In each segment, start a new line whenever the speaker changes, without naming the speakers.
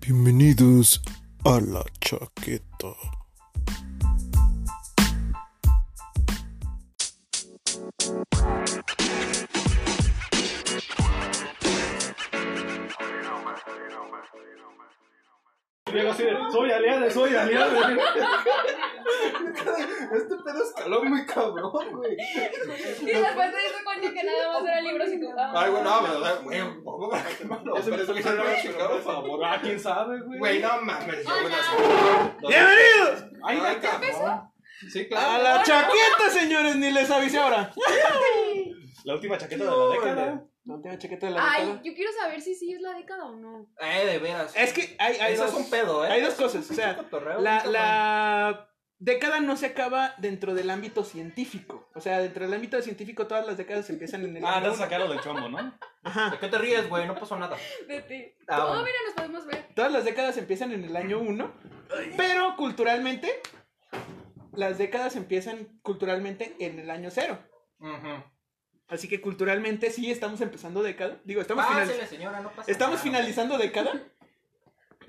Bienvenidos a la chaqueta.
Llega así de, soy aliado, soy aliado.
Este pedo escaló muy cabrón,
Y
güey.
después te diste cuenta que nada más era libros y tú. ah.
Ay, eh, güey, no, pero, o sea, güey, un poco para que me lo- pero eso que se lo haga chingar, por favor.
Ah, quién sabe, güey.
Güey, no mames, yo voy a
¡Bienvenidos!
Ay,
Ay,
cabrón. Sí,
Ah,
A
claro.
la chaqueta, señores, ni les avisé ahora.
La última chaqueta de la década.
No tengo chaqueta de la
Ay,
década.
yo quiero saber si sí es la década o no.
Eh, de veras.
Es que hay, hay
Eso es
dos,
un pedo, eh.
hay dos cosas. O sea,
Cotorreo,
la,
cabrón.
la década no se acaba dentro del ámbito científico. O sea, dentro del ámbito científico todas las décadas empiezan en el...
Ah,
año
andas a
uno.
sacarlo del chombo, ¿no?
Ajá.
¿De qué te ríes, güey? No pasó nada.
De ti.
Ah,
No,
bueno.
Oh, mira, nos podemos ver.
Todas las décadas empiezan en el año 1, pero culturalmente las décadas empiezan culturalmente en el año 0.
Ujú.
Así que culturalmente sí estamos empezando década. Digo, estamos finalizando.
Pásele, señora, no pasa
Estamos
nada.
finalizando década,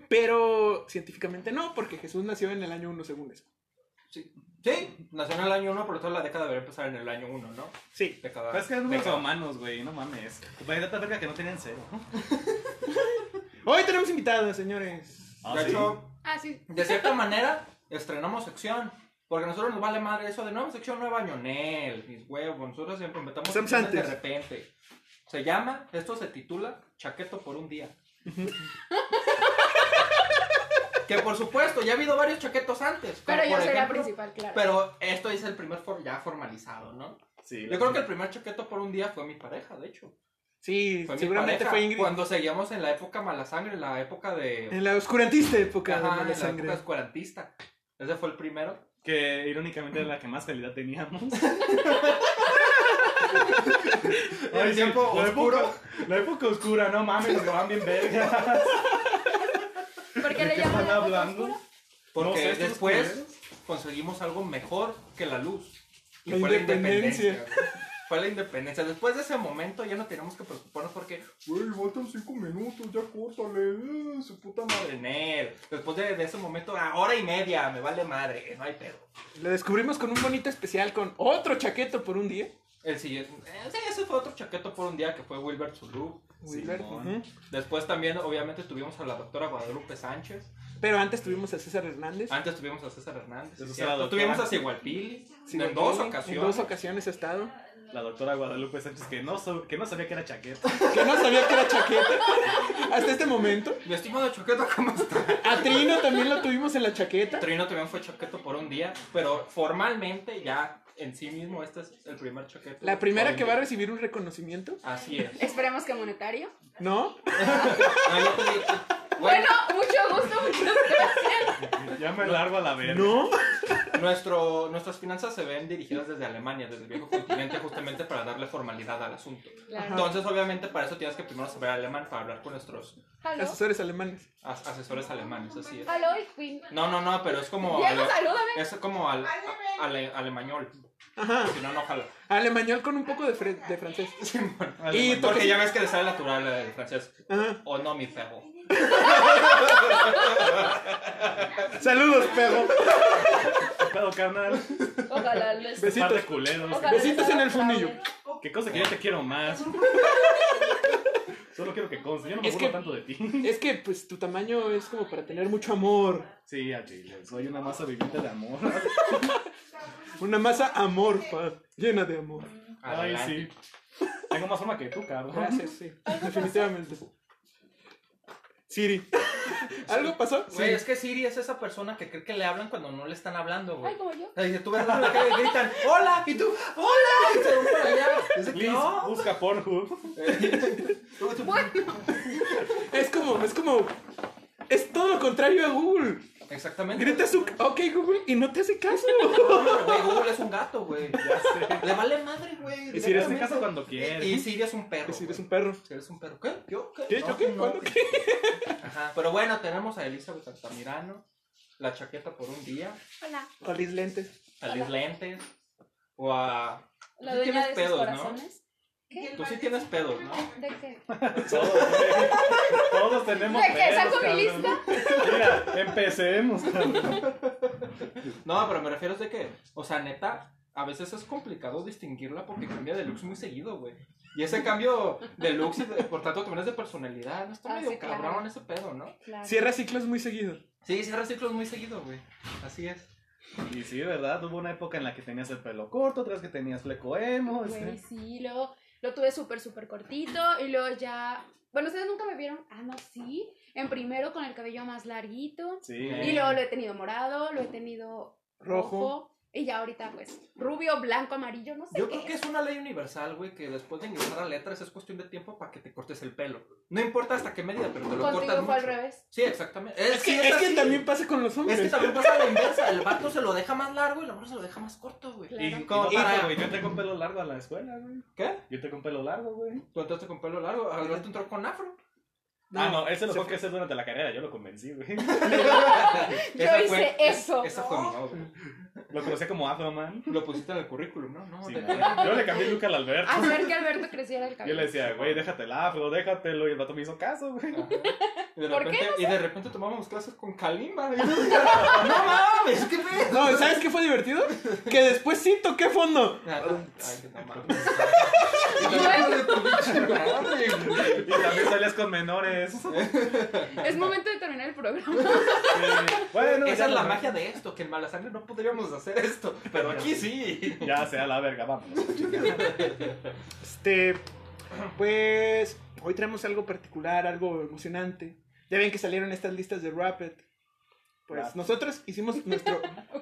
pero científicamente no, porque Jesús nació en el año 1 según eso.
Sí, nació en el año 1, por lo tanto la década debería empezar en el año 1, ¿no?
Sí.
Década.
Pero es que eran unos
década.
romanos, güey, no mames. Vaya data verga que no tenían cero.
Hoy tenemos invitados, señores.
Ah,
De
sí.
hecho,
Ah, sí.
De cierta manera, estrenamos sección. Porque a nosotros nos vale madre eso de nueva sección, nueva ñonel, mis huevos. Nosotros siempre inventamos
Estamos
secciones de
antes.
repente. Se llama, esto se titula Chaqueto por un día. que por supuesto, ya ha habido varios chaquetos antes. como
Pero yo
por
soy la
ejemplo-
principal, claro.
Pero esto es el primer for- ya formalizado, ¿no?
Sí,
Yo creo que el primer chaqueto por un día fue mi pareja, de hecho.
Sí,
Fue mi
seguramente
pareja,
fue Ingrid.
Cuando seguíamos en la época mala sangre, en la época de.
En la oscurantista época
Ajá,
de
en
la
la
sangre.
época escuelantista. Ese fue el primero.
Que irónicamente era la que más calidad teníamos.
El
sí,
tiempo
la
oscuro.
época- la época oscura, no mames, nos van bien verga.
¿Por qué
¿De
le
qué
llaman
están
la foto
hablando?
oscura?
Porque
No sé, estos
después
culeros.
conseguimos algo mejor que la luz. Y
La
fue la
independencia.
independencia. güey. Fue la independencia. Después de ese momento ya no teníamos que preocuparnos porque, güey, faltan cinco minutos, ya córtale, eh, su puta madre. En él. Después de, de ese momento, a hora y media, me vale madre, no hay pedo.
Lo descubrimos con un bonito especial con otro chaqueto por un día.
El siguiente, eh, sí, ese fue otro chaqueto por un día que fue Wilbert Zulu.
Wilber,
Simón.
ujú.
Después también, obviamente, tuvimos a la doctora Guadalupe Sánchez.
Pero antes tuvimos a César Hernández.
Antes tuvimos a César Hernández.
Eso
¿sí
era
cierto?
doctora.
Tuvimos a Sigualpili.
Sí,
en
doctor,
dos ocasiones.
En dos ocasiones ha estado.
La doctora Guadalupe Sánchez que no, sab- que no sabía que era chaqueta.
Que no sabía que era chaqueta hasta este momento.
Mi estimado Chaqueto, ¿cómo está?
A Trino también lo tuvimos en la chaqueta.
Trino también fue Chaqueto por un día, pero formalmente ya en sí mismo este es el primer Chaqueto.
La primera
por
que
un
va a
día.
recibir un reconocimiento.
Así es.
Esperemos que monetario.
¿No?
No, yo te digo-
Bueno, mucho gusto, muchas gracias.
Ya me largo a la verga.
¿No?
nuestro, nuestras finanzas se ven dirigidas desde Alemania, desde el viejo continente, justamente para darle formalidad al asunto.
Claro.
Entonces, obviamente, para eso tienes que primero saber alemán, para hablar con nuestros
¿Aló?
Asesores alemanes.
as- asesores alemanes, así es.
¿Aló, Queen?
No, no, no, pero es como...
Diego,
ale-
salúdame.
es como al, a- ale- alemañol,
Ajá.
si no, no jala.
Alemañol con un poco de, fre- de francés.
Alemán.
Porque ya ves que le sale natural el francés.
Ajá.
O no, mi feo.
Saludos, perro.
¿Qué pedo, carnal?
Ojalá les.
Par de
Besitos.
culeros.
ojalá
Besitos
les
en el
haga
fundillo.
fraude.
Qué cosa que yo te quiero más. Solo quiero que conste. Yo no me
Es
burlo
que-
tanto de ti.
Es que, pues, tu tamaño es como para tener mucho amor.
Sí, a Chile. Soy una masa viviente de amor.
Una masa amorfa, llena de amor.
Ay,
Adelante.
sí. Tengo más forma que tú, cabrón.
Gracias, sí. Definitivamente. Siri. ¿Algo pasó?
Güey,
Sí.
es que Siri es esa persona que cree que le hablan cuando no le están hablando, güey.
Ay, como yo.
O sea, dice, tú ves la cara y gritan, ¡Hola! Y tú, ¡Hola! Y se van para allá. Dice,
Liz,
"No".
busca Pornhub.
Tú- tú-
Es como, es como. Es todo lo contrario a Google.
Exactamente.
Grita su. Ok, Google, y no te hace caso.
Güey, Google es un gato, güey.
Ya sé.
Le vale madre, güey.
Y si eres en
directamente.
casa cuando quieres.
Y Siri es un perro.
Es decir, es
güey.
un perro.
Siri es un perro. ¿Qué? ¿Yo qué?
¿Qué?
No,
¿Yo qué?
no,
¿Cuándo
güey.
qué?
Ajá. Pero bueno, tenemos a Elizabeth Altamirano, la chaqueta por un día,
Hola.
O mis lentes.
a Liz Lentes, o a.
La
Tú tienes
dueña de sus
pedos, ¿no?
corazones. ¿Qué? que el
Tú sí
Valdés-
tienes pedos, ¿no?
¿De qué?
Todos, güey. Todos tenemos
¿De qué?
pedos,
¿Saco mi
cabrón. Mira, empecemos, cabrón.
No, pero me refiero es de que, o sea, neta, a veces es complicado distinguirla porque cambia de looks muy seguido, güey. Y ese cambio de looks y de- por tanto también es de personalidad, no está
Ah,
medio
sí, claro.
cabrón ese pedo, Ah, ¿no?
Claro.
Cierra ciclos muy seguido.
Sí, cierra ciclos muy seguido, güey. Así es.
Y sí, ¿verdad? Hubo una época en la que tenías el pelo corto, otras que tenías fleco emo. este.
Güey, sí, luego lo tuve súper, súper cortito y luego ya... Bueno, ustedes nunca me vieron, ah, no, sí, en primero con el cabello más larguito
Sí.
y luego lo he tenido morado, lo he tenido rojo,
Rojo.
y ya ahorita pues rubio, blanco, amarillo, no sé
Yo
qué.
creo que es una ley universal, güey, que después de ingresar a letras es cuestión de tiempo para que te cortes el pelo. No importa hasta qué medida, pero te lo cortas
Contigo
mucho.
fue al revés.
Sí, exactamente.
Es que,
sí,
es que
así.
también pasa con los
Es
hombres.
que también pasa la inversa, el vato se lo deja más largo y la morra se lo deja más corto, güey.
Claro.
Y como
Y-
para, güey, yo tengo pelo largo a la escuela, güey.
¿Qué?
Yo tengo pelo largo, güey.
Tú entraste con pelo largo, Alberto entró con afro.
ah, no, él se lo fue que hacer durante la carrera, yo lo convencí, güey.
Yo
Esa
hice
fue-
eso.
Esa fue mi obra.
Lo conocía como Afro Man.
Lo pusiste en el currículum, ¿no? No,
Sí,
te-
güey. yo le cambié el look al Alberto.
Hacer que Alberto creciera el
Yo
cabello.
le decía, güey, déjate el afro, déjatelo. Y el vato me hizo caso, güey.
Ajá. Y de
¿Por qué?
repente, y de repente tomábamos clases con Kalimba. güey. no mames, qué pedo.
No, ¿sabes qué fue divertido? Que después sí toqué fondo.
Ah, no. Ay, que no mames.
Ah, Y también salías con menores. Sí.
Es momento de terminar el programa.
Bueno,
Esa
ya
es la
no-
magia de esto, que en Malasangre no podríamos hacer esto, pero aquí sí.
Ya sea la verga, vámonos.
Este, pues hoy traemos algo particular, algo emocionante. Ya ven que salieron estas listas de Rapid. Pues
Rapid.
nosotros hicimos nuestro...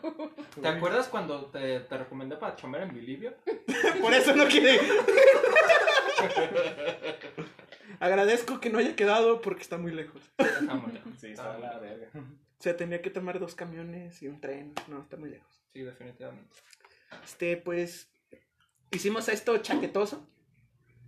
¿Te acuerdas cuando te, te recomendé para chamar en Bilibio?
Por eso no quiere. Agradezco que no haya quedado porque está muy lejos.
Ah, muy bien.
Sí, está la verga.
O sea, tenía que tomar dos camiones y un tren. No, está muy lejos.
Sí, definitivamente.
Este, pues, hicimos esto chaquetoso.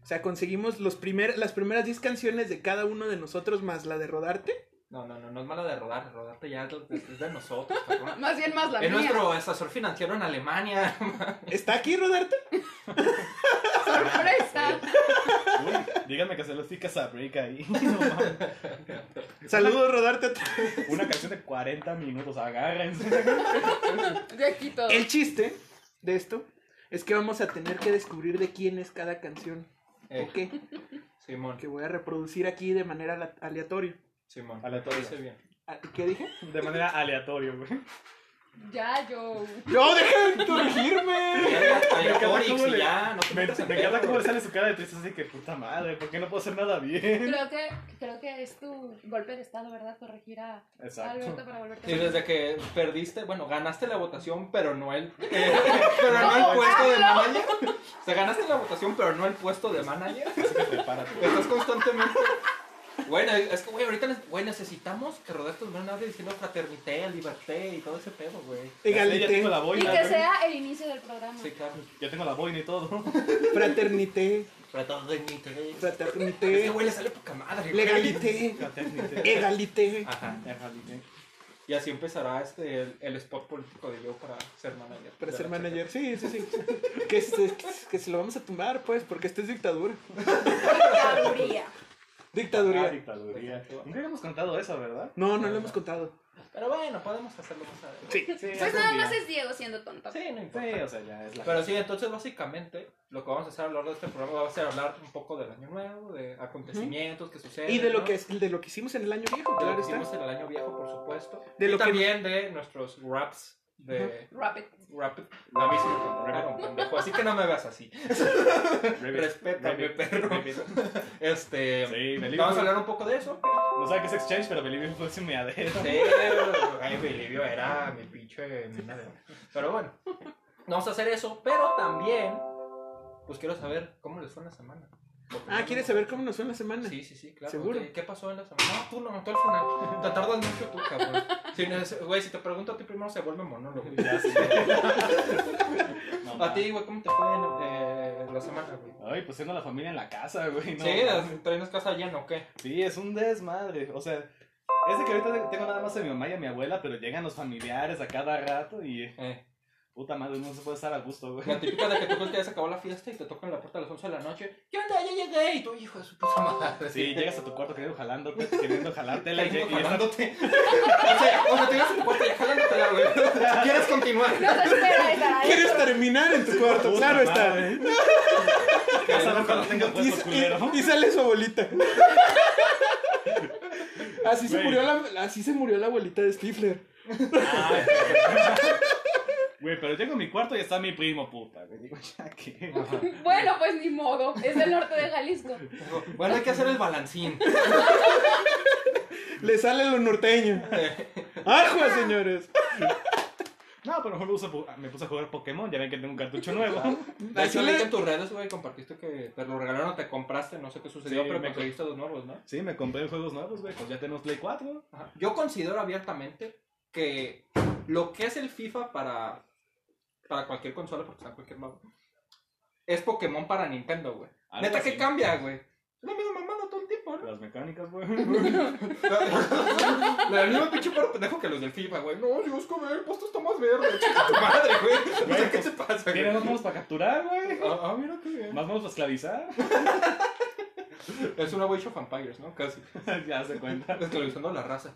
O sea, conseguimos los primer, las primeras 10 canciones de cada uno de nosotros más la de Rodarte.
No, no, no, no es mala de rodar, rodarte ya es es de nosotros, cabrón.
Más bien más la
Es
mía.
nuestro asesor financiero en Alemania.
¿Está aquí Rodarte?
Ah,
Sorpresa.
Uy, díganme que se los ficas a Break ahí. No mames.
Saludos Rodarte.
Una canción de 40 minutos, agárrense.
De aquí todo.
El chiste de esto es que vamos a tener que descubrir de quién es cada canción.
Eh,
¿O qué?
Simón,
Que voy a reproducir aquí de manera la- aleatoria.
Simón.
Aleatorio.
Dice bien.
Ah, ¿Qué dije?
De manera aleatoria, güey.
Ya, yo.
¡No, deja de corregirme!
Ya, ya,
encanta
Orix,
cómo le-
y ya, no te
Me,
metas en
me encanta
pedo.
cómo le sale su cara de triste, así que puta madre, ¿por qué no puedo hacer nada bien?
Creo que, creo que es tu golpe de estado, ¿verdad? Corregir a a
Exacto.
Alberto para volverte
Y
a
desde que perdiste, bueno, ganaste la votación, pero no el, eh, pero no
¿Cómo
el puesto de manager. O sea, ganaste la votación, pero no el puesto de manager.
Así que prepárate.
Estás constantemente. Bueno, es que, güey, ahorita ne- güey, necesitamos que Roberto nos un audio diciendo fraternité, liberté y todo ese pedo, güey.
Ya tengo
Egalité,
la
Y
boina.
que
güey.
sea el inicio del programa.
Sí, claro.
Ya tengo la boina y todo.
fraternité,
Fraternité. Ese
fraternité,
güey le sale poca madre. güey.
legalité,
La técnica.
egalité.
Ajá.
Déjale,
Y así empezará este, el, el spot político de yo para ser manager.
Para
De
ser
la
manager, sí, sí, sí. Que se, que se lo vamos a tumbar, pues, porque esto es dictadura.
Dictaduría.
Ah,
Dictaduría.
dictaduría. Nunca habíamos contado eso, ¿verdad?
No, no lo hemos contado.
Checa. Pero bueno, podemos hacerlo más adelante.
Sí.
Sí,
Pues nada más es Diego siendo tonto.
Sí, no importa.
Sí, o sea, ya es la.
Pero sí, entonces básicamente lo que vamos a hacer a lo largo de este programa va a ser hablar un poco del año nuevo, de acontecimientos que suceden.
Y de lo
¿no?
que, es- de lo que hicimos en el año viejo,
De lo
claro
que
está.
hicimos en el año viejo, por supuesto.
De
y
lo que-
también de nuestros raps de
Rapid.
rap, la misma que me mandaron, pendejo, Así que no me veas así.
Rabbit,
Respétame,
Rabbit,
perro.
Rabbit.
Este,
Sí, Belivio.
vamos a hablar un poco de eso.
No sabe qué es Exchange, pero Belivio fue su meadero.
Sí, ay, Belivio era mi pinche nena de oro. Pero bueno, vamos a hacer eso, pero también, pues quiero saber cómo les fue en la semana. Porque
Ah,
no-
¿quieres saber cómo nos fue en la semana?
Sí, sí, sí, claro.
¿Seguro?
¿Qué, qué pasó en la semana? No, tú no, tú al final. Te tardas mucho tú, cabrón. Si no es- güey, si te pregunto a ti primero se vuelve monólogo.
Ya sé. No,
A ti, güey, ¿cómo te fue en eh, la semana, güey?
Ay, pues siendo la familia en la casa, güey. No,
sí, ¿traes casa llena o qué?
Sí, es un desmadre. O sea, es de que ahorita tengo nada más a mi mamá y a mi abuela, pero llegan los familiares a cada rato y.
Eh,
Puta madre, no se puede estar a gusto, güey.
La típica de que tú crees que ya se acabó la fiesta y te tocan la puerta a las 11 de la noche. ¿Qué onda? Ya llegué. Y tú, hijo de su puta madre.
Sí, llegas a tu cuarto queriendo jalándote, queriendo jalártela y,
Queriendo
y estás-
jalándote. O sea, o sea, te llegas a tu cuarto y jalándotela, güey. Si quieres continuar.
No se espera estar ahí.
¿Quieres terminar en tu cuarto?
Puta
claro está.
madre. Ya sabes cuando tengas
Y,
puesto culero.
y- y sale su abuelita. Así se,
Güey.
murió la, así se murió la abuelita de Stifler.
Ay, Güey, pero llego a mi cuarto y está mi primo, puta. güey. Digo, ya qué.
Ajá.
Bueno, pues ni modo. Es del norte de Jalisco.
Bueno, hay que hacer el balancín.
Le sale lo norteño. ¡Ajua, señores!
No, pero mejor me puse, a pu- me puse a jugar Pokémon. Ya ven que tengo un cartucho nuevo.
De hecho,
Así
leí
le-
que en tus redes, güey, compartiste que te lo regalaron o te compraste, no sé qué sucedió,
Sí,
pero
me
me conseguiste dos nuevos, ¿no?
Sí, me compré juegos nuevos, güey. Pues ya tenemos Play 4.
Ajá. Yo considero abiertamente que lo que es el FIFA para, para cualquier consola, porque está en cualquier lado, es Pokémon para Nintendo, güey.
Algo
Neta,
así.
que cambia, güey? La misma mamada todo el tiempo, ¿no?
Las mecánicas, güey.
La la misma pinche paro pendejo que los del FIFA, güey. No, Dios, come, el posto está más verde. Chica tu madre, güey. O sea, ¿qué te pasa,
Tiene
güey?
más modos para capturar, güey.
Ah, ah, mira qué bien.
Más modos para esclavizar.
Es una Witch of Vampires, ¿no? Casi.
ya se cuenta.
Esclavizando la raza.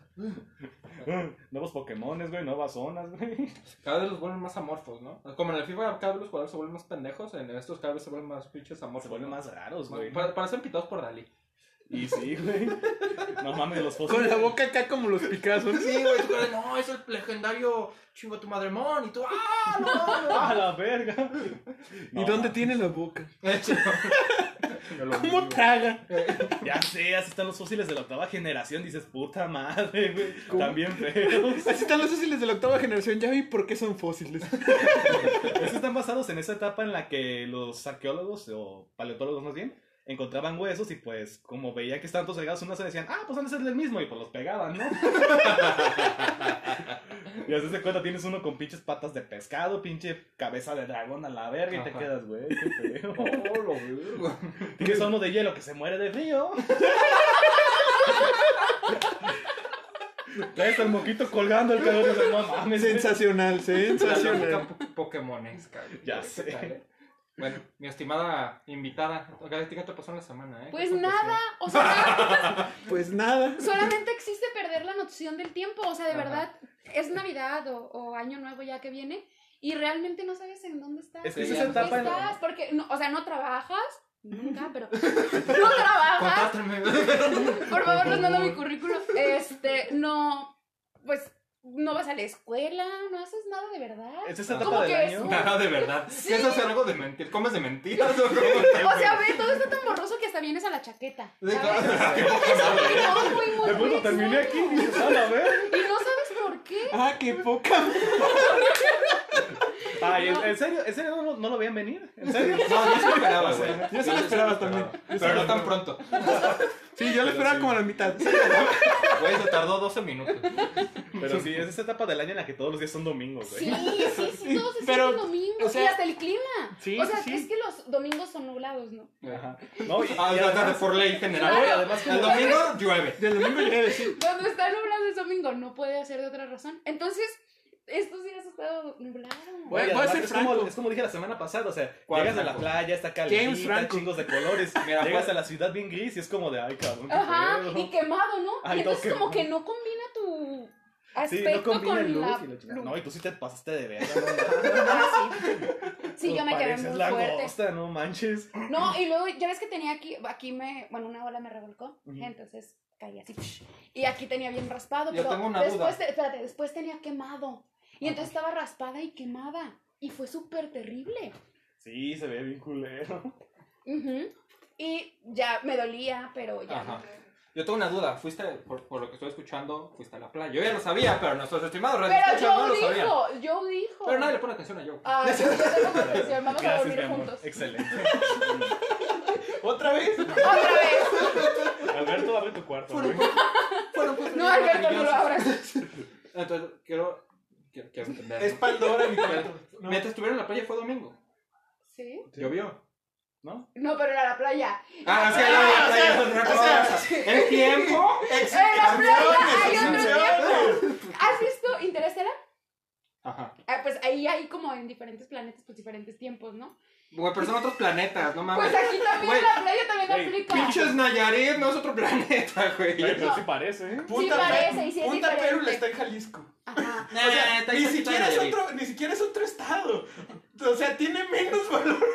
Nuevos Pokémones, güey. Nuevas zonas, güey.
Cada vez los vuelven más amorfos, ¿no? Como en el FIFA, cada vez los jugadores se vuelven más pendejos. En estos, cada vez se vuelven más pinches amorfos.
Se vuelven
¿no? Pues,
más raros, güey.
Pa- Parecen pitados por Dalí.
Y sí, güey. No mames, los
pues. Con
fósiles.
la boca acá como los Picasso.
Sí, güey, tú crees, no, es el legendario chingo tu madremón. Y tú, ¡ah!
¡Ah, la verga!
¿Y dónde tiene la boca?
No,
¿Cómo traga?
Ya sé, así están los fósiles de la octava generación. Dices, puta madre, güey. También feos.
Así están los fósiles de la octava generación. Ya vi por qué son fósiles.
Estos están basados en esa etapa en la que los arqueólogos o paleontólogos más bien encontraban huesos y pues como veía que estaban todos regados unos se decían ah pues antes es el mismo y pues los pegaban no y así se cuenta tienes uno con pinches patas de pescado pinche cabeza de dragón a la verga y te
Ajá.
quedas güey qué feo
lo veo.
tienes a uno de hielo que se muere de frío traes el moquito colgando el cabrón y dices, no mames
Sensacional,
La
sensacional.
lógica po- pokémonesca. güey.
Ya
¿Qué
sé.
tal, eh? Bueno, mi estimada invitada, ¿a ti ¿qué te pasó en la semana? Eh?
Pues
¿Qué te
nada, o sea,
Pues nada.
solamente existe perder la noción del tiempo. O sea, de
Ajá.
verdad, es Navidad o, o Año Nuevo ya que viene y realmente no sabes en dónde estás.
Es que
en
esa
dónde
etapa en la-
estás, porque, no, o sea, no trabajas. Nunca, pero no
pasó?
trabajas.
Contáctame.
Por favor, les mando mi currículum. Este, no, pues no vas a la escuela, no haces nada de verdad.
es esa
¿Cómo
etapa del
que es?
año
Nada, de verdad.
Sí.
Eso es algo de mentir. ¿Comes de mentiras o cómo?
O sea, ve, todo está tan borroso que hasta vienes a la chaqueta.
Sí,
¿sabes?
claro.
Eso me quedó muy, muy,
De
muy
pronto terminé aquí
extraño.
y dices, a la verga
Y no sabes por qué.
Ah, qué poca.
Ay, ¿en, en serio? ¿En serio no, lo- no lo veían venir? ¿En serio?
No, yo se lo esperaba, güey.
Yo se lo esperaba también.
Pero no tan pronto.
Sí, yo lo esperaba como a la mitad.
Güey, se tardó 12 minutos.
Pero sí, es esa etapa del año en la que todos los días son domingos, güey.
Sí, sí, sí, todo se
Pero,
siente domingo.
o
y
sea-
hasta el clima.
Sí,
o sea,
sí, sí.
es que los domingos son nublados, ¿no?
Ajá. No, y, y
Ah, ya tarde
además,
por ley general.
no, y además como-
El domingo llueve.
Del domingo llegué a decir.
Cuando está nublado es domingo, no puede ser de otra razón. Entonces, estos días ha estado nublado.
Bueno,
y
voy a
además
ser
es como,
franco.
es como dije la semana pasada, o sea,
¿Cuál
llegas a la
franco?
playa, está
James
caliente,
Franco.
chingos de colores,
Mira,
llegas
pues-
a la ciudad bien gris y es como de, ay, cabrón, qué
Ajá,
pedo.
y quemado, ¿no?
Ay,
y
todo
entonces
quemado.
como que no combina tu
Sí,
aspecto
no combina
con
luz
la
y la chingada.
luz.
No, y tú sí te pasaste de verga, no mames.
Ah, sí. Sí,
Tú
yo me quedé
Pues pareces
muy fuerte.
langosta, no manches.
No, y luego ya ves que tenía aquí, aquí me, bueno, una ola me revolcó,
Ujú.
entonces caí así. psh, Y aquí tenía bien raspado,
Yo
pero
tengo una
después,
duda.
te- espérate, después tenía quemado. Y entonces estaba raspada y quemada. Y fue súper terrible.
Sí, se ve bien culero.
Ujú. Y ya me dolía, pero ya.
Ajá. Yo tengo una duda, fuiste, por, por lo que estoy escuchando, fuiste a la playa. Yo ya lo sabía, pero nuestros estimados
Pero
radioescuchas no
yo Ah.
lo sabían.
dijo, yo dijo.
Pero nadie le pone atención a yo.
Ay, yo tengo comprensión, vamos a
Gracias, mi
dormir
amor.
juntos.
Excelente.
¿Otra vez?
Otra vez.
Alberto, abre tu cuarto, güey.
Bueno, pues,
No, Alberto, no lo abras.
Entonces, quiero, quiero, quiero entender.
Es Pandora, mi cuarto. No.
Mientras estuvieron en la playa fue domingo.
¿Sí?
Llovió.
No, pero era la playa.
Ah, sí,
era
la playa es otra cosa. El tiempo.
En la playa hay
Excepciones,
otro tiempo. ¿Has visto Interestelar?
Ajá.
Ah, pues ahí hay como en diferentes planetas, pues diferentes tiempos, ¿no?
Güey, pero son otros planetas, no mames.
Pues aquí también
Ah, Güey,
la playa también
güey,
aplica.
Pinches Nayarit no es otro planeta, güey.
Pero eso sí parece, ¿eh?
Sí parece, y sí es
Punta
diferente.
Perula está en Jalisco.
Ajá.
Nah,
o sea,
está
ni
cerquita
siquiera,
de
es
Nayarit.
otro, ni siquiera es otro estado. O sea, tiene menos valor.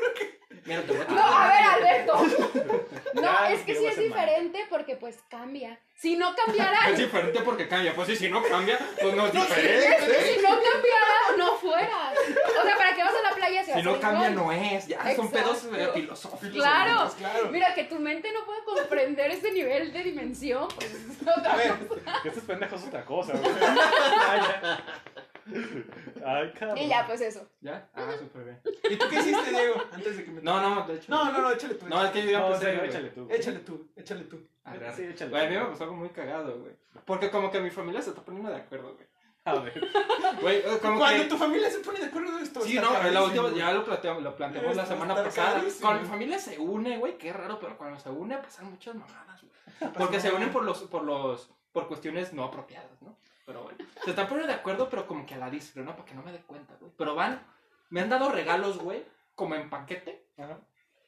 Mira, te voy a
No, a ver, Alberto. No,
Ya,
es que
que
sí
va a
es
ser malo.
diferente porque pues cambia. Si no cambiara,
Es diferente porque cambia. Pues sí, si no cambia, pues no es
Es que
diferente.
si no cambiara, no fuera. O sea, ¿para qué vas a la playa si vas
Si
a
no
ir
cambia,
con-
no es. Ya, son pedos
Exacto.
eh, filosóficos.
Claro.
claro.
Mira, que tu mente no puede comprender ese nivel de dimensión. Pues, es otra
A ver,
cosa.
Que estos pendejos es otra cosa, güey. Ay, ya. Ay, cabrón.
Y ya, pues eso.
¿Ya? Ah, súper bien.
¿Y tú qué hiciste, Diego? Antes de que me...
No, no, de hecho.
no, no, no, échale tú.
No, es que yo ya
No, en
pensé.
serio,
güey.
échale tú. güey.
Échale tú, échale tú.
Ah, gracias.
Sí, échale.
Güey, a mí me pasó algo muy cagado, güey. Porque como que mi familia se está poniendo de acuerdo, güey.
A ver.
Güey, eh, como
Cuando
que...
tu familia se pone de acuerdo de esto.
Sí,
está
no, la
carísimo,
última,
güey.
ya lo planteamos, lo planteamos la
Está
semana pasada.
carísimo.
Cuando mi familia se une, güey, qué raro, pero cuando se une pasan muchas mamadas, güey. Porque se unen por los, por los, por cuestiones no apropiadas, ¿no? Pero bueno, se están poniendo de acuerdo, pero como que a la discre, ¿no? Para que no me dé cuenta, güey. Pero van, me han dado regalos, güey, como en paquete,
Ajá.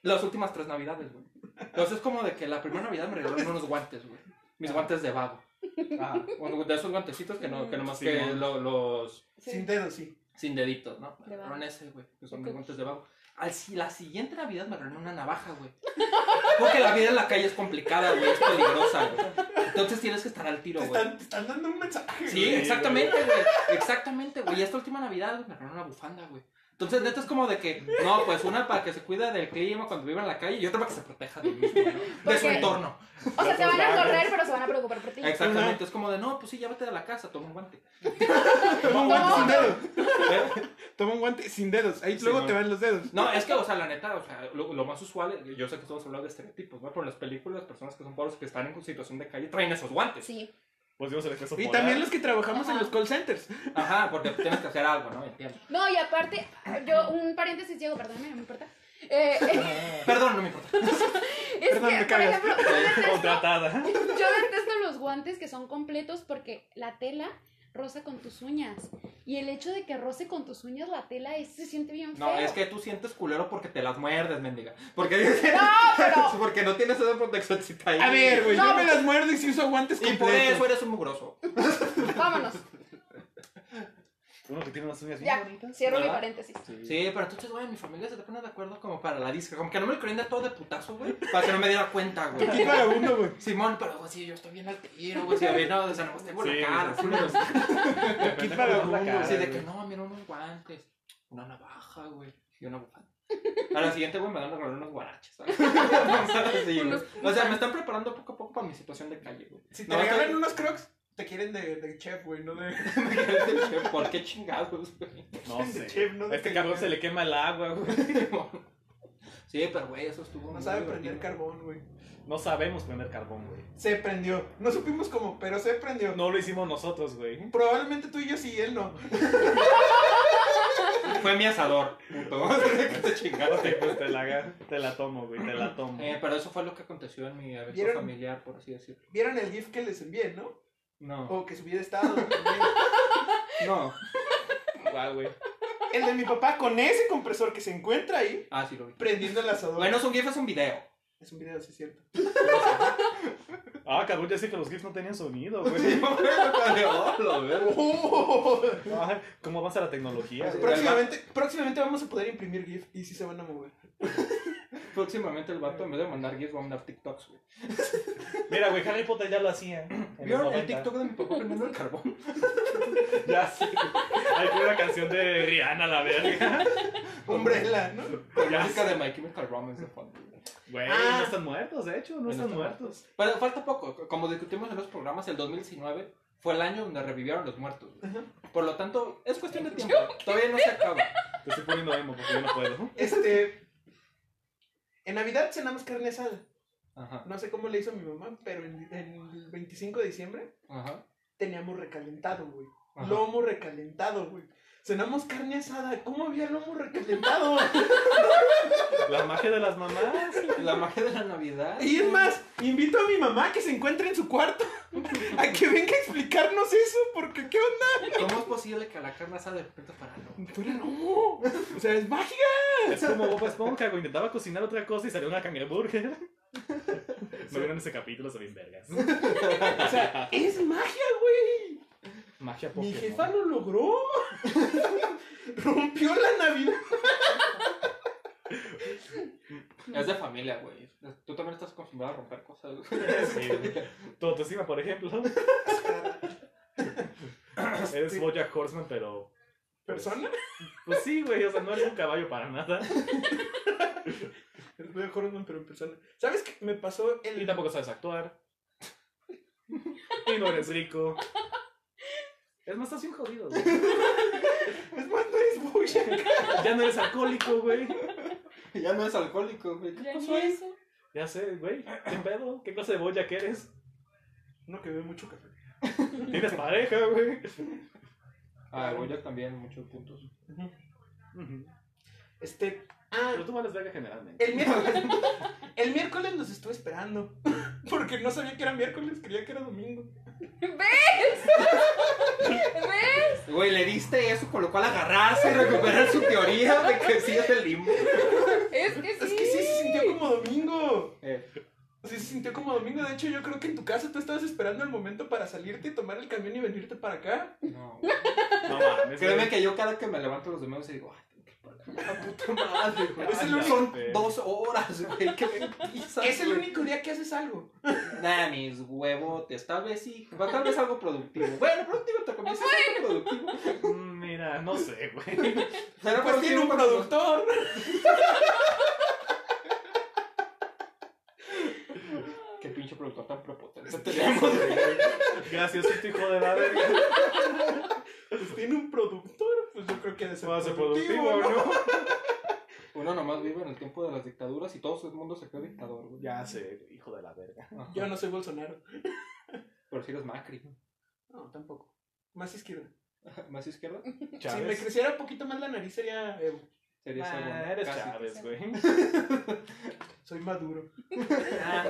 las últimas tres navidades, güey. Entonces como de que la primera navidad me regalaron unos guantes, güey. Mis guantes de vago.
Ajá.
Bueno, de esos guantecitos que no, que nomás
Sí,
que
mon.
lo- los
Sin dedos, sí.
sin deditos, ¿no? Me
De vago.
regalaron ese, güey, que son
Ok.
mis guantes de vago. Al, si- la siguiente Navidad me regalaron una navaja, güey. Porque la vida en la calle es complicada, güey, es peligrosa, güey. Entonces tienes que estar al tiro,
Te
güey.
están, te están dando un mensaje.
Sí,
güey.
exactamente, güey. Exactamente, güey. Y esta última Navidad, güey, me regalaron una bufanda, güey. Entonces, neta, es como de que, no, pues una para que se cuida del clima cuando viva en la calle y otra para que se proteja del mismo, ¿no? De su
Porque-
entorno.
O sea,
Los
te van a
vagos.
correr, pero se van a preocupar por ti.
Exactamente, es como de, no, pues sí, ya vete de la casa, toma un guante.
Toma un guante sin dedos.
¿Eh?
Toma un guante sin dedos. Ahí
Sí,
luego
güey.
te van los dedos.
No, es que, o sea, la neta, o sea, lo, lo más usual, eh, yo sé que todos hablando de estereotipos, ¿no? Pero en las películas, las personas que son pobres, que están en situación de calle, traen esos guantes.
Sí.
Pues dimos el expreso
Y
polar.
también los que trabajamos en
Ajá.
los call centers.
Ajá, porque tienes que hacer algo, ¿no? Entiendo.
No, y aparte, yo, un paréntesis, Diego, perdóname, no me importa. Eh, es
Perdón, no me importa.
que,
Perdón, me
por
cagas.
ejemplo,
Contratada.
Yo detesto los guantes que son completos porque la tela roza con tus uñas. Y el hecho de que roce con tus uñas la tela es- se siente bien feo.
No, es que tú sientes culero porque te las muerdes, mendiga. Porque,
No, pero.
porque no tienes esa protección si está ahí.
A ver, güey,
No,
yo me las muerdo y si uso guantes
Y por
completos.
eso eres un mugroso.
Vámonos.
Uno que tiene unas uñas bien
Ya.
bonitas.
Cierro mi
¿Verdad?
paréntesis.
Sí, pero entonces, güey, mi familia se te pone de acuerdo como para la disca. Como que no me lo creen de todo de putazo, güey. Para que no me diera cuenta, güey.
Qué vagabundo, güey.
Simón, pero güey, sí, yo estoy bien al tiro, güey. Si a mí no, o sea, nomás tengo
Sí,
la cara,
sí, sí.
culeros.
Depende
para
cómo es la
uno,
cara,
Así de que
güey.
no, mira unos guantes, una navaja, güey, y una bufanda. A la siguiente, güey, me van a regalar unos guaraches. ¿sabes? Sí, güey. o sea, me están preparando poco a poco para mi situación de calle, güey.
Si te
No,
regalan
estoy-
unos crocs, te quieren de, de chef, güey, no de...
¿Por qué chingados, güey?
No sé.
Chef, no
este
te-
cabrón se le quema el agua, güey.
Sí, pero güey, eso estuvo.
No
muy
sabe
divertido.
prender carbón, güey.
No sabemos prender carbón, güey.
Se prendió. No supimos cómo, pero se prendió.
No lo hicimos nosotros, güey.
Probablemente tú y yo sí, él no.
Fue mi asador, puto. ¿Qué te
No
chingaste?
te, pues, te, la, te la tomo, güey. Te la tomo.
Eh, pero eso fue lo que aconteció en mi evento
¿Vieron?
familiar, por así decirlo.
Vieron el GIF que les envié, ¿no?
No,
O que subí de estado. también.
no.
Guau, güey.
el de mi papá con ese compresor que se encuentra ahí,
Ah, sí lo vi.
prendiendo el asador.
Bueno, es un GIF, es un video.
Es un video, sí es cierto.
Ah, cabrón, ya sé que los GIFs no tenían sonido,
Sí,
güey.
güey, oh, lo veo.
Ay, ¿Cómo avanza la tecnología? güey?
próximamente, próximamente vamos a poder imprimir GIF y sí se van a mover.
Próximamente el vato en vez de mandar GIFs va a mandar TikToks, güey.
Mira, güey, Harry Potter ya lo hacía. en los
¿Vieron
90.
el TikTok de mi papá prendiendo el carbón?
Ya sé. Hay una canción de Rihanna, la verga.
Umbrella, ¿no?
Con música de My Chemical Romance de fondo. güey.
Güey,
Ah.
no están muertos, de hecho, no
Bueno,
están
está-
muertos.
Pero falta poco. Como discutimos en los programas, el 2019 fue el año donde revivieron los muertos. güey. Por lo tanto, es cuestión de tiempo. Todavía no se acaba.
Te estoy poniendo emo porque yo no puedo.
Este. En Navidad cenamos carne asada.
Ajá,
No sé cómo le hizo mi mamá, pero en, en el 25 de diciembre
ajá.
teníamos recalentado, güey.
ajá.
Lomo recalentado, güey. Cenamos carne asada. ¿Cómo había lomo recalentado?
La magia de las mamás.
La magia de la Navidad.
y es más, invito a mi mamá que se encuentre en su cuarto. A que venga a explicarnos eso, porque ¿qué onda?
¿Cómo es posible que la carne asada de repente para no?
Pero no. O sea, es mágica.
Es como Bob Esponja, güey. Intentaba cocinar otra cosa y salió una cangreburger. Me vieron ese capítulo, se bien vergas.
O sea, es magia, güey.
Magia
Mi
Pokémon.
jefa lo logró. Rompió la Navidad.
Es de familia, güey. Tú también estás acostumbrado a romper cosas, güey.
Sí, güey. Tu autoestima, por ejemplo. Eres Boya Horseman, pero.
¿Persona?
Pues sí, güey. O sea, no eres un caballo para nada.
Es mejor Horseman, pero en persona. ¿Sabes qué me pasó el.
Y tampoco sabes actuar. Y no eres rico. Es más, estás bien jodido, güey.
Es más, no es bulla.
Ya no eres alcohólico, güey.
Ya no es alcohólico, güey.
Ya ni eso.
Ya sé, güey. ¿Qué pedo? ¿Qué clase de boya que eres?
No, que bebe mucho café.
Tienes pareja, güey.
Ah, güey, yo también, muchos puntos.
Este.
Pero
Ah,
tú vales verga generalmente.
el miércoles. El miércoles los estuve esperando. Porque no sabía que era miércoles, creía que era domingo.
¿Ves? ¿Ves?
Güey, le diste eso, con lo cual agarraste y recuperar su teoría de que sí es el limbo.
Es que sí.
Es que sí se sintió como domingo.
Eh,
Sí se sintió como domingo. De hecho, yo creo que en tu casa tú estabas esperando el momento para salirte, tomar el camión y venirte para acá.
no.
No mames.
Créeme
güey.
que yo cada que me levanto los domingos y digo, ay, tengo que pagar la puta madre, güey.
Es el único-
Son dos horas, güey, que me pisas,
Es el
güey.
único día que haces algo.
Nah, mis huevotes, tal vez sí, va, tal vez algo productivo. Bueno, productivo te comiste, es algo productivo.
Mm, Mira, no sé, güey.
Será
Pues tiene un
productivo, pero-
productor.
Qué pinche productor tan prepotente
Este
tenemos.
Gracias, este hijo de la verga.
Pues tiene un productor. Pues yo creo que ha de
Se
ser
va a hacer productivo,
¿no?
¿no?
Uno nomás vive en el tiempo de las dictaduras y todo el mundo se cree dictador, güey.
Ya sé, hijo de la verga.
Ajá.
Yo no soy Bolsonaro.
Pero si eres Macri.
No, tampoco. Más izquierda.
¿Más izquierda?
Si me
Chávez.
creciera un poquito más la nariz sería Evo.
Sería
Ah,
segunda,
eres
casi.
Chávez, güey.
Soy maduro.
Ah,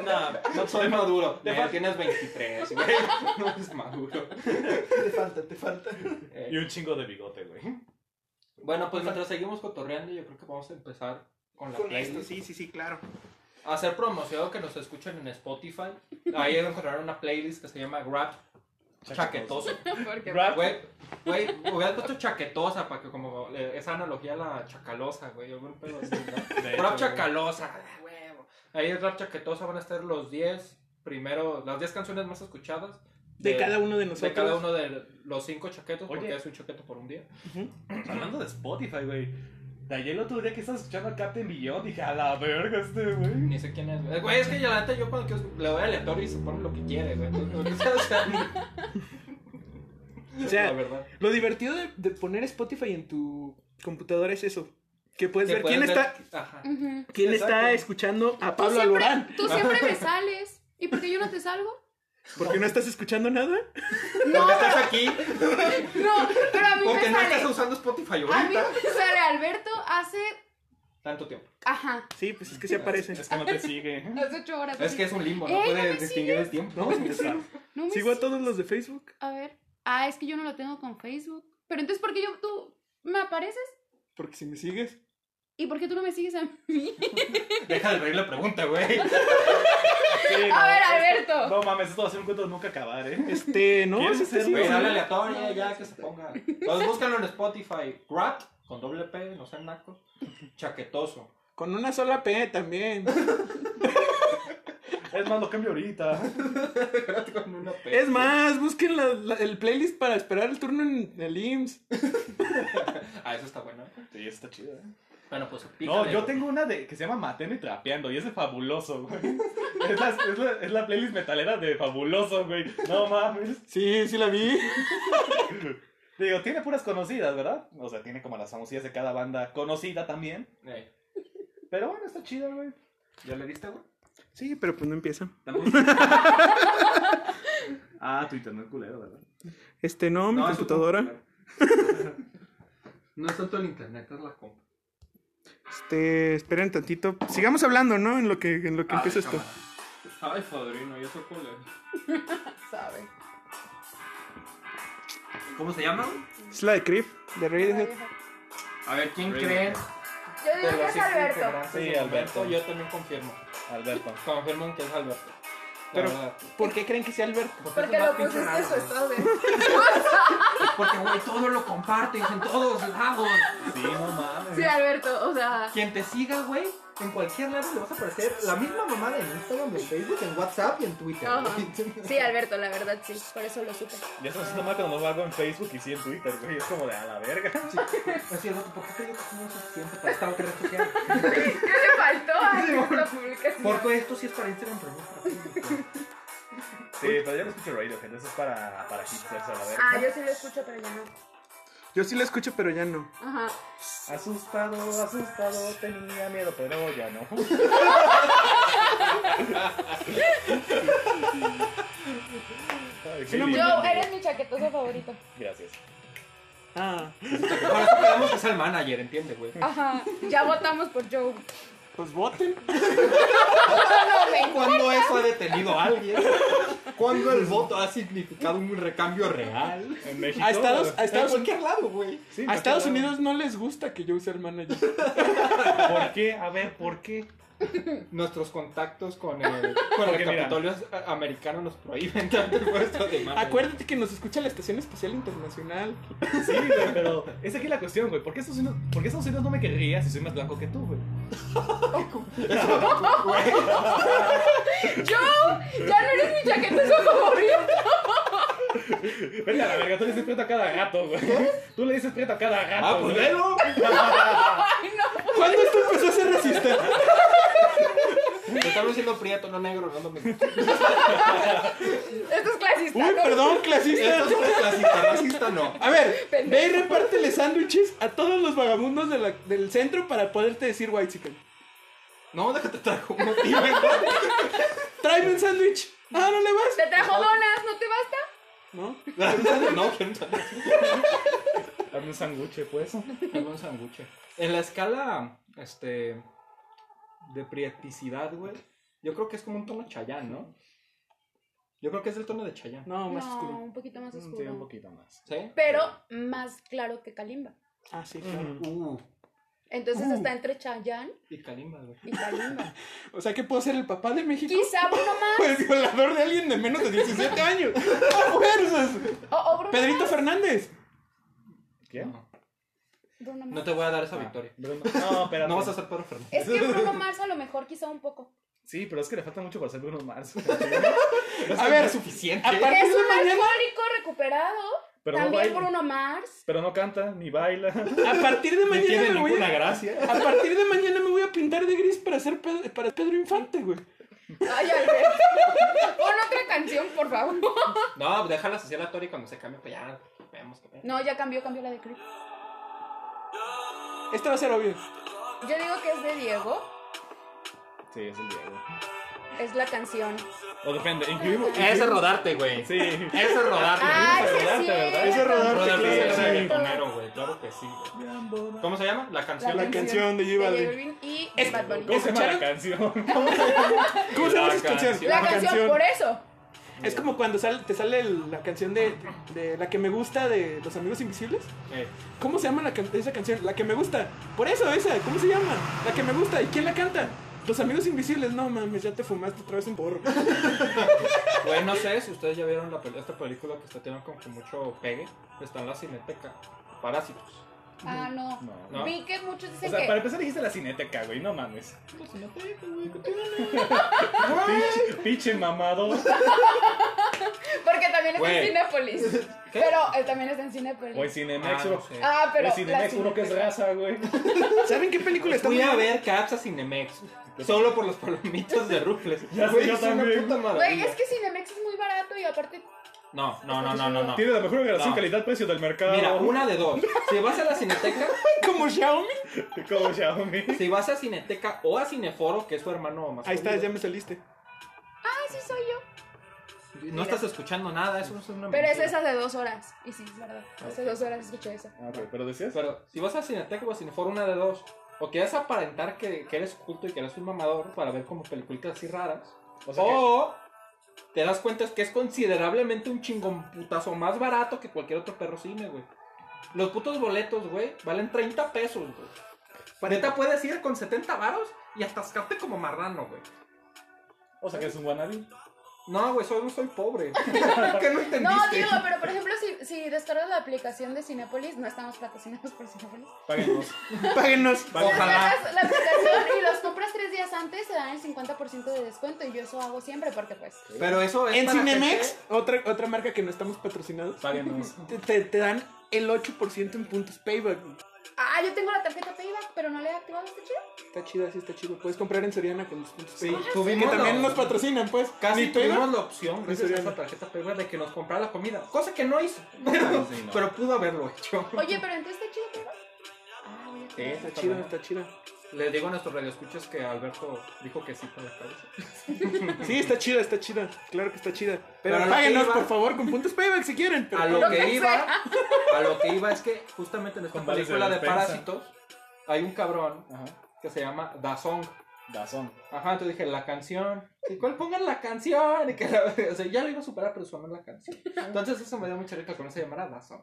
no,
No soy maduro.
Te
Mira,
fal-
tienes 23, güey. No eres maduro.
Te falta, te falta.
Eh,
Y un chingo de bigote, güey.
bueno, pues mientras seguimos cotorreando, yo creo que vamos a empezar con la
Con esto,
playlist.
sí, sí, sí, claro.
Hacer promoción que nos escuchen en Spotify. Ahí encontrarán una playlist que se llama Grab Chaquetoso.
Porque
Rap,
Güey, güey, hubieras puesto chaquetosa para que como eh, esa analogía a la chacalosa, güey. algún pedo así, ¿no?
de hecho,
Rap
güey.
chacalosa, ah, huevo. Ahí en Rap Chaquetosa van a estar los 10 primero, las 10 canciones más escuchadas.
De cada uno de
De
nosotros.
cada uno de los 5 chaquetos,
Oye.
porque es un chaqueto por un día.
Hablando de Spotify, güey. De ayer el otro día que estaba escuchando a Captain Beyond, dije, a la verga este, güey.
Ni sé quién es. güey. Güey, es que yo la neta, yo cuando quiero, le doy aleatorio y se pone lo que quiere, güey. Entonces, o sea,
O sea, pues,
la verdad.
Lo divertido de, de poner Spotify en tu computadora es eso. Que puedes
Que
ver
puedes
quién
ver-
está
Ajá.
Ujú.
quién está
Exacto.
escuchando a
Tú
Pablo
siempre-
Alborán.
Tú siempre me sales. ¿Y por qué yo no te salgo?
¿Por qué no estás escuchando nada?
Porque estás aquí,
No, pero a mí
porque
me
no
sale.
estás usando Spotify
A mí
ahorita.
me sale Alberto hace.
Tanto tiempo.
Ajá,
Sí, pues es que se aparecen.
Es que no te sigue.
hace ocho horas.
Es que es un limbo, no
Ey, Eh, no
puedes
me
distinguir el tiempo.
No, sí, sí.
No me
sigo a
sig-
todos los de Facebook.
A ver. Ah, es que yo no lo tengo con Facebook. Pero entonces, ¿por qué yo, tú me apareces?
Porque si me sigues.
¿Y por qué tú no me sigues a mí?
Deja de reír la pregunta, güey.
Sí,
A
no,
ver,
es-
Alberto.
No mames, esto va a ser un cuento de nunca acabar, ¿eh?
Este, no,
¿Quieres
es este
ser
sí.
Güey,
Sí.
dale aleatoria ya que se ponga. Entonces búscalo en Spotify. Grab con doble P, no sean nacos. Chaquetoso.
Con una sola P también.
Es más, lo cambio ahorita.
con una P.
Es más, busquen la- la- el playlist para esperar el turno en el IMSS.
Ah, eso está bueno.
Sí, está chido, ¿eh?
Bueno, pues pícale.
No, yo tengo una de, que se llama Mateme Trapeando y es de Fabuloso, güey. Es la, es la- es la playlist metalera de Fabuloso, güey. No mames.
Sí, sí la vi.
Digo, tiene puras conocidas, ¿verdad? O sea, tiene como las famosías de cada banda conocida también.
Eh,
Pero bueno, está chida, güey.
¿Ya le diste, güey?
Sí, pero pues no empieza.
ah, tu internet culero, ¿verdad?
Este, no, mi
No, es tu
computadora.
No es tanto el internet, es la compu.
Este, esperen tantito. Sigamos hablando, ¿no? En lo que, en lo que
Ah,
empieza esto.
cámara.
Ay, padrino, yo soy culé.
¿Sabe?
¿Cómo se llama? güey?
Es la de Creep, de Radiohead.
Yo
A ver, ¿quién
Really?
creen?
digo que es Alberto.
Sí,
Sí,
Alberto.
Alberto. Yo también confirmo.
Alberto.
Confirman que es Alberto.
Pero-
Pero,
¿Por qué creen que sea Alberto?
pues
Porque lo pusiste en su estado de.
Porque, güey, todo lo compartes en todos lados.
Sí, no mames.
Sí, Alberto, o sea.
Quien te siga, güey, en cualquier lado le vas a aparecer la misma mamada en Instagram, en Facebook, en WhatsApp y en Twitter.
Ajá.
güey.
Sí, Alberto, la verdad sí, por eso lo supe.
Ya estás haciendo mal cuando no hago en Facebook y sí en Twitter, güey. Es como de a la verga.
Así es, ¿por qué te digo que soy insuficiente para esta otra red social?
¿Qué le faltó a esta publicación?
Porque esto sí es para Instagram, pero no es para Facebook. güey.
Sí, pero yo no escucho radio, gente. Eso es para, para hipsters, a la
Ah,
verga.
yo sí lo escucho, pero ya no.
Yo sí la escucho, pero ya no.
Ajá.
Asustado, asustado, tenía miedo, pero ya no. Ay, qué
no,
lindo.
Yo, eres mi chaquetoso favorito.
Gracias.
Ah,
Por eso queremos que sea el manager, ¿entiendes, güey?
Ajá. Ya votamos por Joe.
pues voten.
¿Cuándo eso ha detenido a alguien? ¿Cuándo el voto ha significado un recambio real?
En México.
A Estados, a Estados,
cualquier lado, güey.
Sí,
a
me
Estados
quedo-
Unidos no les gusta que yo use el manager.
¿Por qué? A ver, ¿por qué?
Nuestros contactos con el, con
Porque
el
mira.
Capitolio a- americano nos prohíben tanto puesto de manager.
Acuérdate que nos escucha la Estación Espacial Internacional.
Sí, güey, pero es aquí la cuestión, güey. ¿Por qué Estados Unidos, por qué Estados Unidos no me querría si soy más blanco que tú, güey?
Joe, ya no eres mi chaquetoso favorito.
Vete a la verga, tú le dices prieto a cada gato, güey. Tú le dices prieto a cada gato.
Ah, pues
güey.
velo.
Ay, no.
¿Cuándo esto empezó a ser racista?
Te estamos diciendo prieto, no negro, no dominicano.
Esto es clasista.
Uy,
¿no?
perdón, clasista.
Esto no es clasista, racista no.
A ver, ve y repártele sándwiches a todos los vagabundos de la- del centro para poderte decir white chicken.
No, déjate trajo un motivo.
Tráeme un sándwich. Ah, no le vas.
Te trajo donas, ¿no te basta?
No.
No, quiero un sándwich.
Dame un sanguche, pues.
Dame un sándwich. En la escala, este, de prieticidad, güey, yo creo que es como un tono chayán, ¿no? Yo creo que es el tono de chayán.
No, más
No,
oscuro.
un poquito más
Mm, Sí,
oscuro.
un poquito más.
¿Sí?
Pero más claro que Kalimba.
Ah, sí, claro.
Uh,
Entonces
Uh.
está entre Chayanne
y Kalimba, güey.
y Kalimba.
O sea, que puedo ser el papá de México.
Quizá Bruno Mars
El violador de alguien de menos de 17 años. ¡A fuerzas!
o, o Bruno
Pedrito
Mars.
Fernández.
¿Qué? Ah,
No.
Bruno Mars.
No te voy a dar esa victoria.
Bruno- No, Ah. espérate.
No vas a ser Pedro Fernández.
Es que Bruno Mars a lo mejor quizá un poco.
Sí, pero es que le falta mucho para ser Bruno Mars.
A ver,
suficiente.
a partir
Es
de
un
mañana,
alcohólico recuperado.
Pero no
También
baila.
Bruno Mars.
Pero no canta, ni baila.
a partir de
No tiene
mañana me voy
ninguna
a,
gracia.
a partir de mañana me voy a pintar de gris para ser Pedro, para Pedro Infante, güey.
Ay, Alberto. Pon otra canción, por favor.
No, déjala social a Tori cuando se cambie, pues ya vemos qué pedo.
No, ya cambió, cambió la de Creep.
Esta Este va a ser obvio.
Yo digo que es de Diego.
Sí, es el Diego.
Es la canción.
O depende, incluimos.
Ese es rodarte, güey.
Sí.
Ese es rodarte.
Ah,
es
sí,
rodarte,
sí.
¿verdad?
Ese es rodarte,
Rodarte
claro,
es el
sí.
reggaetonero, güey. Claro que sí, güey. ¿Cómo se llama? La canción.
La canción de J Balvin.
y
Es-
Bad Bunny.
¿Cómo se llama la
¿Escucharon?
canción?
¿Cómo se llama
La
esa canción?
canción.
La canción, por eso.
Es como cuando sale- te sale el- la canción de, de la que me gusta de Los Amigos Invisibles.
Eh,
¿Cómo se llama la can- esa canción? La que me gusta. Por eso, esa. ¿Cómo se llama? La que me gusta. ¿Y quién la canta? Los Amigos Invisibles. No mames, ya te fumaste otra vez un porro.
Güey, no sé si ustedes ya vieron la pel- esta película que está teniendo como que mucho pegue. Está en la cineteca. Parásitos.
Ah, no.
No,
No.
Vi que muchos
O
dicen
sea,
que.
para empezar dijiste la cineteca, güey, no mames.
La cineteca, güey. ¿qué tiene?
Pinche- Pinche mamado.
Porque también está en
Güey.
Cinépolis.
¿Qué?
Pero él también está en Cinépolis.
O en Cinemex,
Ah,
bro.
no sé.
Ah,
o en
pero. la
Cinemex, uno que es
Cinépolis.
raza, güey.
¿Saben qué película está
Pues Fui
muy-
a ver Caps a Cinemex. Solo por los palomitos de rufles.
Ya sé,
Güey,
yo
es una
también.
puta
Güey,
maravilla.
es que Cinemex es muy barato y aparte.
No, no, no, no, no, no.
Tiene la mejor relación
No.
calidad-precio del mercado.
Mira, una de dos. Si vas a la cineteca,
Como Xiaomi.
Como Xiaomi.
si vas a cineteca o a cineforo, que es su hermano más.
Ahí está,
jodido,
ya me saliste.
Ay, sí, soy yo.
No estás escuchando nada, eso no es una
Pero es
mentira.
esa de dos horas. Y sí, es verdad. Hace dos horas escuché eso.
Ah, ok, pero decías.
Pero si vas a Cineteca o a Cineforo, una de dos. O quieres aparentar que, que eres culto y que eres un mamador para ver como películas así raras.
O sea que-
o te das cuenta que es considerablemente un chingón putazo más barato que cualquier otro perro cine, güey. Los putos boletos, güey, valen 30 pesos, güey. Neta puedes ir con 70 varos y atascarte como marrano, güey.
o sea que es un wannabe.
No, güey, soy, soy pobre. ¿Qué no entendiste?
No, digo, pero por ejemplo, si, si descargas la aplicación de Cinépolis, no estamos patrocinados por Cinépolis.
Páguenos.
Páguenos.
Ojalá.
Descargas la aplicación y los compras tres días antes, se dan el 50% de descuento y yo eso hago siempre porque pues...
Pero eso es
En
para
Cinemex, Oh,
gente-
otra, otra marca que no estamos patrocinados,
Páguenos.
te, te- te dan el 8% en puntos payback.
Ah, yo tengo la tarjeta Payback, pero no la he activado, ¿está chido?
Está chido, así está chido. Puedes comprar en Soriana con los puntos
Sí,
payback.
tuvimos
Que también
la-
nos patrocinan, pues.
Casi
Ni payback.
tuvimos la opción, gracias a
Soriana.
esa tarjeta Payback, de que nos comprara la comida. Cosa que no hizo. Pero,
Claro, sí, no.
pero pudo haberlo hecho.
Oye, pero entonces está chido Payback. Ah, voy a
Sí,
activar.
Está chido, está chido.
Les digo a nuestros radioescuchas que Alberto dijo que sí con la cabeza.
Sí, está chida, está chida. Claro que está chida. Pero,
Pero a lo
páguenos,
que iba-
por favor, con puntos payback si quieren. Pero
A lo
Lo
que
pensé.
iba, a lo que iba es que justamente en esta
Con vales de
película de
despensa.
Parásitos hay un cabrón
Ajá.
que se llama Da Song.
Dazón.
Ajá, entonces dije, la canción. ¿Y cuál pongan la canción? Y que la- o sea, ya lo iba a superar, pero sonó la canción. Entonces eso me dio mucha rica con se llamara Da Song.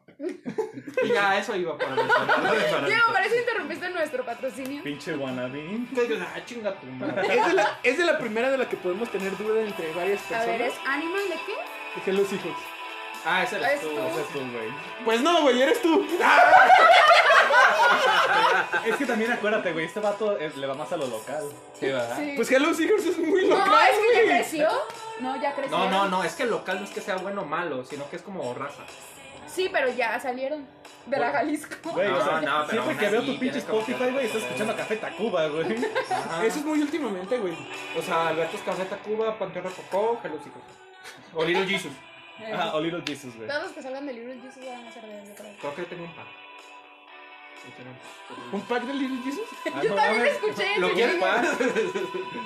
Y ya a eso iba para
Diego, parece que interrumpiste nuestro patrocinio.
Pinche wannabe.
el Ah, chinga tu madre.
es, de la, es de la primera de la que podemos tener duda entre varias
A ver, ¿es
personas.
Animal de qué?
Dije los hijos.
Ah, ese eres
Es
tú.
tú.
Ese es tú, güey.
Pues no, güey, eres tú.
Es que también acuérdate, güey, este vato eh, le va más a lo local.
Sí, ¿verdad?
Sí.
Pues Hello Seekers es muy
no,
local.
es que ya
güey.
creció. No, ya creció.
No, no, no, es que el local no es que sea bueno o malo, sino que es como raza.
Sí, pero ya salieron de la
Bueno.
Jalisco.
Güey,
No,
o sea,
no, pero
siempre
aún
que veo
así
tu pinche
tienes como que
Spotify, güey, estás
hacer-
escuchando a Café Tacuba, güey.
Ajá.
Eso es muy últimamente, güey.
O sea, Alberto es Café Tacuba, Panteón Rococó, Hello Chicos. O Little Jesus.
Eh,
Ajá, o Little Jesus, güey.
Todos los que salgan del libro Jesus van a ser de yo creo.
Creo que tengo un par. Sí, tengo un
Un pack de Little Jesus.
Ah,
Yo
no
también
mames.
escuché
¿Lo
ese
quieres
video.
pagar?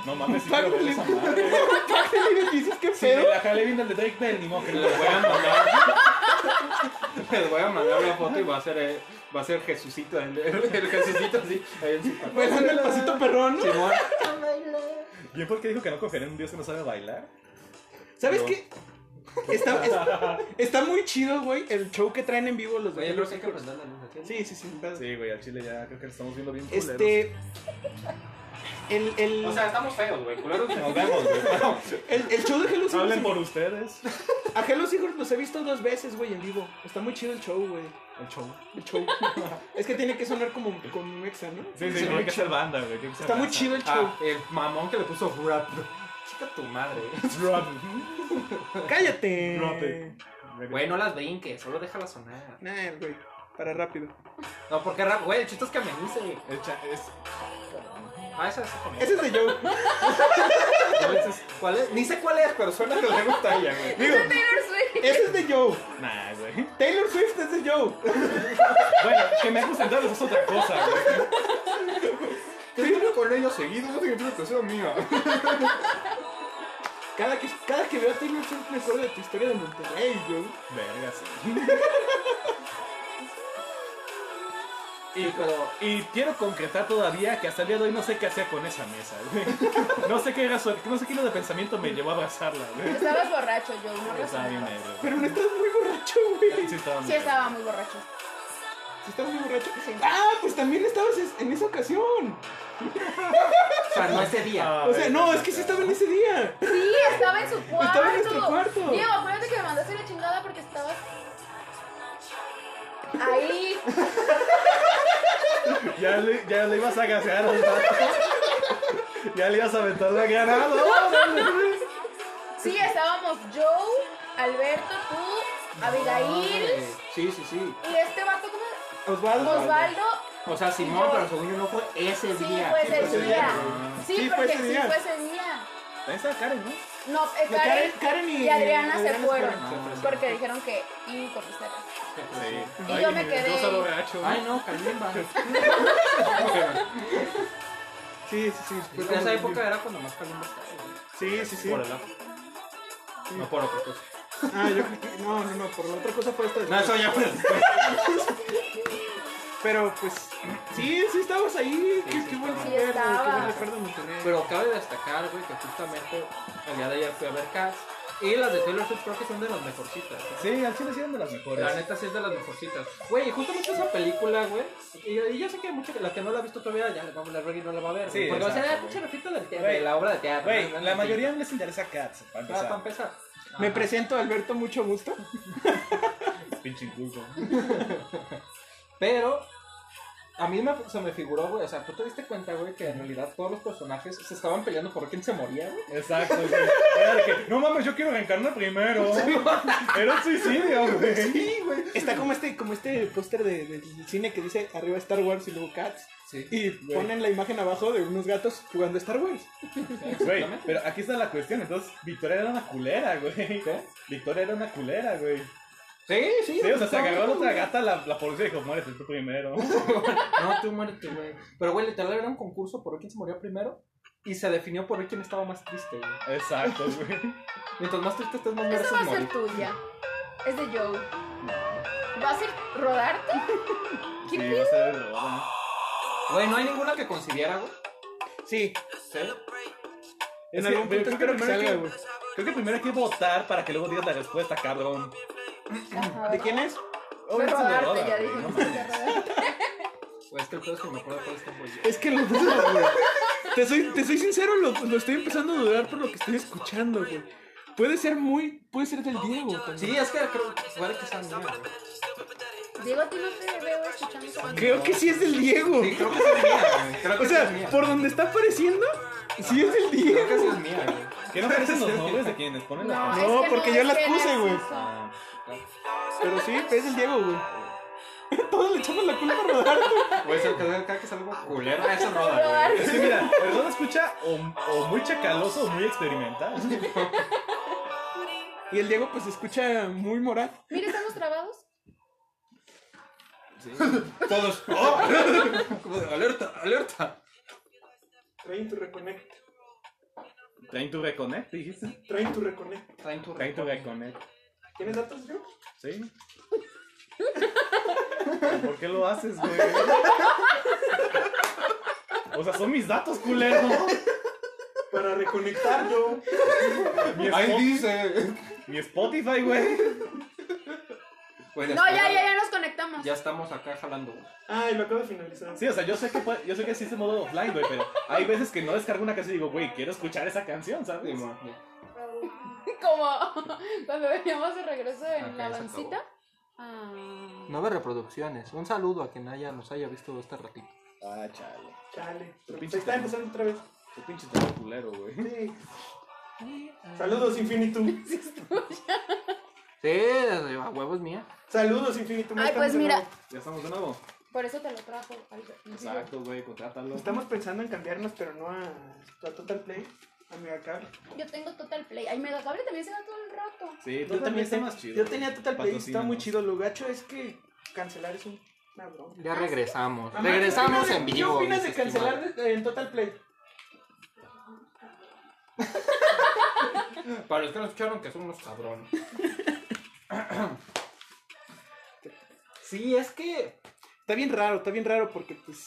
No mames, sí quiero ver esa madre.
Un pack de Little Jesus, qué
Si me
pedo.
la jalé viendo el de Drake Bell, ni modo que no
Les voy a mandar. Les voy a mandar una foto y va a ser, eh, va a ser Jesucito. El, el- el Jesucito así. Ahí en su cuarto.
Bailando el Pues, pasito perrón. ¿no?
Pues, Simón.
¿Bien por qué dijo que no confiaría en un dios que no sabe bailar?
¿Sabes
No.
qué? Está, es- está muy chido, güey, el show que traen en vivo los de
Oye,
Hello
creo que hay que
Seekers.
aprender la luz. ¿sí?
Sí, sí, sí.
Sí, güey, al chile ya creo que lo estamos viendo bien culeros.
Este. El, el,
O sea, estamos feos, güey. Culeros
Nos vemos, güey.
el, el show de Hello Seekers.
Hablen por ustedes.
A Hello Seekers los he visto dos veces, güey, en vivo. Está muy chido el show, güey.
El show.
El show. es que tiene que sonar como, como un mexa, ¿no?
Sí, sí, tiene que ser banda, güey. tiene que ser
Está muy
raza.
chido el show.
Ah, el mamón que le puso rap. Chica tu madre.
Drop. Ah.
¡Cállate!
Drop it.
Güey, no las brinques, solo déjala sonar.
Nah, güey. Para rápido.
No, porque rap, güey, el chiste es que amenice.
El cha- es-
Ah, esa es como-
Ese es de Joe.
¿Cuál es? Ni sé cuál es, pero suena que le gusta a ella, güey.
Digo,
Taylor Swift.
ese es de Joe.
Nah, güey.
Taylor Swift es de Joe.
Bueno, que me gusten todos es otra cosa, güey.
Te vivo con ella seguido, no te quiero presión mía.
Cada que, cada que veo a Taylor Swift me acuerdo de tu historia de Monterrey, Joe.
Verga, sí.
Y pero.
Y quiero concretar todavía que hasta el día de hoy no sé qué hacía con esa mesa, güey. No sé qué era su- no sé qué hilo de pensamiento me llevó a abrazarla, güey.
Estabas borracho, yo no
Estaba bien
razonaba.
negro.
Pero no estás muy borracho, güey.
Sí, estaba muy
Sí,
ebrio.
estaba muy borracho.
Si estás muy borracho.
Sí.
Ah, pues también estabas es- en esa ocasión.
O sea, no ese día.
Ah,
O sea,
verga,
no, es que sí estaba en ese día.
Sí, estaba en su cuarto.
Estaba en nuestro cuarto.
Diego, acuérdate que me mandaste la chingada porque estabas. Ahí.
Ya le, ya le ibas a gasear al vato. Ya le ibas a aventar la ganado.
Sí, estábamos Joe, Alberto, tú, Abigail
Sí, sí, sí.
y este vato, ¿cómo?
Osvaldo.
Osvaldo.
O sea, Simón, pero según yo no fue pues, ese
Sí,
día.
fue ese
ese
día.
güey.
Sí,
Sí, fue
porque
ese
sí
día.
fue ese día.
Ahí está Karen, ¿no?
No, eh,
No,
Karen,
Karen, Karen y,
y Adriana se fueron.
fueron.
Porque dijeron que incorporaron.
Sí.
Y yo me quedé.
Yo solo gacho.
Ay, no, Kalimba.
Sí, sí, sí. fue
Pues
como-
esa época era cuando más Kalimba estaba. güey.
Sí, sí, sí.
Por el ajo. No por otra cosa.
Ah, yo creo que- No, no, no, por la otra cosa fue esta.
No, eso ya fue.
Pero pues Sí, sí estabas ahí.
Sí,
qué,
sí
qué buen recuerdo.
estaba.
Sí
Qué buen
estaba.
recuerdo me tener.
Pero cabe destacar, güey, que justamente el día de ayer fui a ver Cats. Y las de Taylor Swift creo que son de las mejorcitas. ¿eh?
Sí, al chile sí eran de las
La
mejores.
neta sí es de las mejorcitas. Güey, y justamente esa película, güey. Y, y yo sé que hay mucha que la que no la ha visto todavía, ya la, la Reggie no la va a ver.
Sí,
güey, porque va a ser, ah,
exacto,
pinche
güey.
refrito del teatro,
Güey,
de la obra de teatro.
Güey,
no, no, no,
la
sí.
mayoría no les interesa Cats, para
Ah, para
empezar.
empezar.
Me
Ajá.
presento, Alberto, mucho gusto.
Pinche inculto.
Pero a mí me- se me figuró, güey. O sea, tú te diste cuenta, güey, que en realidad todos los personajes se estaban peleando por quién se moría, güey.
Exacto, güey. Era de que, no mames, yo quiero reencarnar primero. Era un suicidio, güey.
Sí, güey. Está como este, como este póster de, del cine que dice arriba Star Wars y luego Cats.
Sí.
Y ponen la imagen abajo de unos gatos jugando a Star Wars.
Güey,
Exactamente.
pero aquí está la cuestión, entonces Victoria era una culera, güey.
¿Qué?
Victoria era una culera, güey.
Sí,
Sí,
sí.
o sea, se
estaba
agarró a la
muy
otra
bien.
gata, la, la policía dijo, muérete tú primero.
No, tú muérete, güey. Pero, güey, literal era un concurso por ver quién se moría primero. Y se definió por ver quién estaba más triste, güey.
Exacto, güey.
Mientras más triste estés, más
Esa va
mereces
a ser
morir.
tuya. Es de Joe. ¿Va a ser rodarte? ¿Qué
Sí, va
piensas?
a ser verdad.
Güey, no hay ninguna que considera, güey.
Sí,
Sí.
en
Es que,
algún
güey,
punto
creo que
espero que
primero
salga,
que-
güey.
Creo que primero hay que votar para que luego digas la respuesta, cabrón.
Ajá.
¿De quién es?
Fue
Obviamente es de
rodarte,
Roda,
ya
güey,
dijo.
no
que fue
mames.
rodarte.
Güey, es que el pedo es que me acuerdo todo este güey.
Es que lo dudo, güey. Te soy, te soy sincero, lo, lo estoy empezando a dudar por lo que estoy escuchando, güey. Puede ser muy. Puede ser del Diego también.
Sí, es que creo puede que sea mía, güey.
Diego, a ti no te veo escuchando esa canción.
Creo que sí es del Diego.
Sí, creo que sí es mía, güey. Creo que
O
sí es mía.
sea, por donde está apareciendo, sí es del
Creo que
Diego.
sí es mía, güey.
¿Qué no aparecen los nombres de quienes ponen la
No,
canción?
No,
es que
porque
no
yo
es
las
que
puse,
eres
güey.
eso.
Ah,
Pero sí, es del Diego, güey. Todos le echamos la culpa a rodar.
Güey, se- cada cada que salgo culero, ah, eso roda,
Rodarte.
güey.
Es que mira, el Roda escucha o, o muy chacaloso o muy experimental.
Y el Diego, pues, escucha muy moral.
Mira, estamos trabados.
Todos. ¡Oh! Como de, alerta, alerta.
Traen tu reconnect.
Train to reconnect, dijiste.
Traen tu reconnect.
Traen tu
Train to reconnect.
¿Tienes datos, yo?
¿Sí? ¿Por qué lo haces, güey? O sea, son mis datos, culero.
Para reconectar, yo.
Mi,
Ahí
Spo-
dice.
mi Spotify, güey.
Güey,
No, ya,
está-
ya, ya nos conectamos.
Ya estamos acá jalando, güey.
Ay, lo acabo de finalizar.
Sí, o sea, yo sé que puede- yo sé que existe modo offline, güey, pero hay veces que no descargo una canción y digo, güey, quiero escuchar esa canción,
Sí,
¿sabes?
ma, ya.
Como cuando veníamos de regreso en
Ok,
la
se
bancita. Ah.
Nueve reproducciones. Un saludo a quien haya, nos haya visto este ratito.
Ah, chale.
Chale.
Pero pinche está empezando
otra vez.
Tu pinche tema culero, güey.
Saludos, Infinitum.
Sí, a huevos mía.
Saludos, Infinitum.
Ay, pues mira,
Ya estamos de nuevo.
por eso te lo trajo. Albert.
Exacto, güey, contrátalo.
Estamos pensando en cambiarnos, pero no a, a Total Play, a Megacable.
Yo tengo Total Play. Ay, Mega Cable también se da todo el rato.
Sí, tú
Yo
también está
te-
más chido.
Yo
güey.
tenía Total Play, está muy
Patrocínanos.
chido. Lo gacho es que cancelar es un- una broma.
Ya regresamos.
Mamá, ¿qué
regresamos
opinas de-
en vivo.
¿Qué opinas de
mis estimados.
cancelar eh, en Total Play?
Para los que no escucharon, que son unos cabrones. sí, es que.
Está bien raro, está bien raro porque pues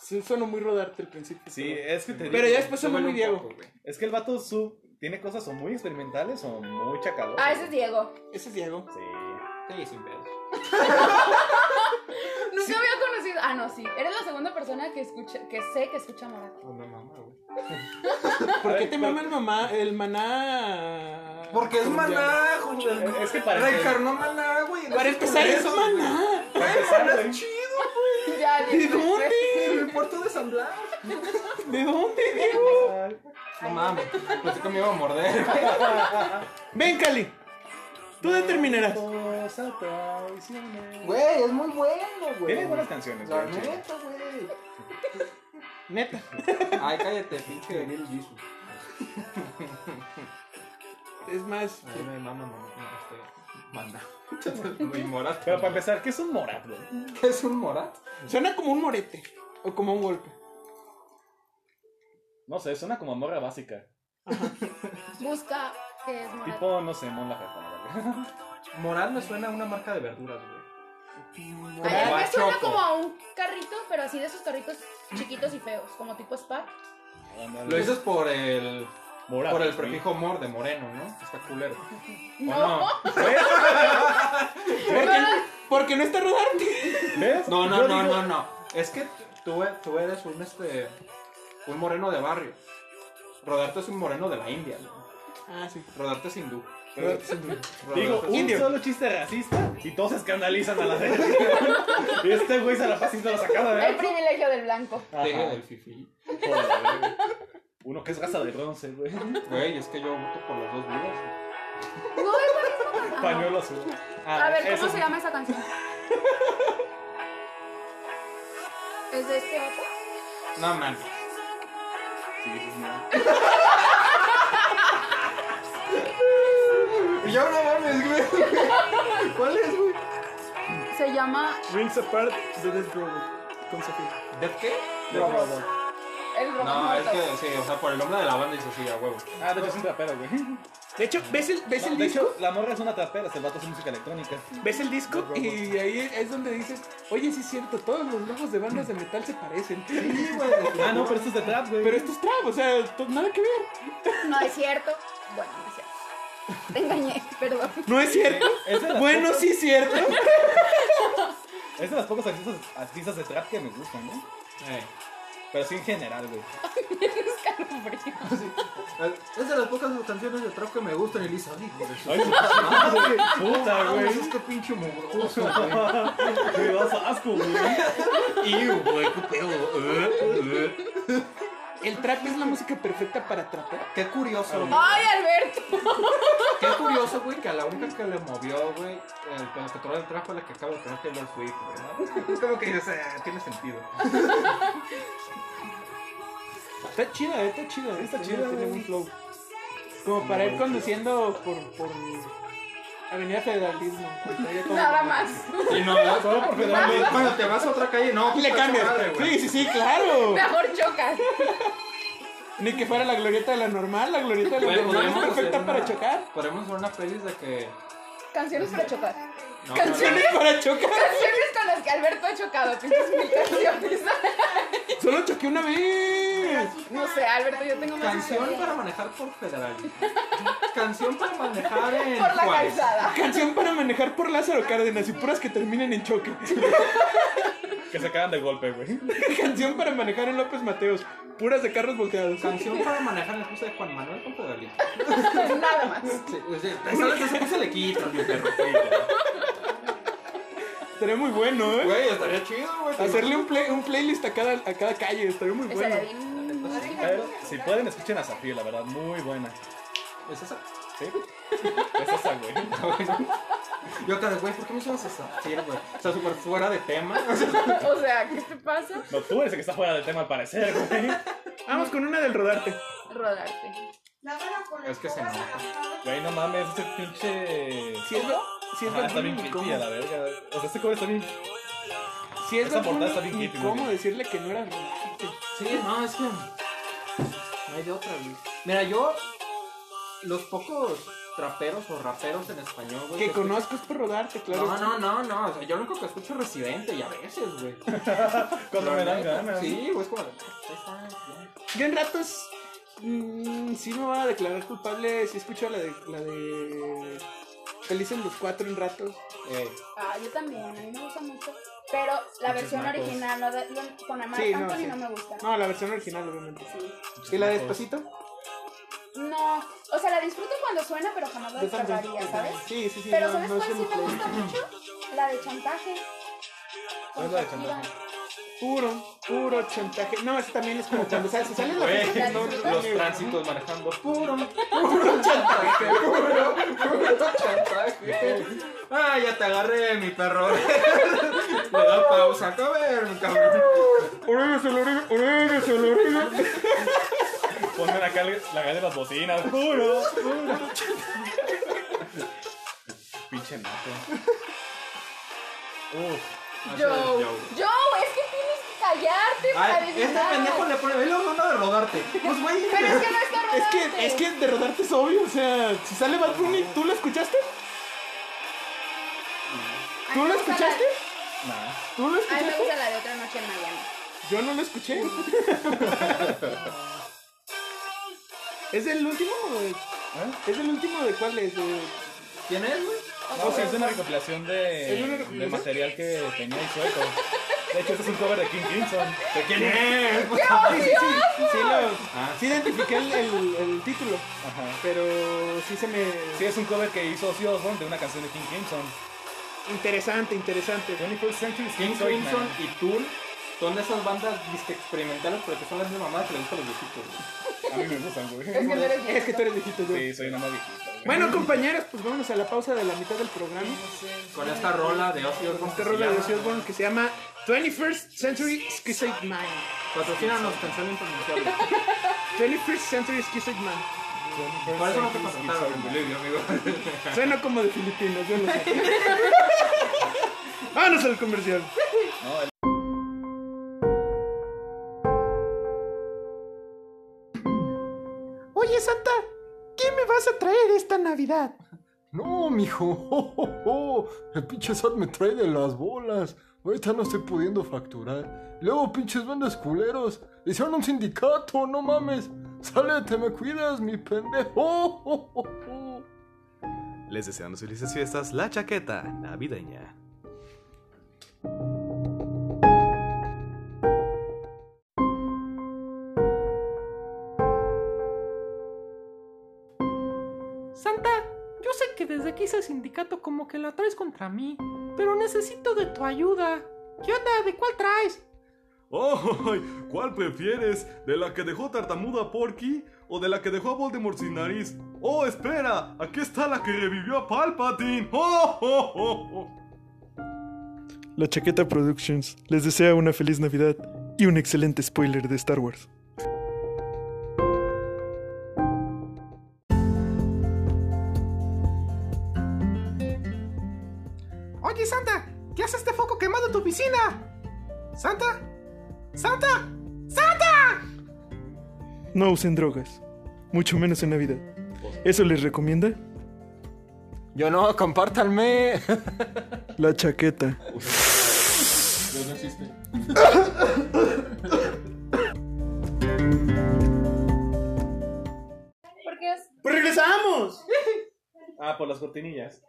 sí sonó muy rodarte al principio.
Sí,
pero-
es que te digo.
Pero ya después sonó
Súbele
muy
un
Diego.
poco, güey.
Es que el vato su... tiene cosas o muy experimentales o muy chacalosas.
Ah, ese es Diego.
eh.
Ese es Diego.
Sí.
Sí, sin pedo.
Nunca había conocido. Ah, no, sí. Eres la segunda persona que escucha, que sé que escucha Morat.
Una mamá, Oh, güey.
¿Por qué
Ay,
te
pero-
mama el mamá, el maná?
Porque es
colombiano?
maná, Julián.
Es que para,
Reencarnó maná, güey.
Para empezar es maná.
para empezar, güey,
Ya,
¿De
Diego.
dónde?
El puerto de San Blas.
¿De dónde, Diego?
No mames. Pensé que me iba a morder. güey.
Ven, Cali. Tú determinarás.
Cosa traicionera.
Güey, es muy bueno, güey.
Tiene buenas canciones,
La
güey, chile.
neta, güey.
Neta.
Ay, cállate, pinche Lil Jesus.
Es más.
Ay, me mama, mamá. No, este. Maná. Muy morat.
Pero para empezar, ¿qué es un morat, güey?
¿Qué es un morat?
Suena como un morete. O como un golpe.
No sé, suena como morra básica.
Busca que es Morat.
Tipo, no sé, Mon Laferte, la
Morat me suena a una marca de verduras, güey.
Ayer me suena
Guachoco.
como a un carrito, pero así de esos carritos chiquitos y feos, como tipo spa.
Lo dices por el.
Morado,
por el
sí.
prefijo mor de moreno, ¿no? Está culero. ¿O
No,
¿Ves? Porque no está rodarte.
¿Ves?
No, no,
Yo
no,
digo-
no, no. Es que tú, tú eres un este. un moreno de barrio. Rodarte es un moreno de la India. ¿no?
Ah, sí.
Rodarte es hindú.
Rodarte
Rodarte
Digo,
es
un
indio.
solo chiste racista y todos se escandalizan a la vez. Y este güey se la pasa y se la sacaba de
el
alto.
privilegio del blanco.
Deja
Ajá.
del fifí.
Joder. Uno que es raza de bronce, güey.
Güey, es que yo voto por las dos vidas.
No, es para-
Pañuelo azul.
A ver,
eso
¿cómo
es-
se llama esa canción? ¿Es de este otro?
No mames.
Sí, sí, sí.
Y yo no mames, güey. ¿Cuál es, güey?
Se llama
Rings Apart de Death Row con Sofía.
¿De qué?
No, no, no.
El rock
No, es
Molotov.
que sí, o sea, por el nombre de la banda dice sí, a huevo.
Ah, de hecho es un trapero, güey.
De hecho, ¿ves el, ves
No,
el
de
disco?
hecho, la morra es una trapera, el vato es música electrónica.
¿Ves el disco?
Death Row.
Y ahí es donde dices, oye, sí es cierto, todos los logos de bandas de metal se parecen. Sí, güey.
Ah, no, pero esto es de trap, güey.
Pero esto es trap, o sea, to- nada que ver.
No es cierto. Bueno, no es cierto. Te engañé, perdón.
¿No es cierto?
Eh, Es de las
Bueno,
pocas-
sí es cierto.
Es de las pocas artistas, artistas de trap que me gustan, ¿no?
Eh.
Pero sí en general, güey.
Escalofrío.
Es de las pocas canciones de trap que me gustan, Elisa. Hijo de su
Ay, su madre, puta,
Ah,
güey.
pues, es que pinche mugroso, güey.
Me das asco, güey.
Iu, güey, qué pedo. Eh, eh.
El trap es la música perfecta para trapear.
Qué curioso, güey.
Ay, Alberto.
Qué curioso, güey, que a la única que le movió, güey, el control del trap fue la que acaba de tener Taylor Swift, güey. ¿no? Es como que, o sea, tiene sentido.
Está chida, eh, está chida. eh,
Está
tiene-
chida,
tiene
güey.
buen flow. Como para ir conduciendo por, por Avenida Federalismo. Ahí como-
Nada más.
Y no,
Solo
¿verdad?
por
Cuando-
federal.
Cuando te vas a otra calle, no.
Le
puta
cambias.
madre, güey.
Sí, sí, sí, claro.
Mejor chocas.
Ni que fuera la glorieta de la normal, la glorieta de la
Güey,
normal es
podríamos
perfecta
hacer
para
una-
chocar.
Podemos hacer una playlist de que.
Canciones para chocar.
No,
Canciones.
Para chocar.
Canciones con las que Alberto ha chocado. Pinches mil canciones.
Solo choqué una vez.
No sé, Alberto, yo tengo
no, no.
más.
Canción
historias.
para manejar por federal. Canción para manejar en.
Por la
Juárez.
calzada.
Canción para manejar por Lázaro Cárdenas y puras que terminen en choque.
Que se acaban de golpe, güey.
Canción para manejar en López Mateos. Puras de carros volteados.
Canción para manejar en el cruce de Juan Manuel con federalismo.
Nada más.
Sí, o sea, ¿sabes? Eso no se le quita, mi perro. Güey,
Estaría muy bueno, ¿eh?
estaría chido, güey.
Hacerle un, play- un playlist a cada, a cada calle. Estaría muy bueno.
Estaría bien.
Pero si pueden, escuchen a Zafir, la verdad, muy buena.
¿Es esa?
¿Sí? Es esa, güey.
Yo acá de, güey, ¿por qué me suenas esa? Sí, güey. O sea, súper fuera de tema. O sea,
O sea, ¿qué te pasa?
No, tú eres el que está fuera del tema al parecer, güey.
Vamos con una del rodarte.
Rodarte.
es que se nota.
Güey, no mames, ese pinche.
Si es, Ba- si es
Ajá, Ah, está
Bad
bien
Bunny,
creepy
ni
a
cómo.
la verga. O sea, este cover está bien.
Si es
Esa
Bad
portada está
Bunny,
bien
ni
creepy, güey.
cómo decirle que no era rodarte.
Sí, no, es que. No hay de otra, güey. Mira, yo. Los pocos traperos o raperos en español, güey.
Que
escucho-
conozco es por rodarte, claro.
No, no, no, no. O sea, yo lo único que escucho es residente y a veces, güey.
Cuando me dan
neta,
ganas.
Sí, güey, es como. de, "Ahí está, ya".
Yo en ratos mm, sí me voy a declarar culpable si escucho la de la de Felices los cuatro en ratos.
Eh,
Ah, yo también, a mí me gusta mucho. Pero la
Muchos
versión
nacos.
original, no de- no- con Amar
Sí, no,
Anthony
sí.
no me gusta.
No, la versión original obviamente.
Sí.
¿Y la de
Pues,
Despacito?
No, o sea, la disfruto cuando suena, pero jamás la
Yo también.
descargaría, ¿sabes?
Sí, sí, sí.
Pero
no,
¿sabes
no
cuál
es
sí
de mi
me gusta
playlist.
mucho? La de chantaje.
¿Cuál es la de chantaje?
Puro, puro chantaje. No, eso también es como cuando sales, sales la
Güey,
fiesta, no,
los
dale,
Los
güey.
tránsitos manejando puro, puro chantaje, puro, puro chantaje. Ah, ya te agarré, mi perro. Le da pausa, a comer, mi cabrón.
Orégase la oreja, orégase la oreja.
Ponen acá la gana de las bocinas, juro. juro. Pinche nato. Uf.
Joe. Joe, es que tienes que callarte para
Ay, este
adivinar.
pendejo le pone, velo uno de rodarte. Pues güey,
Pero es que no está
Es
rodante.
que, es que de rodarte es obvio, o sea, si sale Bad Bunny, ¿tú la escuchaste?
A mí
¿Tú
me
la
gusta
escuchaste?
la-
Nah.
¿Tú lo
A mí me
escuchaste?
gusta la de otra noche en Miami.
Yo no lo escuché. ¿Es el último? güey?
¿Eh?
¿Es el último de cuál es? De-
¿Quién es, güey?
No, sí, es una recopilación
¿Es una
de,
recopilación?
de material que tenía el sueco. De hecho, este es un cover de King Crimson. ¿De quién es?
Sí, sí, sí, sí, lo-
Ah.
sí identifiqué el, el- el título,
Ajá.
pero sí se me...
Sí, es un cover que hizo Ozzy Osbourne de una canción de King Crimson.
Interesante, interesante.
21st Century
King
King
Crimson
Crimson.
y Tool son de esas bandas disque experimentales, pero que son las mismas mamadas que les gustan a los viejitos, güey.
A mí me gustan, güey.
Es que no eres
Es que tú eres viejito yo.
Sí, soy una más viejita, güey.
Bueno, compañeros, pues vámonos a la pausa de la mitad del programa.
Con esta rola de Ozzy Osbourne.
Este
que se
rola de
llama-
Ozzy Osbourne que se llama 21st Century Schizoid Man.
Patrocínanos canción impronunciable.
21st Century Schizoid Man.
Por eso no te contrataron, güey.
Suena como de filipinos, yo no sé. Vámonos al comercial.
No, el-
Oye, Santa, ¿qué me vas a traer esta Navidad?
No, mijo. jo, jo, jo. El pinche SAT me trae de las bolas. Ahorita no estoy pudiendo facturar. Luego, pinches bandas culeros. Hicieron un sindicato, no mames. Sale, te me cuidas, mi pendejo. jo, jo, jo.
Les deseamos felices fiestas, la chaqueta navideña.
Santa, yo sé que desde que hice el sindicato como que la traes contra mí, pero necesito de tu ayuda. ¿Qué onda? ¿De cuál traes?
¡Oh! ¿Cuál prefieres? ¿De la que dejó tartamuda a Porky o de la que dejó a Voldemort sin nariz? ¡Oh, espera! Aquí está la que revivió a Palpatine. ¡Oh, oh, oh, oh!
La Chaqueta Productions les desea una feliz Navidad y un excelente spoiler de Star Wars.
Oye, Santa, ¿qué hace este foco quemado en tu oficina? Santa, Santa,
No usen drogas, mucho menos en Navidad. ¿Eso les recomienda?
Yo no, compártanme.
La Chaqueta.
Porque es
Pues regresamos.
Ah, por las cortinillas.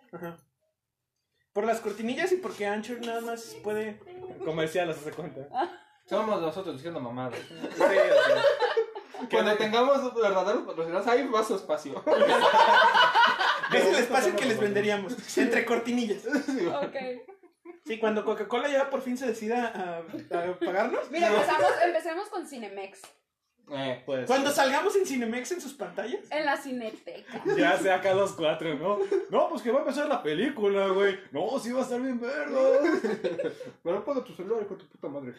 Por las cortinillas y porque Anchor nada más puede...
Comerciales, hace cuenta.
Somos nosotros diciendo mamadas.
Sí, así.
Cuando tengamos verdaderos patrocinadores, ahí va su espacio.
Es el espacio que les venderíamos, entre cortinillas.
Ok.
Sí, cuando Coca-Cola ya por fin se decida a, a pagarnos.
Mira, empezamos, empecemos con Cinemex.
Eh,
Pues,
Cuando salgamos en Cinemex en sus pantallas.
En la Cineteca.
Ya sea acá los cuatro, ¿no? No, pues que va a empezar la película, güey. No, sí va a estar bien verga.
pero apaga tu celular, hijo de tu puta madre.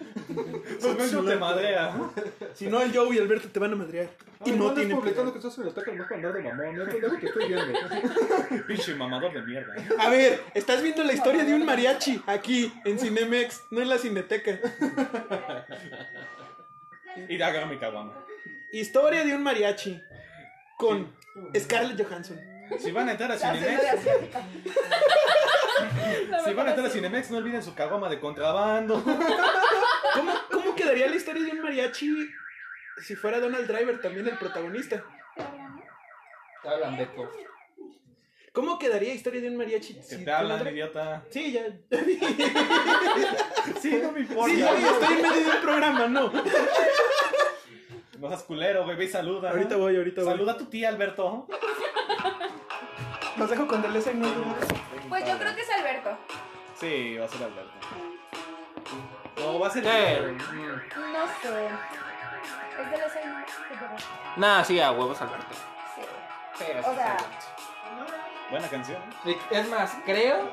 No te madrea.
Si no, el Joe y Alberto te van a madrear. Y
Ay,
no
andes
tienen
publicando que estás en el ataque, no es para andar de mamón. No es pendejo que estoy viendo.
Pinche mamador de mierda. ¿eh?
A ver, estás viendo la historia de un mariachi aquí en Cinemex, no en la Cineteca.
Y de agarra mi caguama.
Historia de un mariachi con Scarlett Johansson.
Si van a entrar a
La Cinemex.
Cinemex,
La
si van a
mejor
entrar a
así.
Cinemex, no olviden su caguama de contrabando.
¿Cómo, ¿Cómo quedaría la historia de un mariachi si fuera Donald Driver también el protagonista?
Te hablan de cosas.
¿Cómo quedaría la historia de un mariachi
Que
si
te hablan,
Donald-
idiota.
Sí, ya. Sí,
Sí, no me
ya, ya estoy en medio de un programa, no.
No seas culero, bebé, y saluda.
Ahorita voy, ahorita voy.
Saluda a tu tía, Alberto.
Los dejo con Deleuze y no.
Pues yo creo que es Alberto.
Sí, va a ser Alberto. No, va a ser.
Eh,
No sé. Es de los años.
Nah, sí, a huevos Alberto.
Sí.
Sí,
O sea,
Buena canción.
sí. Es más, creo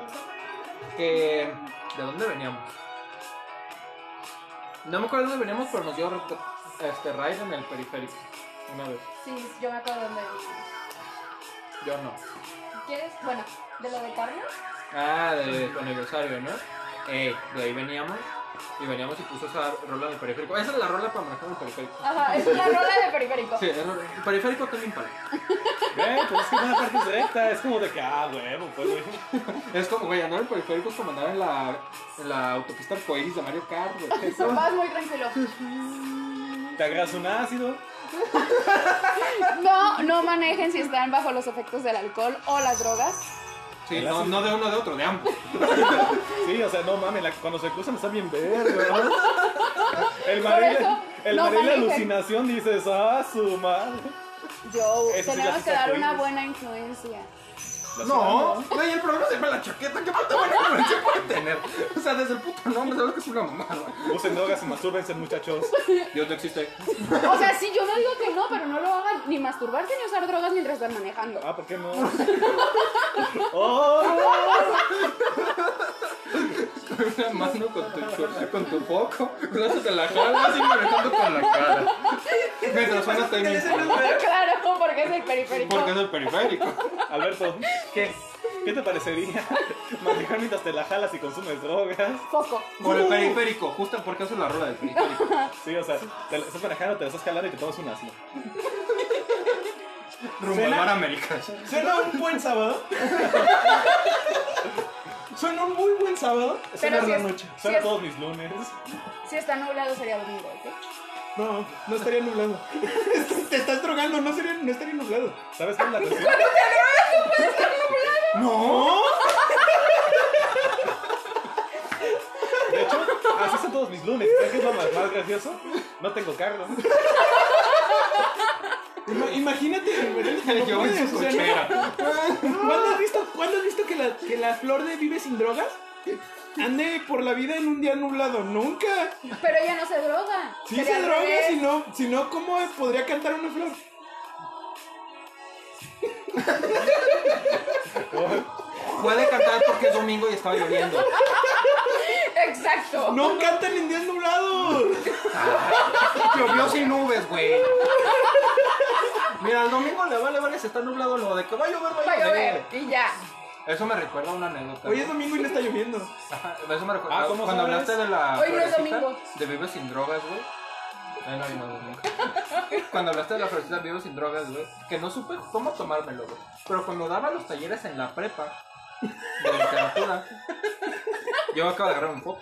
que. ¿De dónde veníamos? No me acuerdo de dónde veníamos, pero nos dio este raid en el periférico. Una vez.
sí, yo me acuerdo dónde vivimos.
Yo no.
¿Quieres? Bueno, de lo de Carlos.
Ah, de tu aniversario, ¿no? Ey, de ahí veníamos. Y veníamos y puso esa rola en el periférico. Esa es
Ah.
la rola para manejar en el periférico.
Ajá, es una rola de periférico.
Sí, es rola- el periférico que limpia.
Güey, pues es que una parte es recta, es como de que, ah, huevo, pues, güey.
Es como, güey, andar en periféricos como andar en la, en la autopista arcoíris de Mario Kart, güey.
Eso vas muy tranquilo.
Te agarras un ácido.
No, no manejen si están bajo los efectos del alcohol o las drogas.
Sí, no, no de uno de otro, de ambos.
Sí, o sea, no mames, la- cuando se cruzan está bien verde, ¿verdad? El
Por
barril,
eso,
el
no
barril de
manejen.
alucinación dices, ah, su madre.
Yo,
Eso sí
tenemos
las
que dar una
sacudes.
buena influencia.
La
No, güey, el problema se llama la chaqueta. ¿Qué puta buena influencia puede tener? O sea, desde el puto nombre sabes que es una mamada.
ciudad, Usen drogas y mastúrbense, muchachos.
Dios no existe.
O sea, sí, yo no digo que no, pero no lo hagan ni masturbarse ni usar drogas mientras están manejando.
Ah, ¿por qué no? ¡Oh!
Una mano con tu, con tu foco. Gracias a la cara, así manejando con la cara. Mientras suena tenis.
Claro, porque es el periférico.
Porque es el periférico.
Alberto, ¿qué? ¿Qué te parecería manejar mientras te la jalas y consumes drogas?
Foco.
Por el periférico, justo porque eso es la rueda del periférico.
Sí, o sea, te la estás manejando, te la estás jalando y te tomas un ácido.
Rumbo al mar americano.
Suena un buen sábado.
Suena un muy buen sábado.
Pero
Suena
si
la
es-
noche.
Suena
Sí.
todos mis lunes.
Si está nublado sería domingo, ¿ok?
No, no estaría nublado. Te estás drogando, no, sería, no estaría nublado.
¿Sabes cuál es la cuestión?
No.
De hecho, así son todos mis lunes. ¿Sabes qué es lo más, más gracioso? No tengo carro.
Ima- imagínate, Verón, que no
Yo en
puedes,
su
o sea, no-
cochera.
¿Cuándo has visto, cuándo has visto que, la, que la flor de Vive sin drogas ande por la vida en un día nublado? Nunca.
Pero ella no se droga.
Sí
Sería
se
al
droga,
revés.
si no, si no, ¿cómo podría cantar una flor?
Puede cantar porque es domingo y estaba lloviendo.
Exacto.
No cantan en días nublados.
Llovió sin nubes, güey. Mira, el domingo le vale, vale, se está nublado lo de que va a llover,
Va a llover. Y ya.
Eso me recuerda a una anécdota.
Hoy es domingo y no está lloviendo.
Ajá, eso me recuerda.
Ah, ¿cómo
cuando
sabes?
hablaste de
Hoy
la.
no es
florecita
domingo.
De Vive sin drogas, güey. Ay, no, hoy no, es domingo. Cuando hablaste de la florecita de Vive sin drogas, güey. Que no supe cómo tomármelo, güey. Pero cuando daba los talleres en la prepa de literatura, yo acabo de agarrar un foco.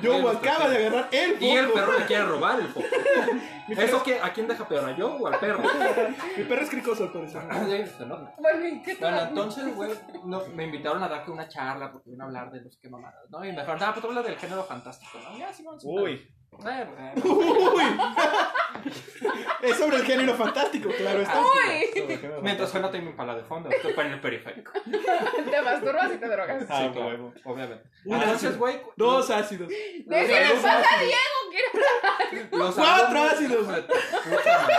Yo
Bueno,
acaba de agarrar el
Y el
foco.
perro le quiere robar el foco. ¿Eso que ¿A quién deja peor? ¿A yo o al perro?
Mi perro es cricoso al parecer.
Ah, Sí, se nota.
Bueno, ¿y qué
Bueno,
tal?
entonces, güey, no, me invitaron a darte una charla porque iban a hablar de los que mamadas, ¿no? Y me dijeron, ah, pues tú hablas del género fantástico, ¿no? Ya, sí, vamos.
Uy,
Eh, eh,
Uy. Es sobre el género fantástico, claro está.
Ah.
Uy,
Mientras suena Timmy Impala de fondo, esto para en el periférico.
te masturbas y te drogas.
Ah,
claro,
huevo.
Obviamente.
Un
Entonces,
ácido.
güey,
Dos ácidos.
Dejen en paz a Diego, quiero
los
Cuatro
alumnos-
ácidos.
Puta madre.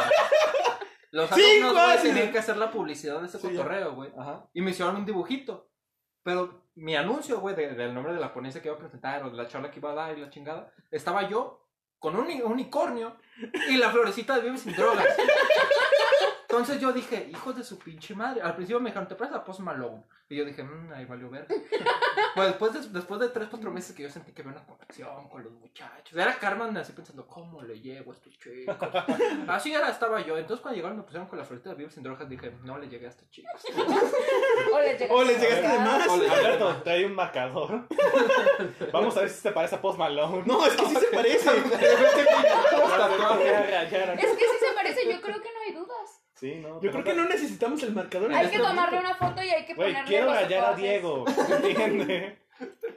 Los
Cinco
alumnos, güey,
ácidos.
tenían que hacer la publicidad de ese
Sí, ya.
cotorreo, güey.
Ajá.
Y me hicieron un dibujito. Pero mi anuncio, güey, de- del nombre de la ponencia que iba a presentar o de la charla que iba a dar y la chingada, estaba yo con un uni- unicornio y la florecita de Vive sin drogas. Entonces yo dije, hijos de su pinche madre. Al principio me dijeron, te prestas a Post Malone. Y yo dije, mmm, ahí valió ver. Pues después de, después de tres, cuatro meses que yo sentí que había una conexión con los muchachos. Era Carmen así pensando, ¿cómo le llevo a este chico? Así era, Ah, estaba yo. Entonces cuando llegaron me pusieron con la florita de Vive sin drogas, dije, no le llegué a este chico.
O Ah. les llegaste,
O les llegaste de más.
Alberto, trae un marcador. Vamos a ver si te parece a Post Malone.
No, es que sí se parece.
Es que sí se parece, yo creo que no hay dudas.
Sí, no.
Yo creo que no necesitamos el marcador. en
Hay
este
que tomarle una foto y hay que
Güey,
ponerle
quiero
los
rayar a
tatuajes.
Diego. ¿Entiendes?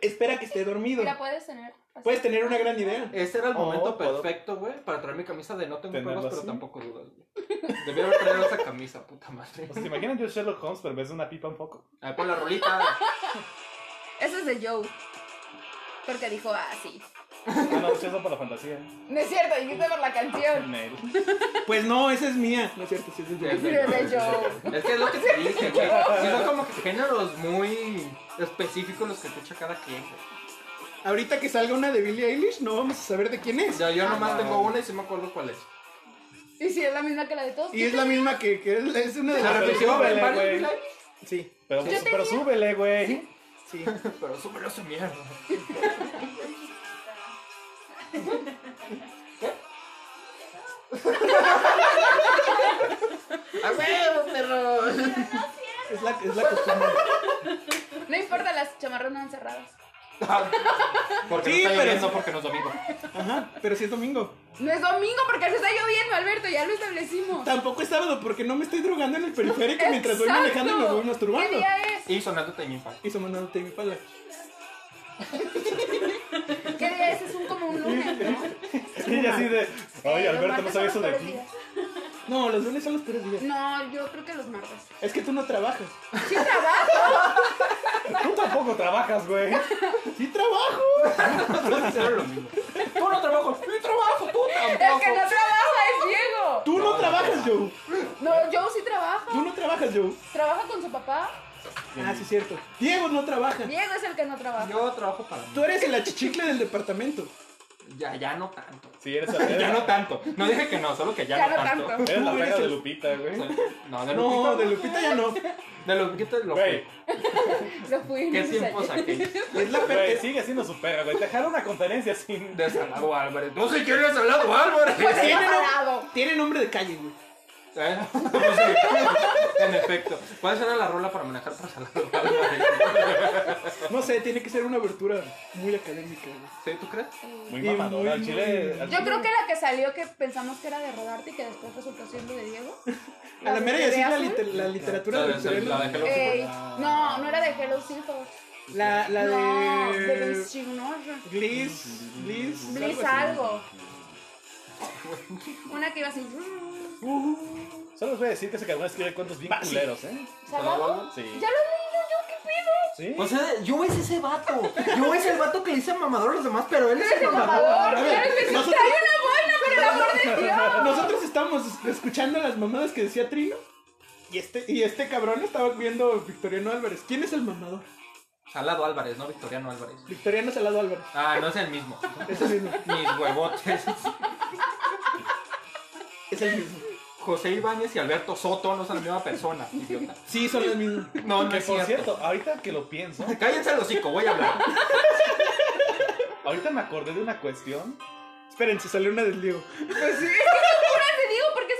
Espera que esté dormido.
Mira, puedes tener. así.
Puedes tener una gran idea.
Este era el
Oh,
momento
puedo-
perfecto, güey, para traer mi camisa de no tengo
¿Tenerlo
pruebas, pero
así?
tampoco dudas, güey. Debía haber traído esa camisa, puta madre.
O sea, ¿se imaginan yo Sherlock Holmes, pero en vez de una pipa un poco?
A ver, pon la rolita.
Eso es de Joe. Porque dijo, ah, sí.
Ah, no, eso es por la fantasía.
No es cierto, dijiste por la canción.
Nel.
Pues no, esa es mía. No es cierto, sí, esa es de-
Es,
de Joe.
que es lo que te dije, güey. Sí, son como que géneros muy específicos los que te echa cada quien, güey.
Ahorita que salga una de Billie Eilish, no vamos a saber de quién es.
Yo, yo nomás tengo una y Ah, sí me acuerdo cuál es.
Y si es la misma que la de todos.
Y es la misma que, que es, es una de
La
las
pero
repitió
súbele,
en varios
güey.
lives,
Sí,
Pero,
Yo tenía-
pero súbele, güey.
sí.
pero súbelo a su mierda. ¡A huevo, perro!
Es la, es la costumbre.
No importa, las chamarras no han cerrado.
Ah, Porque
Sí,
no está
pero-
lloviendo, porque no es domingo.
Ajá, pero si es domingo.
No es domingo porque se está lloviendo, Alberto, ya lo establecimos.
Tampoco es sábado porque no me estoy drogando en el periférico mientras voy
Exacto.
manejando y me voy
¿Qué
masturbando.
día es?
Y sonando Teñifa.
Y sonándote mi pala.
¿Qué día es? Es un como un lunes, ¿no?
Y así de. Oye, Alberto, no sabes eso de aquí.
No, los lunes son los peores días.
No, yo creo que los martes.
Es que tú no trabajas.
Sí trabajo.
Tú tampoco trabajas, güey.
¡Sí trabajo!
¡Tú no trabajas! ¡Yo trabajo! ¡Tú
El
tampoco!
que no trabaja es Diego.
¡Tú no, trabajas, Joe!
No, yo sí trabajo.
¡Tú no trabajas, Joe!
Trabaja con su papá.
Ah, sí es cierto. Diego no trabaja.
Diego es el que no trabaja.
Yo trabajo para mí.
Tú eres el achichicle del departamento.
Ya, ya no tanto.
Sí, eres,
Ya
eres,
no tanto. No dije que no, solo que ya,
Ya
no,
no
tanto.
tanto.
eres la
Tú
pega
eres
de
el-
Lupita, güey.
No, de Lupita.
No, de Lupita ya no.
De Lupita lo
Güey,
Lo fui.
¿Qué
no sé.
tiempo saqué?
Es la
güey,
per- es-
sigue siendo su pega, güey. Te dejaron una conferencia sin.
De Salado Álvarez. No sé quién es Salado Álvarez.
Pues
Sí,
sí,
no, no.
parado.
Tiene nombre de calle, güey.
Eh, pues sí, en efecto. ¿Cuál será la rola para manejar para Salado Álvarez?
No sé, tiene que ser una abertura muy académica, güey.
¿Sí, tú crees?
Muy
Y muy,
mamadora. Al chile.
muy-
al
Yo
chile-
creo que la que salió que pensamos que era de Rodarte y que después resultó siendo de Diego.
A la mera y así
de
la,
azul.
liter- la literatura
La de- la de
victoriana.
Hello
Ey,
Kitty.
Eh, no, no era de Hello Silver.
La, la
no, de
de.
Vinci Gnorra.
Gliss. Gliss.
Bliss
algo así.
algo. Una que iba así.
Solo les voy a decir que se acabó de escribir cuentos bien culeros, ¿eh?
¿Salado?
Sí.
Ya lo leí yo, yo, ¿qué pedo?
Sí.
O sea, yo es ese vato. Yo es el vato que le dice mamador a los demás, pero él es el
Por
mamador.
favor, claro que sí,
nosotros-
trae una buena, por el amor de Dios.
Nosotros estábamos escuchando las mamadas que decía Trino. Y este, y este cabrón estaba viendo Victoriano Álvarez. ¿Quién es el mamador?
Salado Álvarez, no Victoriano Álvarez.
Victoriano Salado Álvarez.
Ah, no es el mismo.
Es el mismo.
Mis huevotes.
Es el mismo.
José Ibáñez y Alberto Soto no son la misma persona, idiota.
Sí, son los mismos.
No, no
Que
es
por
cierto.
cierto, ahorita que lo pienso,
Cállense el hocico, voy a hablar.
ahorita me acordé de una cuestión.
Espérense, salió una del Diego.
Pues sí. Puras de Diego, ¿por qué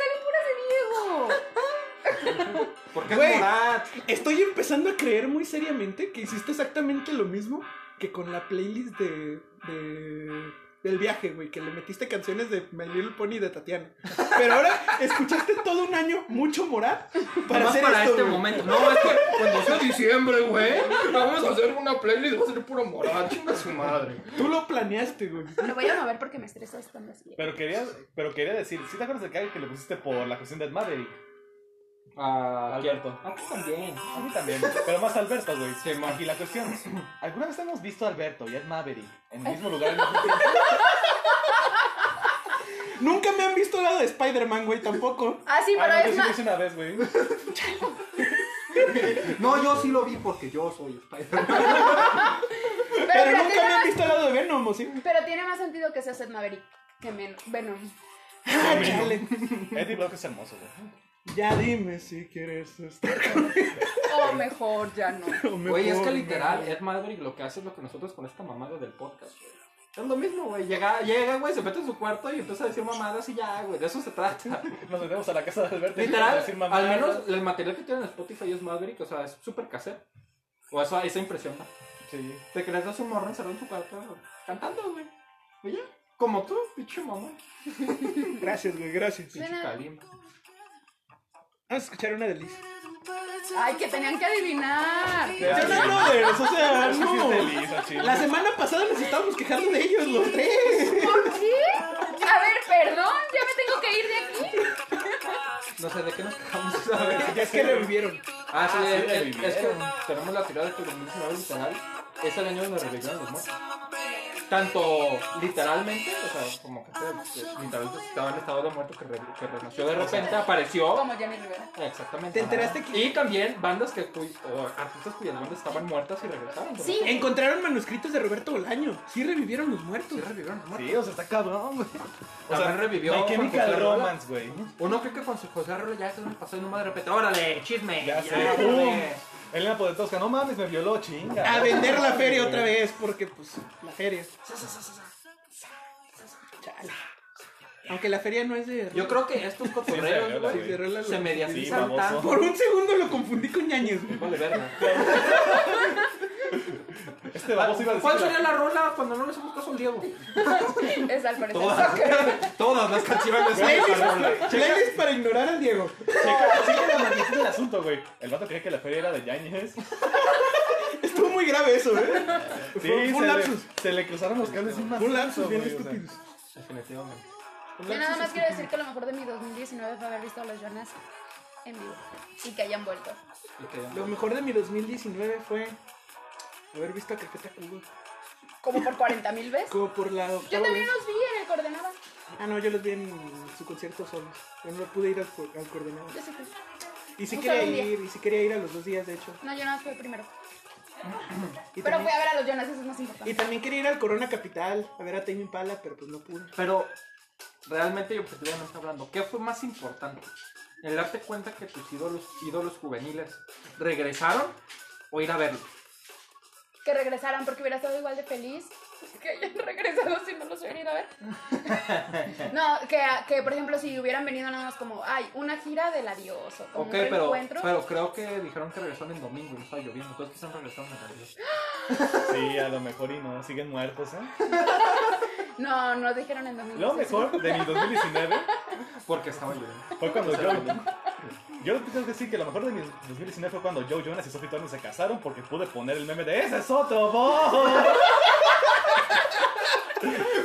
salen puras de Diego?
Porque es
Güey.
Morat.
Estoy empezando a creer muy seriamente que hiciste exactamente lo mismo que con la playlist de. de- del viaje, güey, que le metiste canciones de My Little Pony y de Tatiana. Pero ahora escuchaste todo un año mucho morar para
Nomás
hacer
para
esto,
este
güey.
momento. No, es que cuando sea diciembre, güey, vamos a hacer una playlist, va a ser puro Morat, chinga su madre.
Tú lo planeaste, güey.
Lo voy a mover porque me estresa estando así.
Pero quería, pero quería decir, ¿sí te acuerdas del cague que le pusiste por la cuestión de Maverick?
Ah,
Alberto.
Ah, tú también.
A mí también, pero más Alberto, güey.
Sí, ma.
Aquí la cuestión. ¿Alguna vez hemos visto a Alberto y a Ed Maverick en el mismo lugar? al mismo
Nunca me han visto al lado de Spider-Man, güey, tampoco.
Ah, sí,
tiempo?
pero
Ah, no, yo
es
sí lo
más.
hice una vez, güey.
No, yo sí lo vi porque yo soy Spider-Man.
Pero,
Pero
pero
nunca
tiene
me han
más,
visto al lado de Venom, ¿o sí?
pero tiene más sentido que sea Seth Maverick que men Venom.
Ah, chale.
Eddie Brock es hermoso, güey.
Ya dime si quieres estar
O mejor, ya no.
conmigo.
Güey, es que literal, Ed Maverick lo que hace es lo que nosotros con esta mamada del podcast, güey. Es lo mismo, güey. Llega, llega, güey, se mete en su cuarto y empieza a decir mamadas y ya, güey. De eso se trata.
Nos metemos a la casa de Alberto. y empezamos a
Literal,
decir
al
mamadas.
menos el material que tienen en Spotify es Maverick, o sea, es súper casero. O eso, eso impresiona.
Sí.
De que les das un morro encerrado en su cuarto cantando, güey. Oye, como tú, pinche mamá.
Gracias, güey, gracias.
Pinche
Suena-
calimba.
Vamos a escuchar una delicia.
Ay, que tenían que adivinar.
Yo no, brothers, o sea,
Es que sí es
no.
feliz, al chile.
La semana pasada nos estábamos quejando de ellos, los tres.
¿Por qué? A ver, perdón, ya me tengo que ir de aquí.
No sé, ¿de qué nos quejamos esa vez?
Ya es que revivieron.
Ah, sí, es,
le
es-
vivieron.
es que tenemos la teoría de que los niños eran literal. Es el año donde revivieron los muertos. Tanto literalmente, o sea, como que que literalmente pues, estaba en estado de muerto que, re- que renació de repente, apareció.
Como Jenny Rivera.
Exactamente.
¿Te enteraste que-
Y también bandas que cuy- o artistas cuyas bandas estaban muertas y regresaron.
Sí.
Encontraron manuscritos de Roberto Bolaño. Sí revivieron los
Sí,
muertos.
revivieron los muertos.
Sí, o sea, está cabrón, güey. O sea,
También revivió
My
Juan
Chemical
José Rola.
Romance, güey.
Uno cree que con su José Arroyo ya se me pasó y no madre repente. ¡Órale! ¡Chisme!
Eh, Ya sé. Uh,
órale.
Elena Podetosca, no mames, me violó, chinga.
A vender la feria otra vez, porque pues la feria.
Sa, sa, sa, sa, sa.
Chale. Aunque la feria no es de.
Yo creo que estos cotorreos,
viola,
güey,
Sí, de rola,
se
güey.
mediatizan
Sí,
tanto.
Por un segundo lo confundí con ñañez, güey.
Vale, verga.
Este vamos iba a decir.
¿Cuál sería la rola cuando no le hacemos caso al Diego?
Es al parecer.
Todas, todas las canciones.
Playlist, playlist para ignorar al Diego.
Checa, checa la magnitud del asunto, güey. El vato creía que la feria era de Yañez.
Estuvo muy grave eso, ¿eh?
Sí,
Fue un
se,
lapsus.
Le, se le cruzaron los cables un
Fue un lapsus
mazazo,
bien
güey, o sea.
estúpido.
Definitivamente.
Yo nada más quiero decir que lo mejor de mi 2019 fue haber visto a los Jonas en vivo y que hayan vuelto.
Y que-
Lo mejor de mi 2019 fue haber visto a Cafeta Cubo.
Como por 40 mil veces.
Como por la octava
Yo también
vez.
los vi en el coordenada.
Ah, no, yo los vi en su concierto solos. Yo no pude ir al, co- al coordenado.
Yo sí fui.
Y sí
Un
quería
solo día.
ir, y sí quería ir a los dos días, de hecho.
No, yo nada más fui el primero.
Y,
Pero fui
también,
a ver a los Jonas, eso es más
y
importante.
también quería ir al Corona Capital a ver a Tame Impala, pero pues no pude.
Pero realmente y objetivamente hablando, ¿qué fue más importante? ¿El darte cuenta que tus ídolos, ídolos juveniles regresaron o ir a verlos?
Que regresaran porque hubiera estado igual de feliz que hayan regresado si no los hubiera ido a ver. No, que, que por ejemplo si hubieran venido nada más como, ay, una gira del adiós o como
Ok,
un
pero,
reencuentro.
pero creo que dijeron que regresaron en domingo y no estaba lloviendo. Entonces quizás regresaron en adiós.
Sí, a lo mejor y no, siguen muertos, ¿eh?
No, nos dijeron en domingo.
Lo
sí,
mejor de mi 2019
Porque estaba lloviendo.
fue cuando yo. Yo tengo que decir que lo mejor de mi 2019 fue cuando Joe Jonas y Sophie Turner se casaron porque pude poner el meme de ¡Ese es otro boy!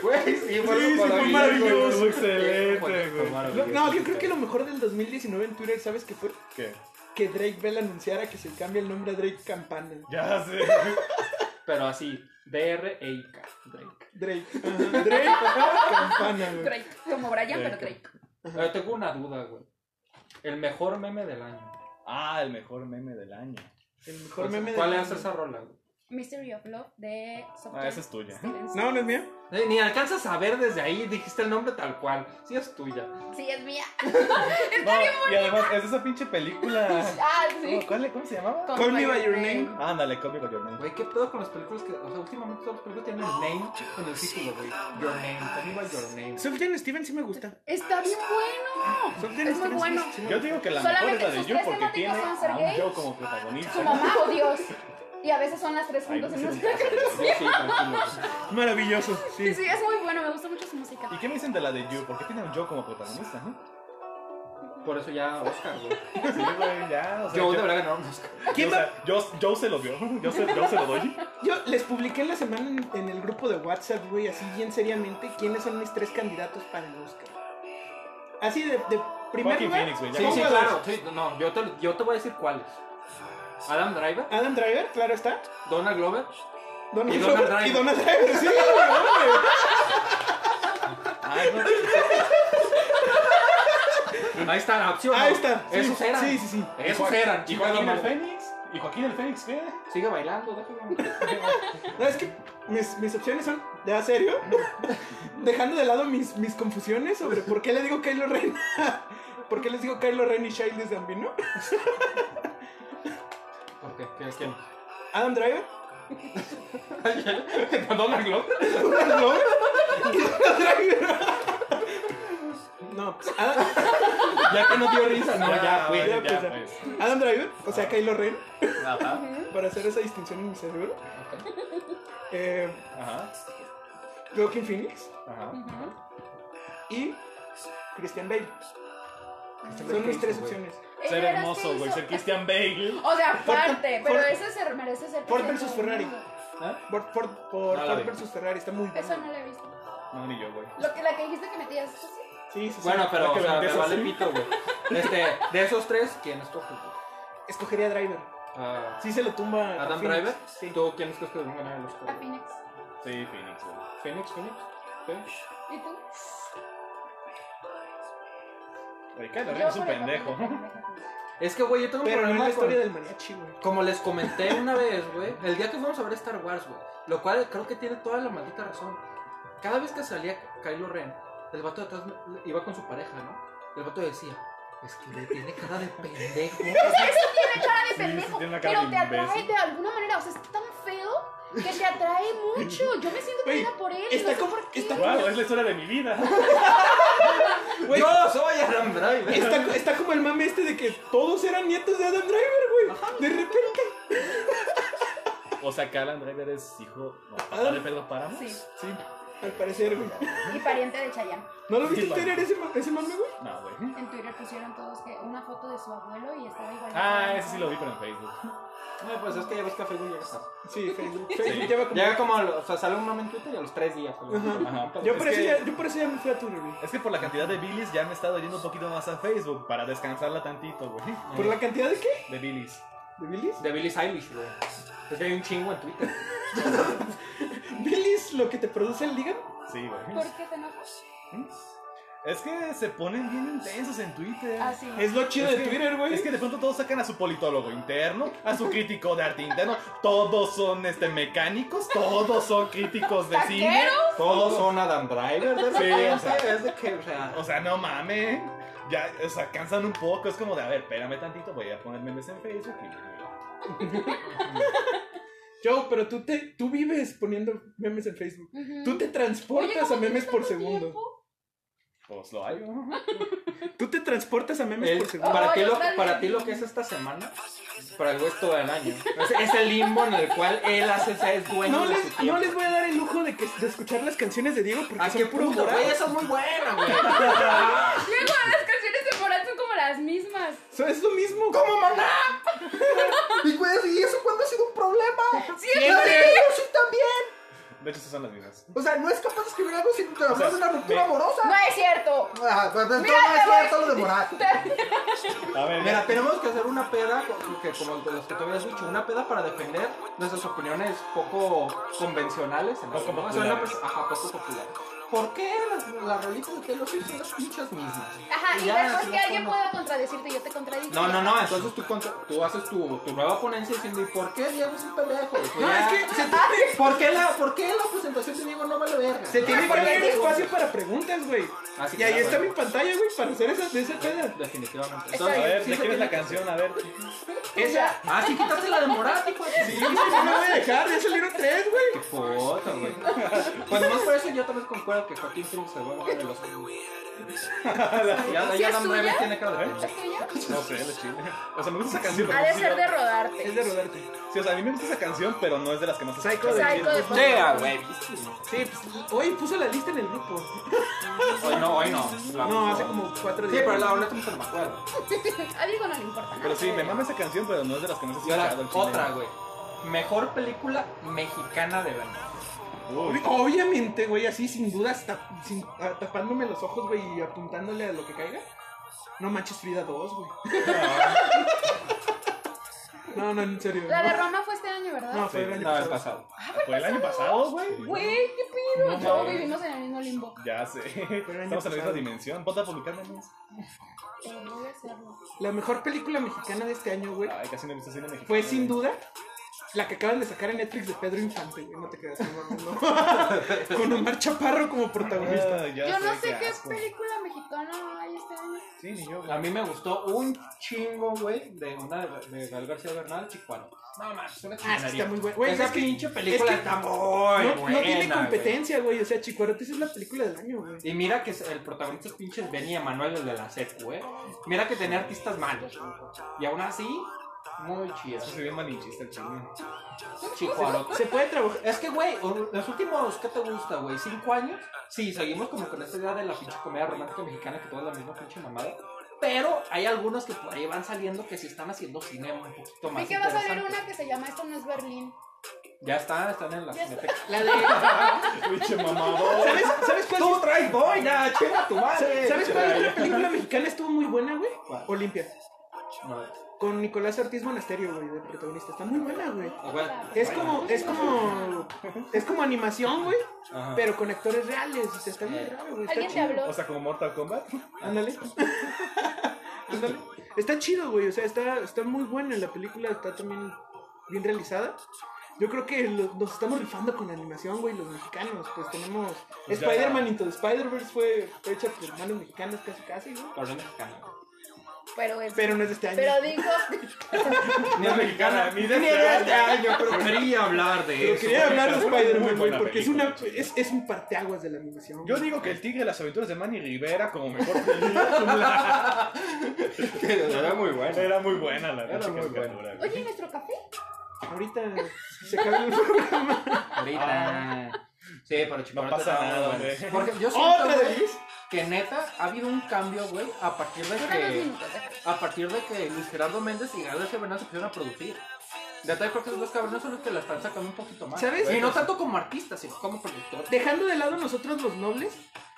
Güey,
Sí, sí,
sí, fue,
fue maravilloso, excelente, güey.
No, no, yo creo que lo mejor del 2019 en Twitter, ¿sabes qué fue?
¿Qué?
Que Drake Bell anunciara que se cambia el nombre a Drake Campana.
Ya sé.
Pero así, E D-R-E-I-K, Drake.
Drake. Drake Campana, güey.
Drake, como Brian, pero
Drake.
Drake.
Pero tengo una duda, güey. El mejor meme del año.
Ah, el mejor meme del año.
El mejor meme de
¿Cuál es esa rola, güey?
Mystery of Love de Sophia
Ah, esa es tuya.
Stevens.
No, no es mío.
Eh, Ni alcanzas a ver desde ahí, dijiste el nombre tal cual. Sí es tuya.
Sí, es mía.
No, y además es esa pinche película.
Ah,
¿Cómo,
sí.
cuál- ¿Cómo se llamaba?
Call Me By Your Name.
Ándale, cómico Your Name.
Güey, ¿qué pedo con las películas que... O sea, últimamente todas las películas tienen el name en el título, güey. Your name, conmigo es your name.
Sufjan Steven sí me gusta.
Está bien bueno.
Sufjan
Es muy
Stevens
bueno.
sí me-
Yo digo que la mejor
Pues, Solamente
es la de
sus
You
tres
porque tiene
temáticas son ser
a un
gay,
yo como
Su
protagonista.
mamá o Dios. Y a veces son las tres
Ay,
juntas en
sí.
una
Sí, sí, tranquilo. güey.
Maravilloso,
Sí,
sí.
sí, es muy bueno. Me gusta mucho su música.
¿Y qué me dicen de la de You? Porque tiene un yo como protagonista, ¿no?
Por eso ya Oscar, güey.
Sí, güey, ya. O sea, yo-
Yo debería ganar un Oscar.
¿Quién
o
va?
sea, yo, yo se lo vio. Yo se, yo se lo doy.
Yo les publiqué en la semana en, en el grupo de WhatsApp, güey, así bien seriamente, quiénes son mis tres candidatos para el Oscar. Así de, de primer
Joaquin
lugar,
Phoenix, güey, ya.
Sí, sí,
pongo a
claro. Sí, no, yo te, yo te voy a decir cuáles. Adam Driver,
Adam Driver, claro está.
Donald Glover.
Donald
Y Donald
Glover-
Driver.
Y Donald Driver, sí, güey, hombre.
Ay, no.
Ahí está la opción.
Ahí
¿no?
está. Sí,
Esos eran.
Sí, sí, sí.
Esos eran.
¿Y
chingada
Joaquín el
madre.
Fénix? ¿Y Joaquín el Fénix qué?
Sigue bailando, déjalo.
No, es que mis, mis opciones son, ¿ya serio? Dejando de lado mis, mis confusiones sobre por qué le digo Kylo Ren. ¿Por qué les digo Kylo Ren y Shiley Gambino?
¿Por qué? ¿Qué- ¿Quién?
Adam Driver,
Donald Glover.
Donald Glover y Donald Driver. No, pues, Adam,
Ya que no dio risa, no, ya,
güey,
güey.
ya, pues, ya.
Ah, pues.
Adam Driver, o sea, Kylo Ren,
Ajá.
para hacer esa distinción en mi cerebro.
Ok.
Eh,
Ajá.
Joaquin Phoenix
Ajá.
Ujú.
y Christian Bale. Son
Bale,
mis tres
güey.
opciones.
Él
Ser
era
hermoso,
este,
güey.
hizo-
Ser Christian Bale.
O sea,
Ford-
aparte, pero
Ford-
ese se merece ser.
Ford
presidente
versus
del
Ferrari.
mundo.
Por, por, por
No la
Ford
vi.
vs Ferrari, está muy bueno.
Eso no lo he visto.
No, ni yo, güey.
Lo que, la que dijiste que metías. eso sí.
Sí, sí, sí.
Bueno, pero,
Hay
o
que
sea,
ver,
me
de
vale
esos-
pito, güey. Este, de esos tres, ¿quién escoge? güey?
escogería a Driver.
Ah,
Sí se lo tumba a
Adam
Phoenix.
Driver.
Sí.
¿Tú quién escoges que van a ganar el
A
Oscar? güey?
Phoenix.
Sí, Phoenix, güey.
Phoenix, Phoenix. Sí.
¿Y tú?
Güey, Kylo Ren
Yo
es un
por el papel
pendejo.
de pendeja.
Es que, güey, yo tengo un
Pero no es la
problema con...
historia del mariachi, güey.
Como les comenté una vez, güey, el día que fuimos a ver Star Wars, güey, lo cual creo que tiene toda la maldita razón. Cada vez que salía Kylo Ren, el vato de atrás iba con su pareja, ¿no? El vato decía, es que le tiene cara de pendejo.
de pendejo,
tiene una cara de
pero te atrae
imbécil.
de alguna manera, o sea, es tan feo que te atrae mucho. Yo me siento
Güey,
pena por él.
Está
no sé
como.
por qué.
Está como.
Wow, es la historia de mi vida.
Güey,
¡Yo soy Adam Driver!
está, está como el mame este de que todos eran nietos de Adam Driver, güey. De repente.
O sea, que Alan Driver es hijo. No, papá de Pedro Páramo.
Sí.
Sí, al parecer, güey.
Y pariente de Chayanne.
¿No lo viste
Sí,
en Twitter ese, ma- ese mame, güey?
No, güey.
En Twitter pusieron todos que una foto de su abuelo y estaba igual.
Ah, ese sí lo vi, pero en Facebook.
No, pues es que ya ves que a Facebook llega hasta-
Sí, Facebook. Facebook lleva como.
Llega como, a los- o sea, sale un mame en Twitter y a los tres días. güey.
Ajá.
Yo,
Es
por eso
que-
ya, yo por eso ya me fui a Twitter, güey.
Es que por la cantidad de Billys ya me he estado yendo un poquito más a Facebook para descansarla tantito, güey.
¿Por la cantidad de qué?
De Billys.
¿De Billys?
De Billie Eilish, güey. Es que hay un chingo en Twitter.
¿Billys lo que te produce el liga?
Sí, güey.
¿Por qué te enojas?
Es que se ponen bien intensos en Twitter.
Ah, sí.
Es lo chido
Es
de
que-
Twitter, güey.
Es que de pronto todos sacan a su politólogo interno, a su crítico de arte interno, todos son este mecánicos, todos son críticos de cine,
Todos son Adam Driver, de
Sí,
repente,
o sea.
es de que, o sea,
O sea, no mames. Ya, o sea, cansan un poco. Es como de, a ver, espérame tantito, voy a poner memes en Facebook. y-
Yo, pero tú te tú vives poniendo memes en Facebook.
Ujú.
Tú te
Oye,
transportas
¿cómo
a memes
tienes
por
tanto
segundo.
tiempo?
Pues lo hay. ¿no?
Tú te transportas a memes
el-
por segundo.
para,
Oh,
ti
yo
lo,
también.
para ti lo que es esta semana, para el resto del año. Es, es el limbo en el cual él hace, o sea, es dueño
No
de su
les,
tiempo.
no les voy a dar el lujo de, que, de escuchar las canciones de Diego porque
Ah, qué
son puro
puto,
moral.
güey, esa es muy buena, güey.
Luego las canciones de Morat son como las mismas.
Eso es lo mismo. ¿Cómo, mamá?
y, güey, ¿y eso cuándo ha sido un problema?
Sí,
¡Yo
es
sí también!
De hecho, esas son las mismas.
O sea, no es capaz de escribir algo sin hablar
sea, de una ruptura me-
amorosa.
No es cierto.
Ah, pues, entonces
Mira,
no es
te voy-
cierto lo de Morat.
A ver,
Mira,
ya.
tenemos que hacer una peda, co- que como de las que te habías dicho, una peda para defender nuestras opiniones poco convencionales. En las-
Poco
¿no? O sea, una
populares.
pers- ajá, poco populares. ¿Por qué las, las rolitas de Taylor Swift son las muchas mismas?
Ajá, y
ya,
después
si
que
las
alguien
pongo-
pueda contradecirte, yo te contradigo.
No, no, no, entonces tú, contra- tú haces tu, tu nueva ponencia diciendo, ¿y por qué Diego es un pendejo?
No, es que se
que... ¿Por qué la, por qué la presentación de Diego no vale verga? Ah,
Se tiene que
¿Por qué
abrir
Diego?
espacio para preguntas, güey.
Así
Y ahí
que,
está mi
bueno,
pantalla, güey, para hacer esa, de esa peda.
Definitivamente.
Está
A
Entonces,
ver,
sí
¿de quién es
se tiene
la
que-
canción? A ver.
Esa.
Ah, sí, quítate la de Morat, hijo de tu-
Sí, güey, no me voy a dejar. Ya salieron tres, güey.
Qué foto, güey. Pues más por eso yo también concuerdo que Joaquín Phoenix se va a bajar el Oscar. Ya,
¿Sí
ya
es
Dan
suya?
Driver tiene cara de
¿Es tuya?
No sé, la chile. O sea, me gusta esa canción. pero
Ha
no
de
sé si
ser
yo-
de rodarte.
Es de Roberto.
Sí, o sea, a mí me gusta esa canción, pero no es de las que más he
Psycho
escuchado.
Psycho de Pablo
Llega,
Escobar.
güey.
Sí, pues, hoy puse la lista en el grupo.
Hoy no, hoy no.
No, hace como cuatro
Sí,
días.
pero la honesta no se me acuerdo.
A Diego no le importa nada.
Pero sí, me mama esa canción, pero no es de las que más he
Y ahora,
escuchado. al chile.
otra, güey. Mejor película mexicana de verdad.
Uy.
Obviamente, güey, así sin dudas, tap- sin- ah, tapándome los ojos, güey, y apuntándole a lo que caiga. No manches Frida 2, güey. No, no, en serio.
La de
no.
Roma fue este año, ¿verdad?
No, fue el año
No, el
pasado.
pasado.
Fue el año pasado, güey.
Güey, qué pido.
No,
Yo
mames.
vivimos en el mismo limbo.
Ya sé.
el año
Estamos en la misma
pasado.
dimensión. Ponte a publicar memes.
Eh, voy a hacerlo.
La mejor película mexicana de este año, güey,
Ay, casi no he visto cine mexicano.
fue
güey.
Pues sin duda la que acaban de sacar en Netflix de Pedro Infante, güey. No te creas, no, no, no. Con Omar Chaparro como protagonista.
Ah, ya
Yo no sé qué
asco.
película mexicana hay este año.
Sí, ni yo,
A
güey.
mí me gustó un chingo, güey, de una de, de Gael García Bernal, Chicuano. No, más, es una
Ah, sí, está muy buena. Güey,
Esa
es que-
pinche
es
película
que
está muy
No, no
buena.
tiene
güey.
competencia, güey. O sea, Chicuarotes es la película del año, güey.
Y mira que el protagonista es pinche Benny Emanuel, el de la secu, ¿eh? Mira que tenía artistas malos. Y aún así, muy chido.
Se ve bien malinchista el chisme.
Chicuarote.
Se puede trabajar.
Es que, güey, o- los últimos, ¿qué te gusta, güey? ¿Cinco años? Sí, seguimos como con esta idea de la pinche comedia romántica mexicana que toda es la misma pinche mamada. Pero hay algunos que por ahí van saliendo que sí están haciendo cine un poquito más.
Vi que va a salir
interesante.
una que se llama Esto no es Berlín.
Ya están, están en la
Ya está.
cineteca.
La de.
Pinche mamador.
¿Sabes, ¿sabes cuál sí-
¡Tú traes boina! ¡Chinga tu madre!
¿Sabes cuál otra película mexicana estuvo muy buena, güey?
¿Cuál?
Olimpia.
No,
Con Nicolás Ortiz Monasterio, güey, de protagonista. Está muy buena, güey.
güey.
Es como, es como, es como animación, güey,
Ajá.
pero con actores reales. O sea, está muy raro, güey. Está
¿Alguien te
chido.
habló?
O sea, como Mortal Kombat.
Ándale. Ándale. Está chido, güey. O sea, está, está muy buena la película. Está también bien realizada. Yo creo que lo- nos estamos rifando con la animación, güey, los mexicanos. Pues tenemos
Pues ya.
Spider-Man Into the Spider-Verse fue, fue hecha por hermanos mexicanos casi casi, güey.
Pero no mexicana.
Pero es.
Pero no es de este año.
Pero dijo.
Ni es mexicana, ni de este año, pero quería hablar de
Pero
eso.
quería hablar de
Es una muy
Spider-Man, güey,
buena
porque es,
película,
una, es, es un parteaguas de la animación.
Yo digo que el tigre de las aventuras de Manny Rivera como mejor película
Era muy bueno.
era muy buena la
Era
pinche
muy buena.
caricatura, güey.
Oye, ¿y nuestro café?
Ahorita se acaba el programa.
Ahorita. Sí, pero
Ah. No
chocolate
pasa
estaba
nada,
bueno.
güey.
Porque yo siento,
¿Otra de
güey,
Liz?
que neta ha habido un cambio, güey, a partir de
Dura dos
que.
minutos. ¿eh? déjame.
A partir de que Luis Gerardo Méndez y Gabriel Sebernal se pusieron a producir. De tal creo que esos dos cabrones son los que la están sacando un poquito más.
¿Sabes?
Y no tanto como artistas, sino como productores.
Dejando de lado nosotros los nobles,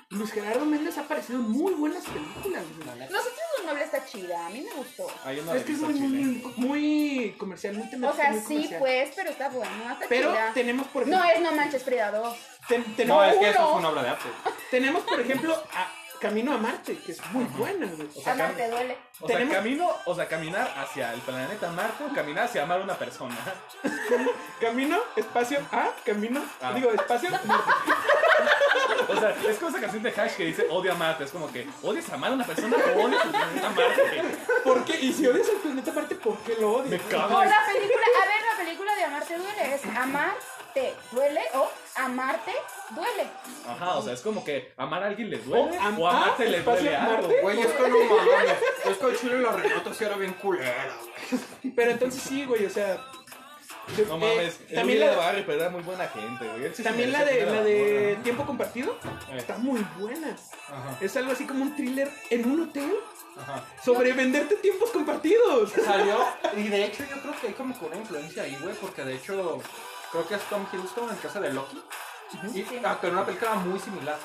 Luis Gerardo Méndez ha aparecido en muy buenas películas. güey.
La neta.
Nosotros los nobles está chida, a mí me gustó.
Ah,
Hay una
Es que es
revista
muy,
chilena.
muy, muy comercial, muy
O
temática,
sea,
muy
sí,
comercial.
pues, pero está bueno, no está
Pero
chida.
tenemos, por ejemplo,
No es No Manches Frida 2.
ten-
No,
tenemos,
es que
uno.
eso es una obra de arte.
tenemos, por ejemplo, a Camino a Marte, que es muy buena, güey.
O sea,
Amar
cam-
te duele.
o sea,
tenemos-
camino, o sea, caminar hacia el planeta Marte o caminar hacia amar a una persona.
Camino, espacio, A, camino,
Ah.
digo, espacio,
O sea, es como esa canción de Hash que dice odio a Marte. Es como que odias a amar a una persona o odias a amar a Marte.
¿por qué? Y si odias el planeta Marte, ¿por qué lo
Me
odias?
cago.
O la película, a ver, la película de Amarte duele es Amarte duele o Amarte duele.
Ajá, o sea, es como que amar a alguien le duele
O am-
o amarte
ah,
le
espacio
duele algo.
Marte.
Güey, es que no mames. Es que el chile y la Renata sí era bien culera, güey.
Pero entonces sí, güey, o sea...
No
eh,
mames,
también la,
de Barry, pero era muy buena gente, güey. Él sí se
También la
merecía
de,
tener
la
a
de
morra,
Tiempo Compartido
Eh.
está muy buena.
Ajá,
Es algo así como un thriller en un hotel
ajá.
sobre venderte tiempos compartidos.
Salió, y de hecho yo creo que hay como que una influencia ahí, güey, porque de hecho creo que es Tom Hiddleston en el caso de Loki. Y actuó en una película muy similar.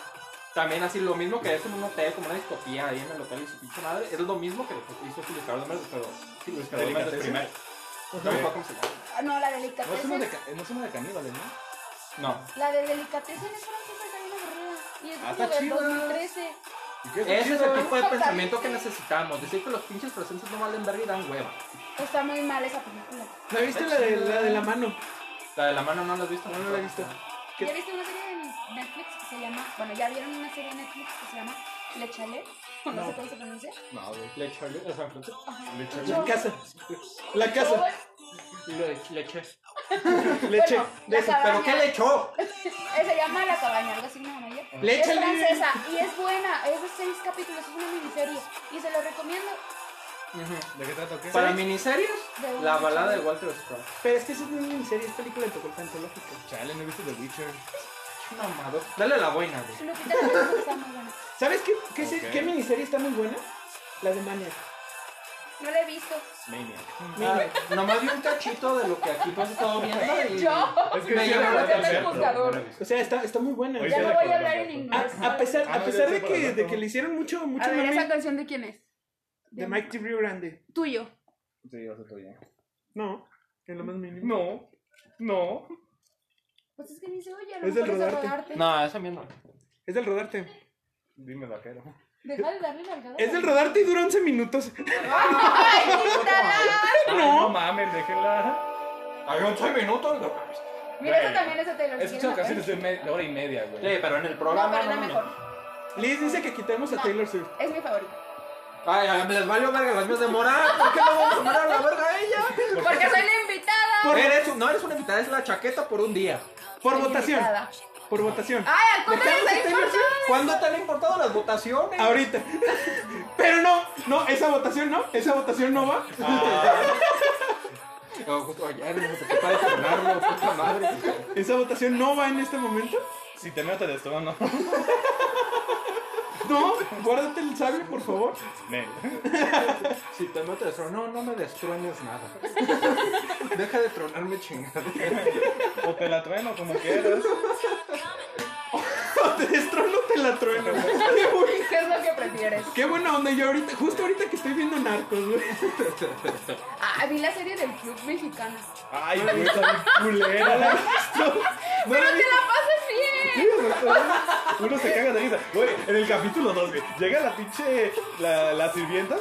También así, lo mismo que es en un hotel, como una distopía ahí en el hotel y su pinche madre, es lo mismo que hizo Luis Carlos Méndez, pero sí, Luis Carlos Méndez
Delicatessen.
primero. No me acuerdo cómo se llama.
Ah, No, la
No es una de,
delicatessen.
ca- no es una de caníbales, ¿no?
No.
La de delicatessen es una cosa que viene aburrida. Y es
Ah,
como
está
del
chida.
2013.
Ese es el tipo de
Total,
pensamiento que
sí.
necesitamos. Decir que los pinches presentes no valen verga y dan hueva.
Está muy mal esa película.
¿No viste la de la, de la mano?
La de la mano no la has visto.
No, no la he visto. ¿Qué?
¿Ya viste una serie en Netflix que se llama, bueno, ya vieron una serie en Netflix que se llama Le Chalet? No, sé cómo se pronuncia.
Ah,
No, güey.
Leche, o sea,
La
¿no?
casa. La casa.
Leche, leche.
Leche.
Bueno, la
Leche.
cabaña.
¿Pero qué le echó?
Eh, Se llama La Cabaña, algo así, no, ella. Es
Léchale.
francesa y es buena, es de seis capítulos, es una miniserie y se lo recomiendo.
¿De qué trata o qué?
Para miniseries,
De un
la balada
chavo.
de Walter Scott.
Pero es que eso no es una serie, es película antológica.
Chale, no he visto The Witcher.
No, mado. Dale la buena, güey.
Lupita Nyong'o está muy buena.
¿Sabes qué, qué, se-
Ok.
qué miniserie está muy buena? La de Mania.
No la he visto.
Maniac.
Ah, nomás vi un cachito de lo que aquí tú has estado viendo y...
Yo.
Es que
Me
sí,
llevo
era
la
un
tarjeta
concepto,
del juzgador.
no lo he visto.
O sea, está, está muy buena.
Oye,
Ya no
le
voy a
colgaron
hablar
la
en
foto.
inglés.
A, pues, a pesar,
Ah,
a
no,
pesar
ya
de
sé por
que,
dónde
de que
va.
le hicieron mucho, mucho
A ver,
mame
¿esa canción de quién es?
de Mike T. Rio Grande.
Tuyo.
Sí, vas a tuya.
No, en lo más mínimo.
No, no.
Pues es que dice, oye, a lo
Es del
mejor es de
rodarte.
rodarte.
No, esa mía no.
Es del rodarte.
Dime vaquero.
Deja de darle nalgadas.
Es del rodarte y dura 11 minutos.
¡Ay, Quintana!
Ay, no mames, déjenla.
Hay 11 minutos. güey.
Mira,
Güey.
eso también es de Taylor
He
Swift.
escuchado
¿no?
canciones de, me- de hora y media, güey.
Sí, pero en el
No,
programa...
pero es la
no, no.
mejor.
Liz dice que quitemos a
No.
Taylor Swift.
Es mi favorita.
Ay, ay, me les valió verga las mías de morar. ¿Por qué no vamos a morar a la verga a ella?
Porque soy la invitada.
Eres un- no eres una invitada, es la chaqueta por un día.
Por
Soy
votación.
invitada.
Por votación.
¡Ay, al contrario,
Dejamos que
está
Taylor Swift-
importante!
¿Cuándo te han importado las votaciones?
Ahorita. Pero no, no, esa votación no, esa votación no va.
No, justo ayer no se te para sonarlo, puta madre.
Esa votación no va en este momento.
Si te meto el estómago,
No, guárdate el sable, por favor.
Nel.
Si te no te destro- no, no me destrones nada. Deja de tronarme chingada.
O te la trueno como quieras.
Te destrono, te la trueno. Qué, bu-
¿Qué es lo que prefieres?
qué buena onda. Yo ahorita, justo ahorita que estoy viendo narcos, güey.
Ah, vi la serie del club mexicano.
Ay, güey, está bien culera.
¡Pero te la pasas bien!
Uno se caga de risa. Güey, en el capítulo 2, güey, llega la pinche. La, la sirvienta,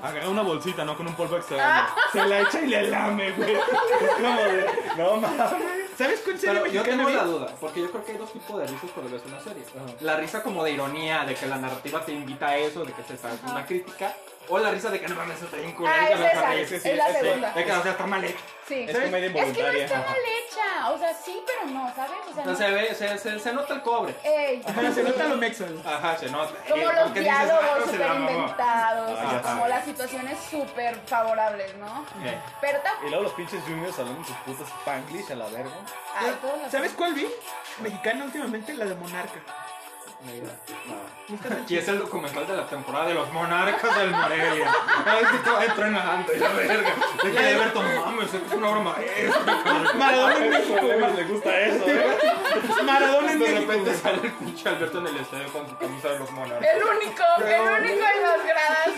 agarra una bolsita, ¿no? Con un polvo extraño. Se la echa y le lame, güey. Es como de. No mames.
¿Sabes cuál serie
Pero yo
mexicana
tengo
vi?
la duda, porque yo creo que hay dos tipos de risas cuando ves una serie. La risa como de ironía, de que la narrativa te invita a eso, de que te está haciendo una crítica. O la risa de que no mames, está bien culero.
Ah,
y
es
te la
esa,
sabes.
es
sí,
la
ese-
segunda.
De que, o sea, está mal hecho.
Sí.
Es comedia
Es que no
involuntaria.
está mal hecha. O sea, sí, pero no, ¿sabes? O sea,
No
no.
se ve, se, se, se nota el cobre.
Ey.
Pero se nota lo mexa, güey.
Ajá, se nota. Eh,
Como los
porque dices, "Ah,
diálogos
no se
súper
la mamó".
inventados,
Ah, ya
como
sabes.
las situaciones súper favorables, ¿no?
Eh,
Pero
Y
tampoco.
luego los pinches juniors hablando sus putas panglish a la verga.
eh,
Ay, todos los-
¿Sabes cuál vi? Mexicana últimamente, la de Monarca.
mira, no. Aquí es el documental de la temporada de los monarcas del Morelia. Es que todo entrenando y la verga. De que de ver, mames, es una obra maestra.
Maradona en México.
problemas le gusta eso, ¿eh?
güey. Maradona en
De
México.
repente sale el pinche Alberto en el estadio con su camisa de los monarcas.
El único, el único en las gradas.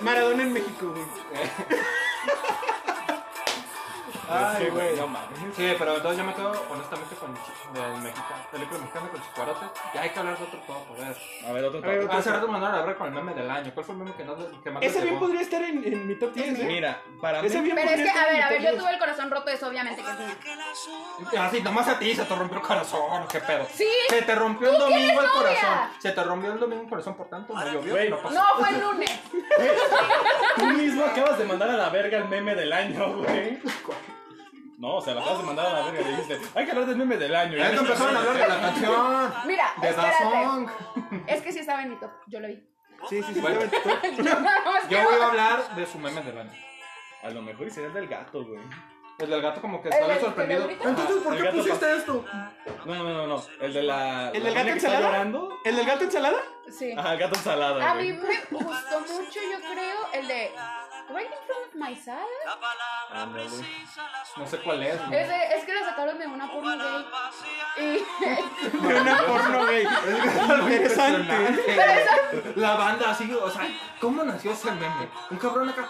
Maradona en México, güey.
Ay, güey.
No mames.
Sí, pero entonces yo me quedo honestamente con Chi- del México, película mexicana con Chicuarote. Ya hay que hablar de otro todo, por ver.
A ver, otro
A ver,
toque.
Hace rato mandaron a hablar con el meme del año. ¿Cuál fue el meme que, no, que más
pues,
les
Ese bien
llegó?
podría estar en, en mi top 10, ¿eh?
Mira, para mí.
Ese bien
Pero es
podría
que, a
estar
ver,
en mi
a ver,
top
yo tuve el corazón roto, eso obviamente que sí.
Así, nomás a ti se te rompió el corazón, qué pedo.
Sí.
Se te rompió el
¿Tú quieres
domingo el
novia?
corazón. Se te rompió el domingo el corazón, por tanto, no llovió.
Güey.
no pasó.
No, fue el lunes.
Tú mismo acabas de mandar a la verga el meme del año, güey. No, o sea, la acabas de mandar a la verga y dijiste, hay que hablar del meme del año.
Ya
me
que empezaron a hablar de la canción.
Mira,
De Da
espérate.
Song.
Es que sí estaba en mi top, yo lo vi.
Sí, sí, sí.
Bueno.
estaba en top.
Yo nada más
Yo
quiero-
voy a hablar de su meme del año.
A lo mejor y sería el del gato, güey.
El del gato como que
¿El
sale
del-
sorprendido.
el del grito?
Entonces, ¿por
El
qué
gato
pusiste esto?
No, no, no, no. El de la. la
¿El del
niña
gato
que está
ensalada?
llorando?
¿El del gato ensalada?
Sí.
Ajá, el gato ensalada.
Ah,
A
güey.
mí me gustó mucho, yo creo, el de Right in front of my side.
Ándale.
No sé cuál es.
Es, de- es que lo sacaron de una porno gay. Y
De una porno gay. Interesante.
Impresionante. La banda así, o sea, ¿cómo nació ese meme? Un cabrón acá.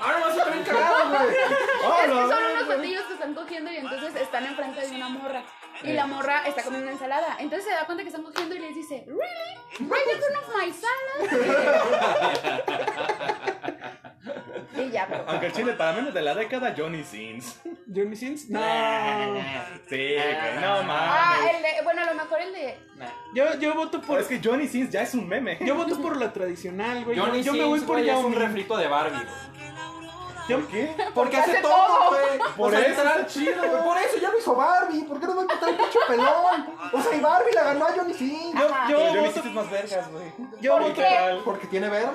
Ahora vas a tener cagado, güey.
es que son unos batillos que están cogiendo y entonces están enfrente de una morra. Y la morra está comiendo una ensalada. Entonces se da cuenta que están cogiendo y les dice, ¿Really? ¿Right in front of my salad? y ya, pero.
Aunque el chile, para memes de la década, Johnny Sins.
Johnny Sins. No.
Sí, güey, no
Ah,
mames.
el de. Bueno, a lo mejor el de.
Yo, yo voto
Pero
por.
es que Johnny Sins ya es un meme.
Yo voto por la tradicional, güey.
Johnny
yo me voy
Sins,
por
güey,
ya
es un
un
refrito de Barbie. güey.
¿Por qué?
Porque hace todo, güey.
Por
o sea,
eso
literal,
está chido.
güey, Por eso ya lo hizo Barbie. ¿Por qué no me quitar el pinche pelón? O sea, y Barbie la ganó a Johnny Sins.
Yo,
Ajá.
yo
Pero Johnny
voto.
Sins es más vergas, güey.
Yo voto.
Literal,
Porque tiene verga.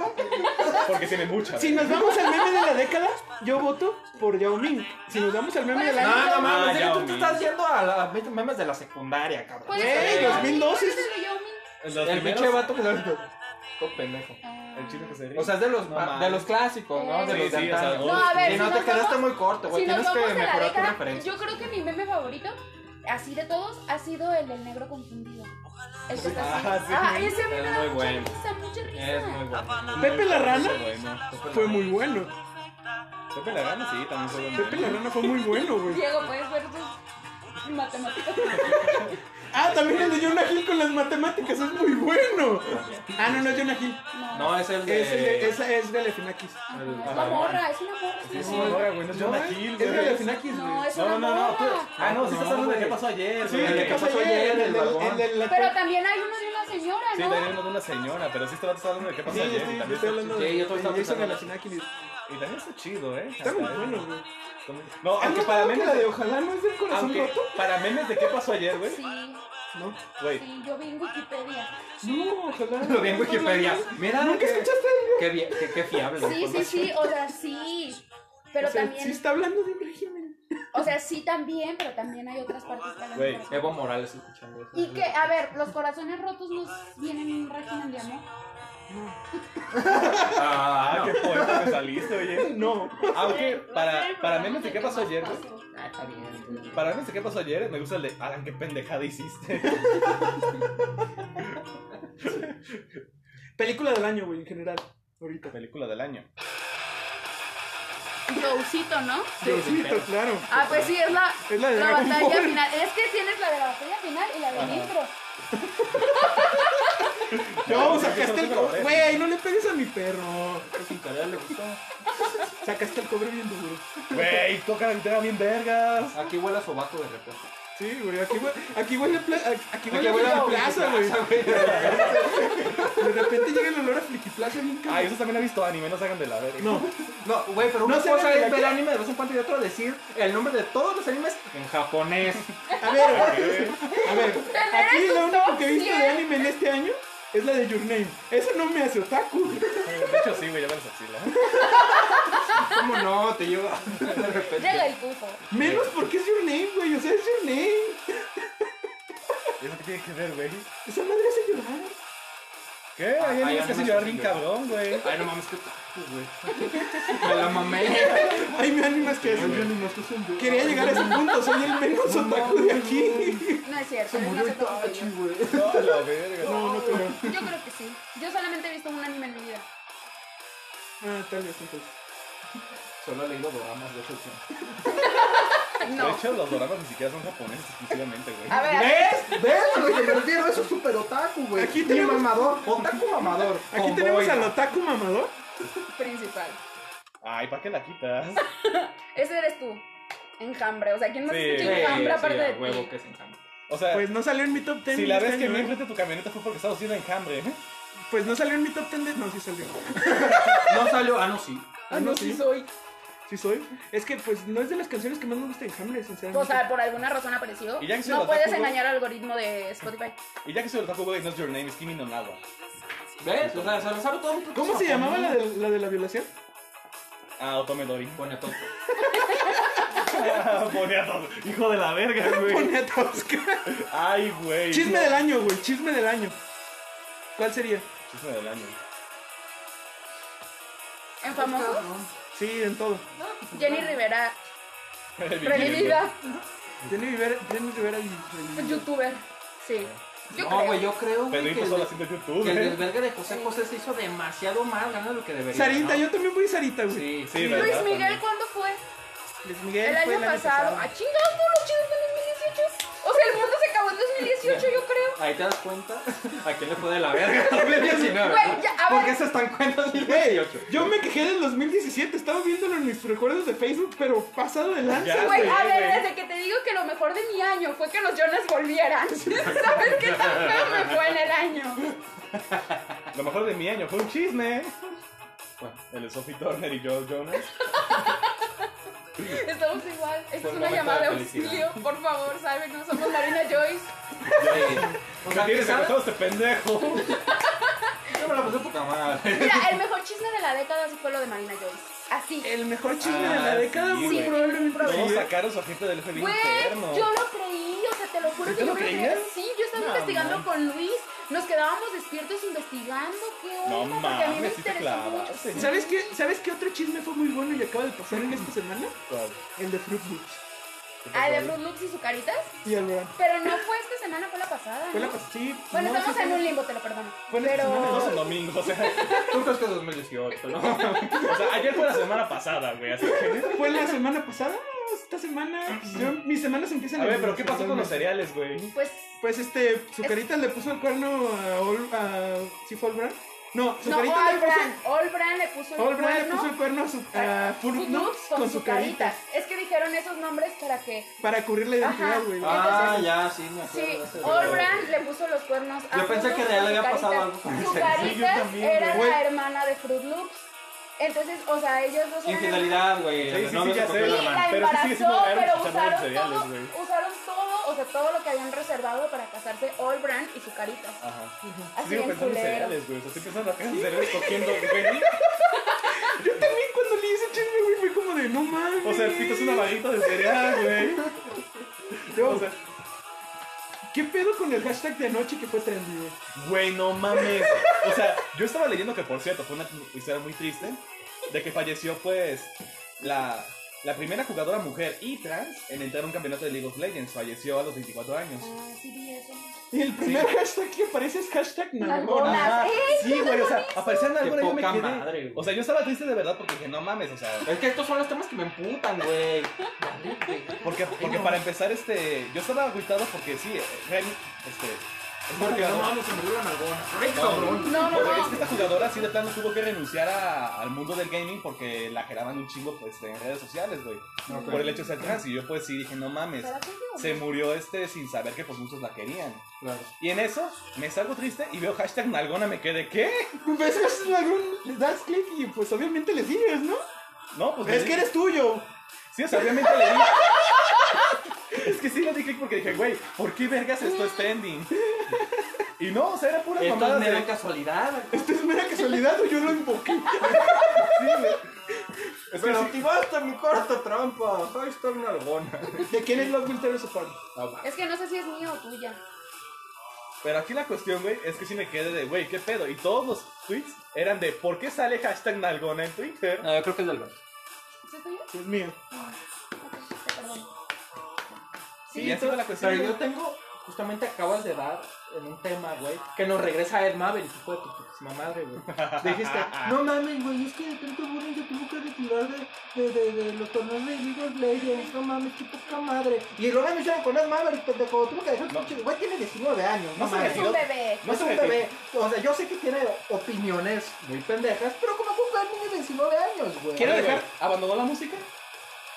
Porque tiene mucha.
Si nos vamos al meme de la década, yo voto por Yao Ming. Si nos vamos al meme de la
No,
década.
no mames.
Ah,
es que
ya,
tú
ok.
te estás yendo a las memes de la secundaria, cabrón.
¿Cuál es
Güey,
el de Yomi?
2012.
¿Cuál es el de Yomi?
Los
El
primeros-
pinche vato que se Todo pendejo.
Ah.
El chile que se ríe.
O sea, es de los,
No
pa-
mames.
de los clásicos, ¿no? De
Sí,
los de
sí, o sea,
antaño.
No, a ver,
Y
si
no
nos
te quedaste
vamos-
muy corto, güey.
Si nos
Tienes que
vamos a la
mejorar tu
década,
referencia.
yo creo que mi meme favorito, así de todos, ha sido el del negro confundido. El que está así.
Ah, sí.
Ah, ese a mí me
Es
da
muy
mucha
bueno.
risa, mucha risa.
Es muy bueno.
Pepe la rana
Bueno,
fue muy bueno.
Pepe la gana, sí, también fue bueno.
Pepe la rana fue muy bueno, güey.
Diego, puedes ver tus matemáticas.
Ah, también el de Jonah Hill con las matemáticas es muy bueno. Ah, no, no es Jonah Hill.
No, es el de.
Es, el de- esa es Galefinakis.
Ajá,
El-
es una
ah,
morra, es una morra.
Sí, es
una
una
morra.
morra, güey, no es
No,
Jonah
es
Hill,
es
güey.
Galefinakis,
No,
güey.
es
No,
una
no, no,
morra.
tú- Ah, no, si estás hablando de qué pasó ayer,
Sí,
güey.
el que
¿qué
pasó
pasó
ayer, el
ayer, el
del-
barbón?
el de la-
Pero también hay uno de una señora,
Sí,
¿no?
también uno de una señora, pero sí este vato está hablando de qué pasó
Sí, yo
ayer.
estoy,
y,
yo
también
estoy
está,
hablando
Sí,
de
yo estoy
de Jason
hablando-
Galefinakis.
y también está chido, ¿eh?
Está muy
Hasta-
bueno, güey.
No,
Ah,
aunque
¿no
para
te acuerdas
memes
la de
de...
Ojalá no es del corazón
Aunque
roto.
para memes de qué pasó ayer, güey.
Sí,
No,
Güey,
sí, yo vi en Wikipedia.
no, ojalá.
Lo vi en Wikipedia. Mira,
¿Nunca
qué,
escuchaste?
qué, bien- qué, qué fiable. la
Sí, sí, sí, o sea, sí. Pero
O sea, Sí
también,
está hablando de un régimen.
o sea, sí también, pero también hay otras partes que hablan de
Güey,
corazón.
información. Evo Morales escuchando eso.
Y que, a ver, los corazones rotos nos vienen en un régimen de amor.
Ah,
ah,
no.
qué poeta me saliste, oye.
No.
Aunque Ah, para, para memes de qué pasó ayer, güey.
Ah, está bien.
Para memes de qué pasó ayer, me gusta el de Alan, qué pendejada hiciste.
Película del año, güey, en general. Ahorita.
Película del año.
Jousito, ¿no?
Diosito, claro.
Ah, pues sí, es la,
Es la de
la
Dragon
batalla
Ball.
final. Es que tienes la de la batalla final y la del intro.
No, sacaste el cobre.
¿eh?
Güey, no le pegues a mi perro.
Sin querer le gustó.
Sacaste el cobre bien duro.
Güey, toca la guitarra bien vergas.
Aquí huele a sobaco de repuesto.
Sí, güey, aquí, hue- aquí huele a pla- aquí huele
Aquí
a
huele a
plaza, güey.
güey.
De repente llega el olor a fliquiplaza bien cabrón.
Ay, eso también ha visto anime, no se hagan de la verga.
No,
No, güey, pero una
No se
cosa
hagan de
es
la
ver
cara.
anime de vez en cuando y otra decir el nombre de todos los animes en japonés.
a ver, a ver. Aquí lo único que he visto de anime en este año es la de Your Name. Eso no me hace otaku.
De hecho, sí, güey, ya me las axila.
¿Cómo no? Te lleva de repente.
Llega el tufo.
Menos porque es Your Name, güey. O sea, es Your Name.
¿Eso qué tiene que ver, güey?
Esa madre hace llorar.
¿Qué? Hay
Ah,
animes
hay
que se
animes
llorar
que
bien
sí lloran.
cabrón, güey.
Ay, no mames, qué taco, güey. Me la mamé.
Ay, me animas que hacen llorar. Quería llegar a ese punto. Soy el menos otaku de aquí.
No es cierto. no sé cómo soy yo.
No, a la verga.
No, no creo.
Yo creo que sí. Yo solamente he visto un anime en mi vida.
Ah, tal vez entonces.
Solo he leído doramas de hecho.
De
No.
hecho, los doramas ni siquiera son japoneses exclusivamente,
A
güey.
ver,
¿Ves? ¿Ves a lo que me refiero? Eso es super otaku, güey.
Aquí
Aquí
tenemos-
tenemos mamador. Otaku mamador.
Aquí tenemos al otaku mamador.
principal.
Ay, ¿para qué la quitas?
Ese eres tú. Enjambre. O sea, ¿quién más
Sí,
escucha
Sí,
enjambre aparte
sí, a
de
huevo
ti?
que se encanta.
O sea,
Pues no salió en mi top 10.
si la vez que vi
me
enfrente de tu camioneta fue porque estabas haciendo enjambre, ¿eh?
Pues no salió en mi top 10 de... No, sí salió.
No salió. Ah, no, sí.
Ah, no, sí.
soy.
Sí soy. Es que pues no es de las canciones que más me gusta en Hamlet, sinceramente.
O sea, por alguna razón apareció.
Y ya que se
No
los
puedes
da,
engañar al algoritmo de Spotify.
Y ya que soy el taco, güey, no es your name, es Kimi no Nawa.
¿Ves? O sea, se lo sabe todo.
¿Cómo se llamaba la de la, de la violación?
Ah, Otome Dori.
Pone todo.
Pone a todo. Hijo de la verga, güey.
Pone a Tosca.
Ay, güey.
Chisme
no.
del año, güey. Chisme del año. ¿Cuál sería?
Chisme del año.
En famoso,
Sí, en todo.
Jenny Rivera,
Bienvenido.
revivida,
Jenny Rivera, Jenny Rivera y- y-
youtuber. Sí. Yo
No, güey,
creo.
yo creo. güey,
Pedro
que
Info solo
el-
haciendo
Que
YouTube,
el
¿eh?
desvergue de José José se hizo demasiado mal, ganó lo que debería.
Sarita,
¿no?
yo también voy Sarita, güey.
Sí,
Sí,
sí.
¿verdad?
Luis Miguel,
También.
¿cuándo fue?
Luis Miguel
El
fue
año pasado. ¡Ah, chingado! Todo lo chido fue en 2018. O sea, el mundo se acabó en 2018, yo creo.
Ahí te das cuenta a quién le fue de la verga 2019.
Güey, ya, a ver.
Porque se están cuenta 2018.
Yo me quejé del 2017, estaba viéndolo en mis recuerdos de Facebook, pero pasado de lanza.
Ya,
Güey, a
güey,
ver,
güey.
desde que te digo que lo mejor de mi año fue que los Jonas volvieran. ¿Sabes qué tan feo me fue en el año?
Lo mejor de mi año fue un chisme.
Bueno.
El de Sophie Turner y Joe Jonas.
Estamos igual. Esto
Fue
es
un
una
momento
llamada de
de
auxilio.
felicidad.
Por favor, sálvenos. Somos Marina Joyce.
O
¿Qué
sea, que
tienes
sabes?
todo este pendejo?
Yo me la pasé poca madre.
Mira, el mejor chisme de la década sí fue lo de Marina Joyce. Así.
El mejor chisme de
Ah,
la década,
sí,
muy
güey.
probablemente.
Todos
sí, ¿eh?
sacaron su agente del FBI
Güey,
interno.
yo lo creí, o sea, te lo juro
¿Sí te
que
lo
yo me lo creí.
creías?
Sí, yo estaba
No,
investigando
man.
con Luis, nos quedábamos despiertos investigando, qué onda,
No
porque a mí me
mames, sí te
interesó mucho.
clavaste.
Sí.
¿Sabes qué, ¿Sabes qué otro chisme fue muy bueno y acaba de pasar en esta semana?
¿Cuál?
El de Fruit Loops
Ah, de Fruit Loops y su caritas,
y el Ram.
pero no fue esta semana, fue la pasada,
Fue la
¿no?
pas- sí,
Bueno,
no,
estamos
sí,
en
fue-
un limbo, te lo perdono.
fue en esta semana,
No
¿no?
es
Pero...
un domingo, o sea,
Tú crees que es 2018, ¿no?
o sea, ayer fue la semana pasada, güey, así que...
Fue la semana pasada, esta semana. pues, yo- mis semanas empiezan
A
en-
ver, pero ¿qué pasó con los
Pues,
cereales, güey?
Pues,
Pues este, su carita le puso el cuerno a. Ol, a ¿Sí fue Olbran? No, su
no,
carita le
Olbran,
puso.
Olbran le puso el
Olbran le
cuerno
puso el cuerno a, su, eh, a Fruit
Fruit
Loops
Loops con, su carita. Es que dijeron esos nombres para que...
Para cubrirle la
Ajá.
identidad, güey.
Ah,
Entonces-
ya, sí, me acuerdo.
Sí,
de ese
Olbran le puso los cuernos a
Yo pensé
Fruit
que
Loops
de él
con
había
su
pasado
carita.
algo con
Su
ese.
Sí, yo
caritas
también,
era
güey.
la hermana de Fruit Loops. Entonces, o sea, ellos dos eran
Infidelidad, güey.
Sí, sí,
no
sí,
me
ya sé.
hermanos. Y la
Pero sí sigue siendo
embarazó,
raro
pero
escuchar los
usaron
cereales,
todo,
güey.
usaron todo, o sea, todo lo que habían reservado para casarse Olbran y su carita.
Ajá. Sí, Sigo
Así
pensando
bien
en
Ah, culero.
cereales, güey, o sea, estoy pensando apenas en cereales cogiendo, güey.
Yo también cuando leí ese chisme, güey, fue como de no mames.
O sea, el pito es una varita de cereal, güey.
Yo,
O sea,
¿Qué pedo con el hashtag de anoche que fue trendy, güey?
Güey, no mames. O sea, yo estaba leyendo que, por cierto, fue una historia muy triste. De que falleció, pues, la, la primera jugadora mujer y trans en entrar a un campeonato de League of Legends. Falleció a los 24 años.
Ah, sí, vi eso.
Y el primer hashtag que aparece es hashtag nalgona.
Nalgona.
Ajá. Sí, güey, o sea, aparecían
Qué
alguna y yo me
poca
quedé.
madre, güey.
o sea, yo estaba triste de verdad porque dije, no mames, o sea.
Es que estos son los temas que me emputan, güey. Dale, güey.
Porque, porque para empezar, eh, este, yo estaba agüitado porque sí, Ren, este, Porque no
mames, se me dio la nalgona. Ay,
cabrón.
No, no,
Porque
no.
es que esta jugadora sí de plano tuvo que renunciar a- al mundo del gaming porque la queraban un chingo pues en redes sociales, güey. Por el hecho de ser trans. Y yo pues sí dije, no mames.
Espérate, yo-
Se murió este sin saber que pues muchos la querían.
Claro.
Y en eso me salgo triste y veo hashtag nalgona me quedé, ¿qué?
¿Ves que Pues es algún. Le das clic y pues obviamente le sigues, ¿no?
No, pues le
Es
di-
que eres tuyo.
Sí, o sea, obviamente le di. es que sí le di clic porque dije, güey, ¿por qué vergas esto es trending? Y no, o sea, era pura
Esto es
mamada.
mera casualidad.
Esto es mera casualidad o yo lo invoqué.
Pero activaste mi corta trampa. Ahí está una nalgona.
¿De quién es Love Will Tear Us Apart?
Es que no sé si es mío o tuya.
Pero aquí la cuestión, güey, es que sí me quedé de, güey, ¿qué pedo? Y todos los tweets eran de, ¿por qué sale hashtag nalgona en Twitter?
No, yo creo que es del Alberto.
¿Sí es tuyo?
Es mío.
Ah,
Perdón.
Sí, y así fue la cuestión.
Pero
güey.
yo tengo, justamente acabas de dar en un tema, güey, que nos regresa a Ed Maverick, hijo de tu putísima madre, güey. Dijiste, no mames, güey, es que de tanto bullying se tuvo que retirar de, de, de, de los torneos de League of Legends, no mames, qué poca madre. Y luego me hicieron con Ed Maverick, pendejo, tuvo que dejar el
No.
pinche, güey, tiene 19 años, no,
No se
mames.
Es un bebé.
No
No es
se
un
retiró.
bebé, o sea, yo sé que tiene opiniones muy pendejas, pero como juega un niño de 19 años, güey.
Quiero
Oye,
dejar.
güey.
¿Abandonó la música?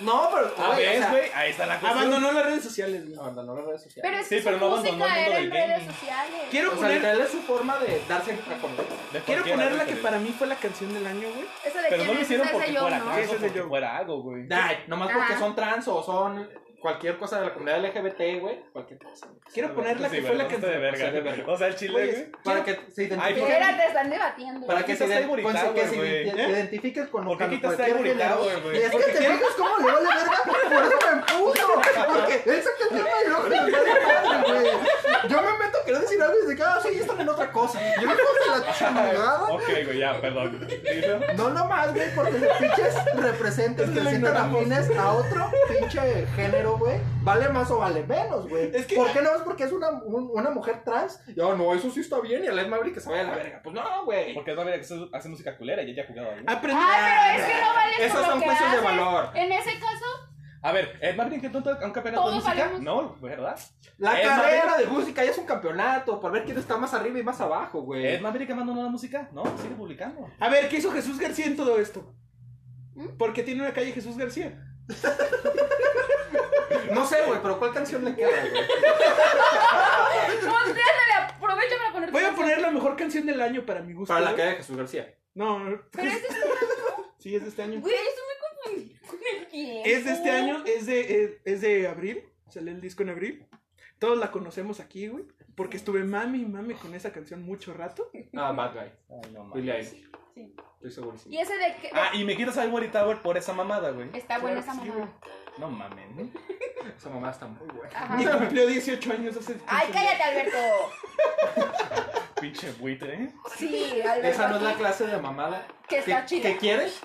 No, pero,
A
güey, o
ver,
sea,
güey, ahí está la cuestión.
Abandonó las redes sociales, güey.
Abandonó las redes sociales.
Pero es
Sí,
que
pero
su
no abandonó el
música
mundo
era
del
en redes
gaming.
sociales.
Quiero
O sea,
poner,
literal es su forma de darse a conocer.
De
quiero
cualquier
poner la
árbol
que para mí fue la canción del año, güey.
Esa de
Pero no
quién
lo
es,
hicieron
esa es
porque
de yo,
fuera
¿no?
trans o
Ese es de
porque
yo.
fuera algo, güey.
Ay, nomás porque
Ajá.
son trans o son cualquier cosa de la comunidad LGBT, güey. Cualquier cosa.
Quiero poner la
Sí,
que
güey,
fue la
no
canción.
de
o sea, de
verga.
verga.
O sea, el chile,
Oye,
güey.
Para que se
Ay, ¿por
identifiquen.
qué?
Espérate, están debatiendo.
Para
¿Por
que
qué
se,
estás
iden-
ahí
con-
Boritagua,
que se
güey?
ident-
¿Eh?
identifiques con,
¿Por qué
con
quitas ahí
cualquier género.
Boritagua, güey?
Y es que te fijas cómo le vale verga, por eso me empujo. Porque ese que tiene el ojo de madre, güey. Yo me meto a querer decir algo y de que, ah, sí, están en otra cosa. Yo me pongo la chingada.
Ok, güey, ya, perdón. ¿Listo?
No nomás, güey, porque los pinches representes que sientan afines a otro pinche género, güey, vale más o vale menos, güey.
Es que-
¿Por qué no es porque es una, un- una mujer trans? Ya, no, eso sí está bien y a la Maverick que se vaya a la verga. Pues no, güey.
Porque es una verga que hace- hace música culera y ella ha jugado algo.
Aprendí.
Ay, Ah, pero es que no vale
Esos
por lo
son
que
juicios de
haces.
valor.
En ese caso,
A ver, ¿es más bien que tonto aunque apenas
Todos
con música?
valemos.
No, ¿verdad?
La
Es
carrera
Maverick.
de música ya es un campeonato para ver quién está más arriba y más abajo, güey.
¿Es más bien que abandonó la música? No, sigue publicando.
A ver, ¿qué hizo Jesús García en todo esto?
¿Mm?
¿Por qué tiene una calle Jesús García?
No sé, güey, pero ¿cuál canción le queda, güey?
volteándole, aprovecha para poner.
Voy a poner la mejor canción del año para mi gusto.
Para la
güey.
calle de Jesús García.
No,
Pero es de este
sí, es de este año.
Güey, yo estoy muy confundida con el tiempo.
Es de este año, es de, es, es de abril. Salió el disco en abril. Todos la conocemos aquí, güey. Porque estuve mame y mame con esa canción mucho rato.
Ah, Bad Guy.
Ay, no
Billie
mames.
Eilish.
Sí.
Estoy segurísimo.
Y ese de que.
Ah, y me quitas al Worry Tower por esa mamada, güey.
Está buena esa
Claro que sí,
mamada.
No mames. ¿no?
Esa mamá está muy buena.
Ajá.
Y cumplió 18 años hace.
Ay, cállate, Alberto.
Pinche buitre. ¿eh?
Sí, Alberto.
Esa no es la
aquí,
clase de mamada
Que está
que,
chida.
que quieres,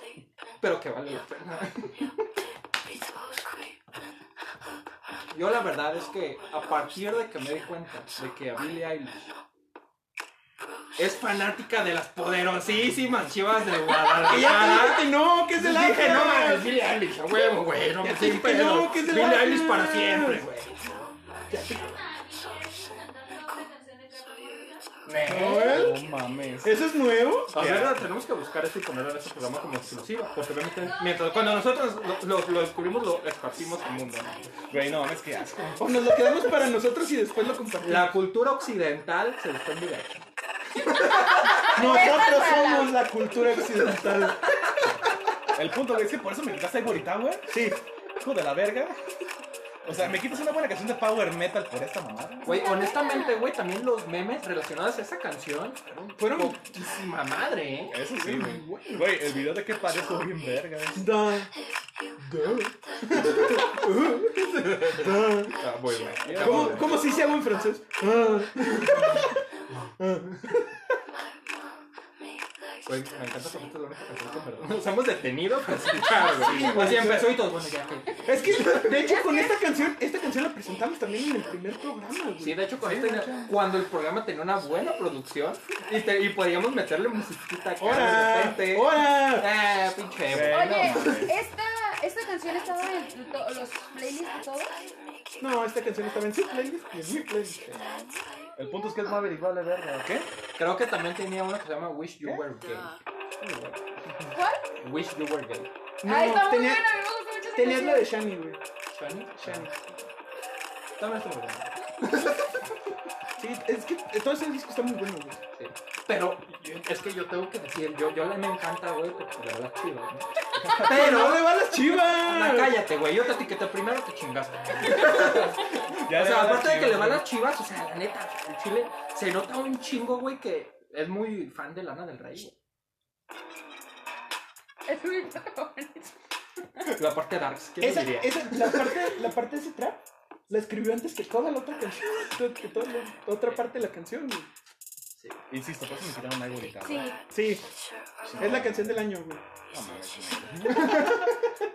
pero que vale la pena. Yo la verdad es que a partir de que me di cuenta de que a Billie Eilish es fanática de las poderosísimas chivas de
Que ya
Guadalajara.
te dije que no, que es
Dije,
del
no
Atlas.
mames, Billie Eilish, a huevo, güey, no
Ya
me
te dije
sin
que
pedo.
no, que es del
Billie Eilish para
Atlas.
siempre, güey.
No mames.
¿Eso es nuevo?
A ver, tenemos que buscar esto y ponerlo en este programa como exclusiva. Porque obviamente, mientras, cuando nosotros lo, lo- lo descubrimos, lo esparcimos al mundo. ¿no?
Güey, no mames, qué asco.
O nos lo quedamos para nosotros y después lo compartimos.
La cultura occidental se está envidiosa.
Nosotros
Esa es la-
somos la cultura occidental.
El punto, güey, es que por eso me quitas al Worry Tower.
Sí.
Hijo de la verga. O sea, me quitas una buena canción de Power Metal por esta mamada.
Güey, honestamente, güey, también los memes relacionados a esa canción fueron,
Fueron-
poquísima madre, ¿eh?
Eso sí, güey. Güey, el video de que parezco bien verga. güey.
Da.
Ah, güey, güey.
¿Cómo, cómo sí se hago en francés? Ah.
Güey, me encanta porque esta es la única canción que perdón. Nos hemos detenido
pues,
para escuchar, güey. Así empezó y todo. Bueno, ya que.
Es que, de hecho, con esta canción, esta canción la presentamos también en el primer programa, güey.
Sí, de hecho, con esta- cuando el programa tenía una buena producción y, te- y podíamos meterle musiquita acá de
¡Hora!
repente.
¡Hora!
Ah, pinche emo.
Eh.
Güey,
Oye,
no mames.
esta, esta canción estaba en to- los playlists de todos.
No, esta canción estaba en su playlist y en mi playlist.
El punto es que es Maverick, vale verga. ¿Qué?
Creo que también tenía uno que se llama Wish You Were Gay.
¿Cuál?
Wish You Were Gay.
No,
Ay, está muy
tenía-
buena, a mí me gusta mucho esa
Tenías
canción.
la de Shani, güey.
¿Shani?
Shani.
También está muy bueno.
Sí, es que todo ese disco está muy bueno, güey.
Sí. Pero yo- es que yo tengo que decir, yo, yo le me encanta, güey, porque le va la chiva. ¿no? Pero.
¡No le va a las chivas!
Anda, cállate, güey. Yo te etiqueté primero, te chingaste.
Ya
o sea,
le
aparte de que le va a
van
las chivas, o sea, la neta, el chile se nota un chingo, güey, que es muy fan de Lana del Rey.
Es muy cabrón.
güey. La parte Darks, ¿qué
Esa,
te diría?
esa, la, parte, la parte de ese trap la escribió antes que toda la otra canción. Que toda la otra parte de la canción, güey.
Insisto, por eso me quitaron algo ahorita.
Sí.
Sí, es la canción del año, güey.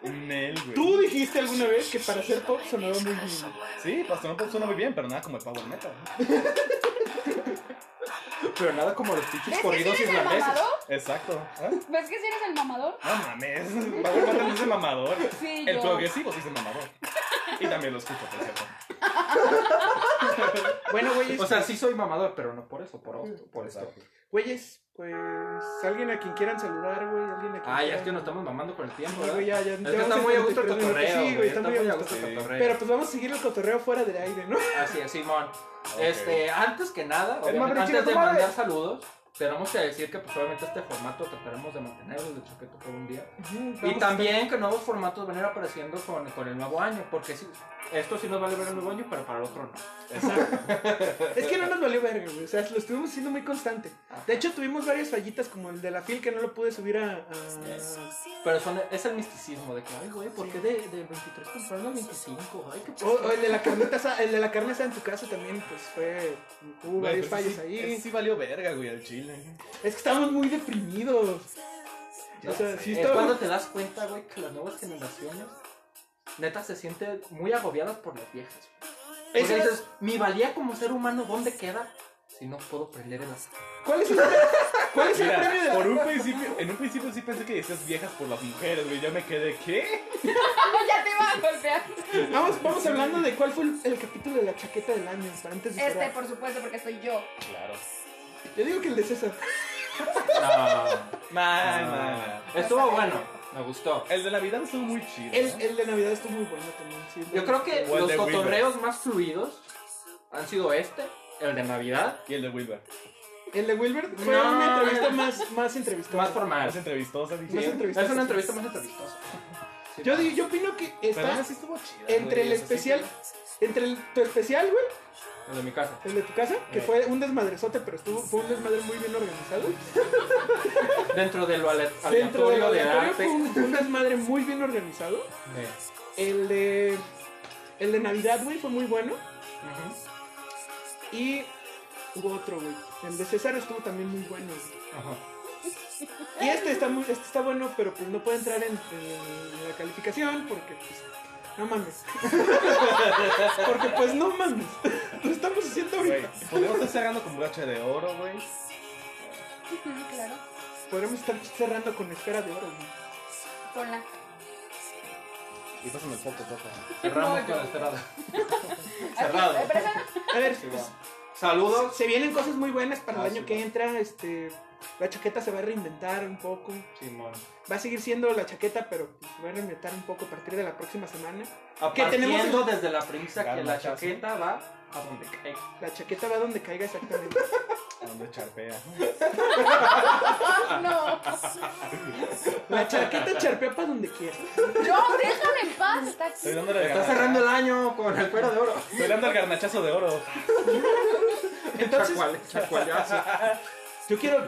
Nel, güey.
Tú dijiste alguna vez que para ser pop sonaba muy bien.
Sí, Pastor Pop suena muy bien, pero nada como el Power Metal.
Pero nada como los pinches
¿Ves que si
corridos
eres el
irlandeses.
mamador?
Exacto. ¿Ah?
¿Ves que si eres el mamador?
No mames. Power Metal es de mamador.
Sí,
El
yo.
progresivo sí es de mamador. Y también lo escucho, por cierto.
Bueno, güeyes,
O sea, sí soy mamador, pero no por eso, por, otro, por esto.
güeyes, pues alguien a quien quieran saludar, güey, alguien a quien
Ah, ya es
quieran-
que nos estamos mamando con el tiempo,
Sí, güey,
¿verdad?
ya, ya.
Es
ya
que está
vamos
muy a gusto el
73 minutos.
cotorreo,
Sí,
güey.
güey,
Está muy a gusto el
sí.
cotorreo.
Pero pues vamos a seguir el cotorreo fuera del aire, ¿no?
Así es, Simón. Este, antes que nada, obviamente,
Maverick,
antes
chinga
de
tu madre.
mandar saludos, tenemos que decir que pues obviamente este formato trataremos de mantenerlo de chaqueto por un día. Y también que nuevos formatos van a ir apareciendo con, con el nuevo año, porque sí, esto sí nos vale ver el nuevo año, pero para el otro no.
Es que no nos valió verga, güey. O sea, lo estuvimos haciendo muy constante. De hecho, tuvimos varias fallitas, como el de la fil que no lo pude subir a. a-
Pero son, es el misticismo de que, ay, güey, ¿por qué de, de 23 compraron a 25? Ay, qué
O, o el de la carnita asa- el de la carne asa en tu casa también, pues fue. Hubo
Güey,
varios
pues,
pero
fallos
ese sí,
ahí.
ese
Es,
sí valió verga, güey, al chile.
que estábamos muy deprimidos.
Ya
o sea,
sé.
sí
Es
estaba-
cuando te das cuenta, güey, que las nuevas generaciones neta se sienten muy agobiadas por las viejas. güey. Porque
Ese era-
dices, mi valía como ser humano, ¿dónde queda? Si no puedo prender el azar.
¿Cuál es el, cuál es el
Mira,
premio de la
por un principio, en un principio sí pensé que decías viejas por las mujeres, güey. Yo me quedé, ¿qué?
Ya te iba a golpear.
Vamos, vamos hablando de cuál fue el, el capítulo de la chaqueta del año. para antes de
Este,
cerrar.
por supuesto, porque soy yo.
Claro.
Yo digo que el de César.
Mal,
Estuvo bueno, me gustó.
El de Navidad estuvo muy chido.
El,
¿no?
el de Navidad estuvo muy bueno también. sí,
Yo
¿no?
creo que
O el
los
de Wilber.
cotorreos más fluidos han sido este, el de Navidad,
Y el de Wilber.
El de Wilbert fue
No.
una entrevista más, más entrevistada.
más formal.
Más entrevistosa,
Sí,
dije.
Ah. Más entrevistoso.
Es una entrevista más entrevistosa. Sí.
Yo, digo- yo opino que
Pero aún
está
así estuvo chida.
entre
güey,
el
o sea, sí
especial. Entre el- tu especial, güey,
El de mi casa.
el de tu casa, que
Eh.
fue un desmadrezote, pero estuvo, fue un desmadre muy bien organizado.
Dentro de lo ale-
Dentro del
aleatorio de
aleatorio fue
arte.
un, fue un desmadre muy bien organizado.
Eh,
El de. El de Navidad, güey, fue muy bueno.
ujú.
Y hubo otro, güey. El de César estuvo también muy bueno. güey.
Ajá.
Y este está muy, este está bueno, pero pues no puede entrar en, en la calificación porque pues no mames. porque pues no mames. Lo estamos haciendo
sí, Güey,
ahorita.
podríamos estar cerrando con broche de oro, güey.
Ujú, Claro.
Podremos estar cerrando con esfera de oro, güey.
Ponla.
Y pásame el poco, toca.
Cerramos con la cerrada. Cerrado.
Aquí, eh, pero esa-
A ver,
Sí,
pues,
va. Saludos.
se vienen cosas muy buenas para
Ah,
el año
sí,
que
va.
entra, este la chaqueta se va a reinventar un poco.
Simón.
Va a seguir siendo la chaqueta, pero pues, se va a reinventar un poco a partir de la próxima semana.
Que
tenemos el-
tenemos desde la premisa que
Gran
la
machazo.
chaqueta va a donde cae.
La chaqueta va donde caiga exactamente.
A donde charpea.
No.
La chaqueta charpea para donde quiera.
No, déjame en paz. Está
Estoy dándole el
Está
garnacha-
cerrando el año con el cuero de oro.
Estoy dando el garnachazo de oro.
Entonces,
Chacual, chacualazo.
yo quiero,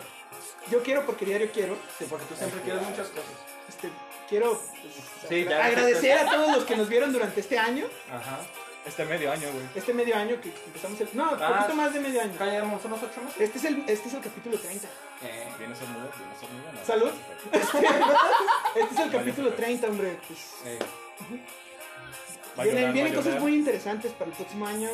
yo quiero porque diario quiero,
Sí, porque tú siempre quieres muchas cosas.
este, quiero pues,
Sí, ya.
agradecer a todos los que nos vieron durante este año,
Ajá.
Este medio año, güey.
este medio año que empezamos el, no, un
Ah.
poquito más de medio año.
Acá llevamos unos ocho meses.
Este es el, este es el capítulo 30.
Eh,
Viene sornudo, viene sornudo. No,
Salud. Este es el
Vale,
capítulo
perfecto.
30, hombre. pues,
eh.
Va a
vienen
llorar,
vienen
va a
cosas
llorar.
muy interesantes para el próximo año.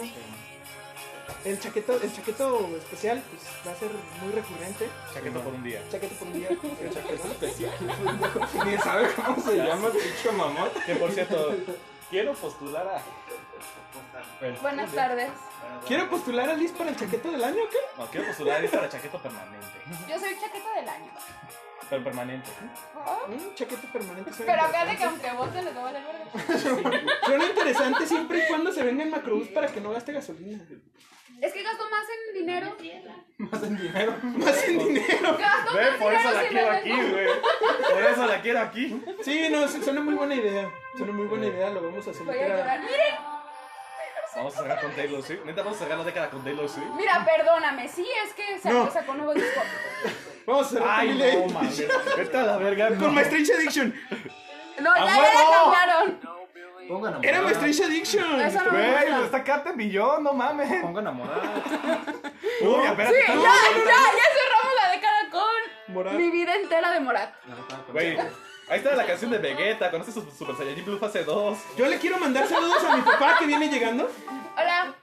El chaqueto, el chaqueto especial, pues, va a ser muy recurrente.
Chaqueto por un día.
Chaqueto por un día.
El chaqueta especial. Ni sabe cómo se llama el pinche mamón.
Que por cierto, quiero postular a.
Buenas tardes.
¿Quiere postular a Liz para el chaqueta del año o qué?
No, quiero postular es para chaqueta permanente.
Yo soy chaqueta del año.
Pero permanente.
Oh,
Un chaqueta permanente. suena
Pero acá de que
interesante.
aunque vos te les va a valer verga.
Suena interesante siempre y cuando se venga en macrobús para que no gaste gasolina.
Es que gasto más en dinero.
Más en dinero.
Más en dinero.
Gasto
Ve,
más
por
dinero
eso la
si
quiero
no
aquí,
vengo.
güey. Por eso la quiero aquí.
Sí, no, su- suena muy buena idea. Suena muy buena idea, lo vamos a
Voy a
someter
llorar.
a...
Miren,
Vamos a cerrar con Taylor Swift. Neta, vamos a cerrar la década con Taylor Swift.
mira, perdóname. Sí, es que sacó,
No.
sacó nuevo disco.
Vamos a cerrar
Ay,
con
no
Billie
mames. Vete a la verga.
Eilish. Con
no.
Strange Addiction.
No, ya, ya
huevo!
le cambiaron.
Pongo enamorada.
Era Strange Addiction.
Eso no me
Güey,
gusta.
pues está Kate Millón, no mames.
Pongo enamorada.
Uy,
Sí,
espérate.
ya, ya, ya cerramos la década con
Morat.
mi vida entera de Morat.
Güey, ahí está la canción de Vegeta. Conoces su Super Saiyajin Blue fase 2.
Yo le quiero mandar saludos a mi papá que viene llegando.
Hola.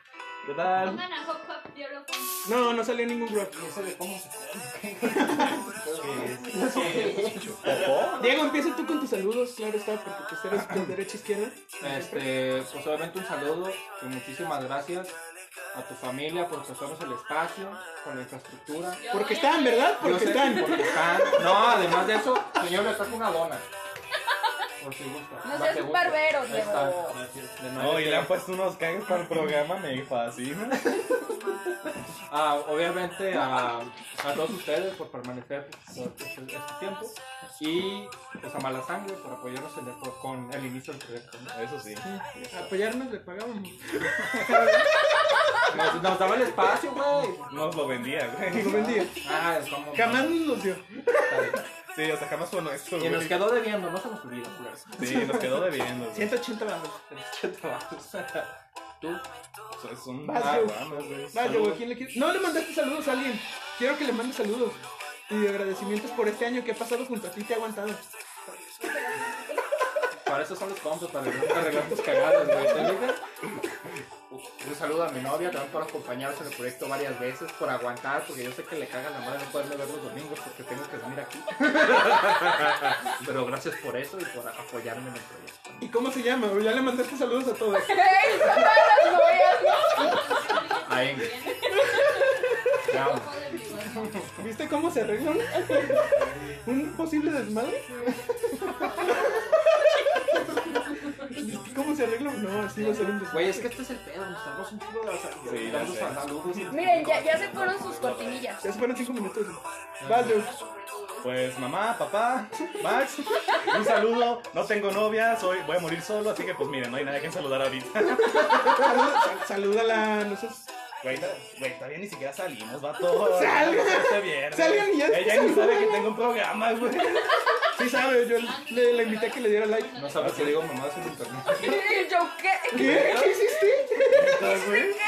¿Qué tal?
Pongan a Hop Hop Diablo con-
No, no salió ningún grab. Diego, empieza tú con tus saludos, claro está, porque pues eres de derecha izquierda.
Este, pues obviamente un saludo y muchísimas gracias a tu familia por prestarnos el espacio, por la infraestructura.
Porque están, ¿verdad?
Yo
Porque
sé,
están.
Porque están. No, además de eso, señor, le trajo una dona. Por si gusta.
No
Va,
seas
te
un
gusta.
barbero,
Ahí
Diego.
está. Gracias. De nada.
No, y le han puesto unos cagues para el programa, me fascina.
Ah, obviamente a, a todos ustedes por permanecer por este, este tiempo y pues a Mala Sangre por apoyarnos en el- con el inicio del proyecto.
Eso sí.
Apoyarnos le pagábamos.
Nos, nos daba el espacio, güey.
Nos lo vendía, güey.
Lo vendía.
Ah, como...
Jamás nos los dio.
Sí, o sea, jamás fue nuestro,
Y nos
güey.
quedó debiendo, no se nos olvida, pues. culero.
Sí, nos quedó debiendo. güey.
180 baros.
¿Qué trabajos? Tú,
Eso Es un
Vas,
ah,
yo.
mames, güey.
No, yo,
Saludos.
güey, ¿quién le quiere? No le mandaste saludos a alguien. Quiero que le mande saludos. Y de agradecimientos por este año que ha pasado junto a ti y te ha aguantado.
para eso son los compas, para arreglar, arreglar tus cagadas, güey. ¿Te fijas? Un saludo a mi novia también por acompañarnos en el proyecto varias veces, por aguantar, porque yo sé que le cagan la madre no poderme ver los domingos porque tengo que venir aquí. Pero gracias por eso y por apoyarme en el proyecto.
¿Y cómo se llama? güey? Ya le mandaste saludos a todos.
¡Ey! Son todas las novias, ¿no?
A Ingrid. Te amo.
¿Viste cómo se arreglan? ¿Un posible desmadre? ¿Viste cómo se arregla? No, así va a ser un desmadre.
Güey, es que este es el pedo, nos damos un chico de las
Sí, ya
damos
sé.
saludos.
Miren, ya, ya se fueron sus cortinillas.
Ya se fueron 5 minutos. Vas, Leo.
Pues mamá, papá, Max, un saludo. No tengo novia, soy, voy a morir solo, así que pues miren, no hay nadie que saludar ahorita.
Sal- Salúdala, no seas-
Güey, no- güey, todavía ni siquiera salimos, va todo.
Salgan.
Este viernes.
Salgan y ya
Ella ni sabe que
salúdala.
tengo un programa, güey.
Sí sabe, yo le, le invité a que le diera like.
No sabes que digo mamás en internet.
Y yo, ¿qué?
¿Qué? ¿Qué hiciste?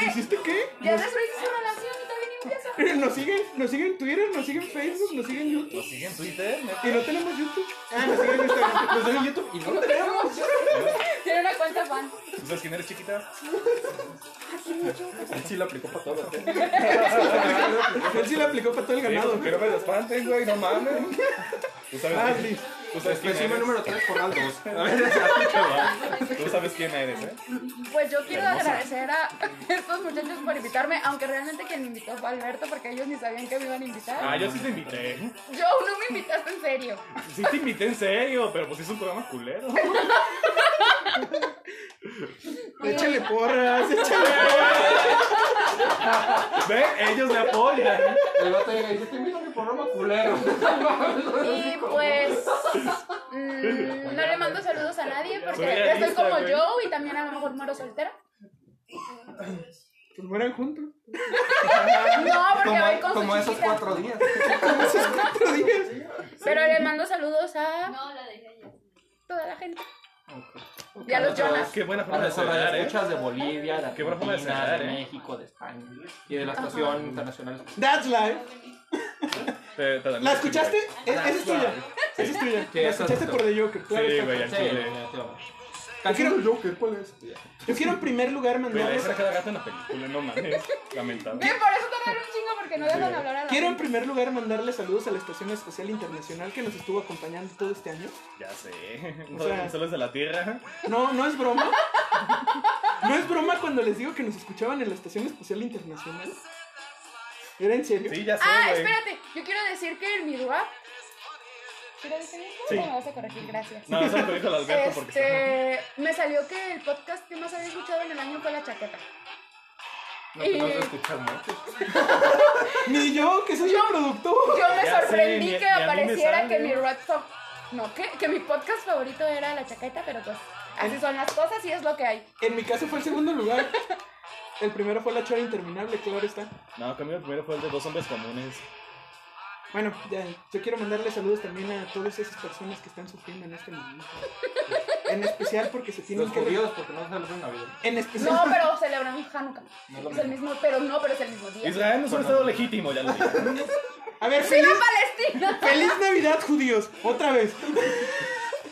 ¿Hiciste qué?
Ya destruiste su relación y todavía ni empieza.
Nos siguen, nos siguen en Twitter, nos siguen en Facebook, nos siguen en YouTube.
¿Nos siguen en Twitter? neta?
Y no tenemos YouTube. Ah, nos siguen en Instagram. Nos siguen en YouTube y no lo tenemos.
Tiene una cuenta fan.
¿Tú sabes quién eres, chiquita?
Sí, lo aplicó para todo. ¿eh?
Él sí le aplicó para todo el ganado.
Digo, que no me espanten, güey, no mames. ¿Tú sabes,
Ah,
quién,
sí.
tú sabes quién
Espécime
eres?
número 3 por al 2.
Tú sabes quién eres, ¿eh?
Pues yo quiero agradecer a estos muchachos por invitarme, aunque realmente quien me invitó fue Alberto, porque ellos ni sabían que me iban a invitar.
Ah, yo sí te invité.
Yo no me invitaste en serio.
Sí te invité en serio, pero pues es un programa culero.
Échale porras, échale.
Ve, ellos me apoyan.
El vato llega y dice, te invito a mi programa culero.
Y pues mm, no le mando saludos a nadie porque
Soy
ya estoy
realista,
como
güey.
yo y también a lo mejor muero soltera.
Pues mueran juntos.
No, porque voy con
como
su
esos
chiquita.
cuatro días.
Cuatro días.
Pero le mando saludos a
No, la dejé ya.
toda la gente.
Ok.
Y a los
Otros-
Jonas.
Qué buena
A
forma de
las
cerrar, ¿eh?
escuchas de Bolivia, de
Qué buena forma de
Argentina,
cerrar,
de
eh.
México, de España y de la Estación Internacional.
That's life.
Te- te dan-
¿La escuchaste? E- Esa es tuya. Esa es tuya.
Sí,
La
esa es
escuchaste
tuya.
por The Joker. Claro
Sí,
está.
güey, al
Sí,
chile.
Canción
Creo-
del Joker, ¿cuál es?
Yo quiero en primer lugar
Güey, la
mandarles.
esa cada gato en la película, no mames. Lamentable.
Bien, por eso tardaron un chingo porque no dejan hablar a la
Quiero en
gente.
primer lugar mandarle saludos a la Estación Espacial Internacional que nos estuvo acompañando todo este año.
Ya sé.
O sea-
Solo es de la tierra.
No, no es broma. No es broma cuando les digo que nos escuchaban en la Estación Espacial Internacional. ¿Era en serio?
Sí, ya sé,
Ah,
güey.
espérate, yo quiero decir que en mi rap. ¿Quiero decir eso?
Sí.
No, me vas a corregir, gracias.
No, eso lo dijo el Alberto porque
Este, me salió que el podcast que más había escuchado en el año fue La Chaqueta.
no, pues no
y-
se escucha mucho.
Ni yo, que soy yo productor.
Yo
Ya
me
sé,
sorprendí
ni-
que
ni a mí me
apareciera
sale.
que mi rap fa- no, que, que mi podcast favorito era La Chaqueta, pero pues así son las cosas y es lo que hay.
En mi caso fue el segundo lugar. El primero fue la chora interminable, claro está.
No, conmigo el primero fue el de dos hombres comunes.
Bueno, ya, yo quiero mandarle saludos también a todas esas personas que están sufriendo en este momento. En especial porque se tienen
Los
que.
judíos, porque no celebran Navidad.
En especial.
No, pero celebramos Hanukkah.
No es lo
es el
mismo.
mismo, pero no, pero es el mismo día.
Israel no es un estado legítimo, ya lo dije.
A ver, feliz,
Palestina.
feliz Navidad, judíos. Otra vez.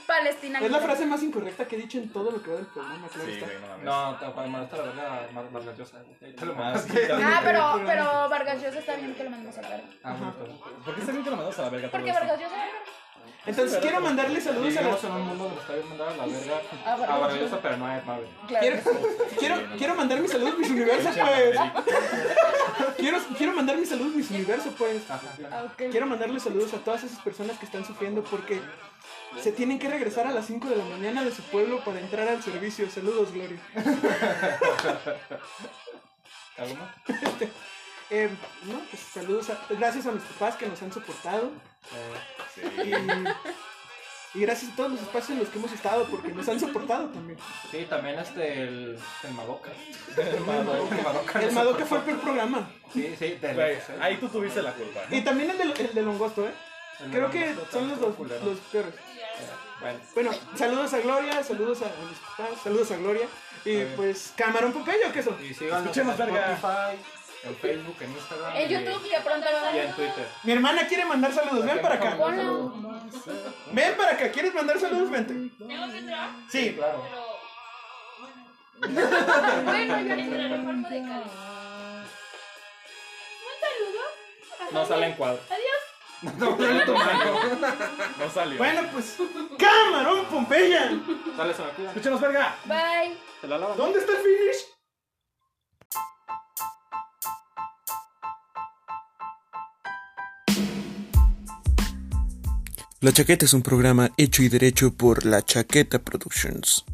Palestina.
Es la frase más incorrecta que he dicho en todo lo que va del programa, claro
Sí,
está.
güey, no mames.
No, te- para mandarte la verga más maravillosa. Te lo
Ah, sí,
mandaste.
Ah, pero, pero Vargas Llosa está bien que lo mandemos a la verga.
Ah, bueno, perdón.
¿Por qué está bien que lo mandamos a la verga todo
Porque
esto?
Vargas Llosa Ah, era-
Entonces quiero mandarle saludos a las.
Vivimos en un mundo donde está bien mandada la verga.
Ah,
Ah,
bueno.
maravillosa, pero no es Marvel.
Claro.
Quiero,
que sí.
quiero, quiero mandar mis saludos mis universo, pues. Quiero, quiero mandar mis saludos mis universo, pues.
Ah, ok.
Quiero mandarle saludos a todas esas personas que están sufriendo porque se tienen que regresar a las 5 de la mañana de su pueblo para entrar al servicio. Saludos, Gloria.
¿Algo más?
Eh, no, pues saludos. a- gracias a mis papás que nos han soportado.
Eh,
Sí.
Y gracias a todos los espacios en los que hemos estado porque nos han soportado también.
Sí, también este, el, el Madoka.
El Madoka.
El Madoka.
El Madoka fue el peor programa.
Sí, sí, te
Güey, ahí tú tuviste la culpa.
Y también el de, el de Longosto, ¿eh? Creo que son los dos los peores.
Bueno,
Bueno, saludos a Gloria, saludos a a mis papás, saludos a Gloria. Y
bien.
pues, camarón Pompeyo, que eso.
y síganos
Escuchemos,
en
verga.
Spotify, en Facebook, en Instagram.
En
y-
YouTube que pronto lo
Y en
harán.
Twitter.
Mi hermana quiere mandar saludos, ven para acá.
Hola.
Ven para acá, ¿quieres mandar saludos? Vente.
Tengo que entrar,
Sí.
Claro.
pero
Bueno, ya
en el cuerpo de Cádiz.
No sale en cuadro.
No salió.
Bueno, pues, camarón Pompeya.
Sale, se me cuida.
escúchenos, verga.
Bye.
Se la lavan.
¿Dónde está el finish?
La Chaqueta es un programa hecho y derecho por La Chaqueta Productions.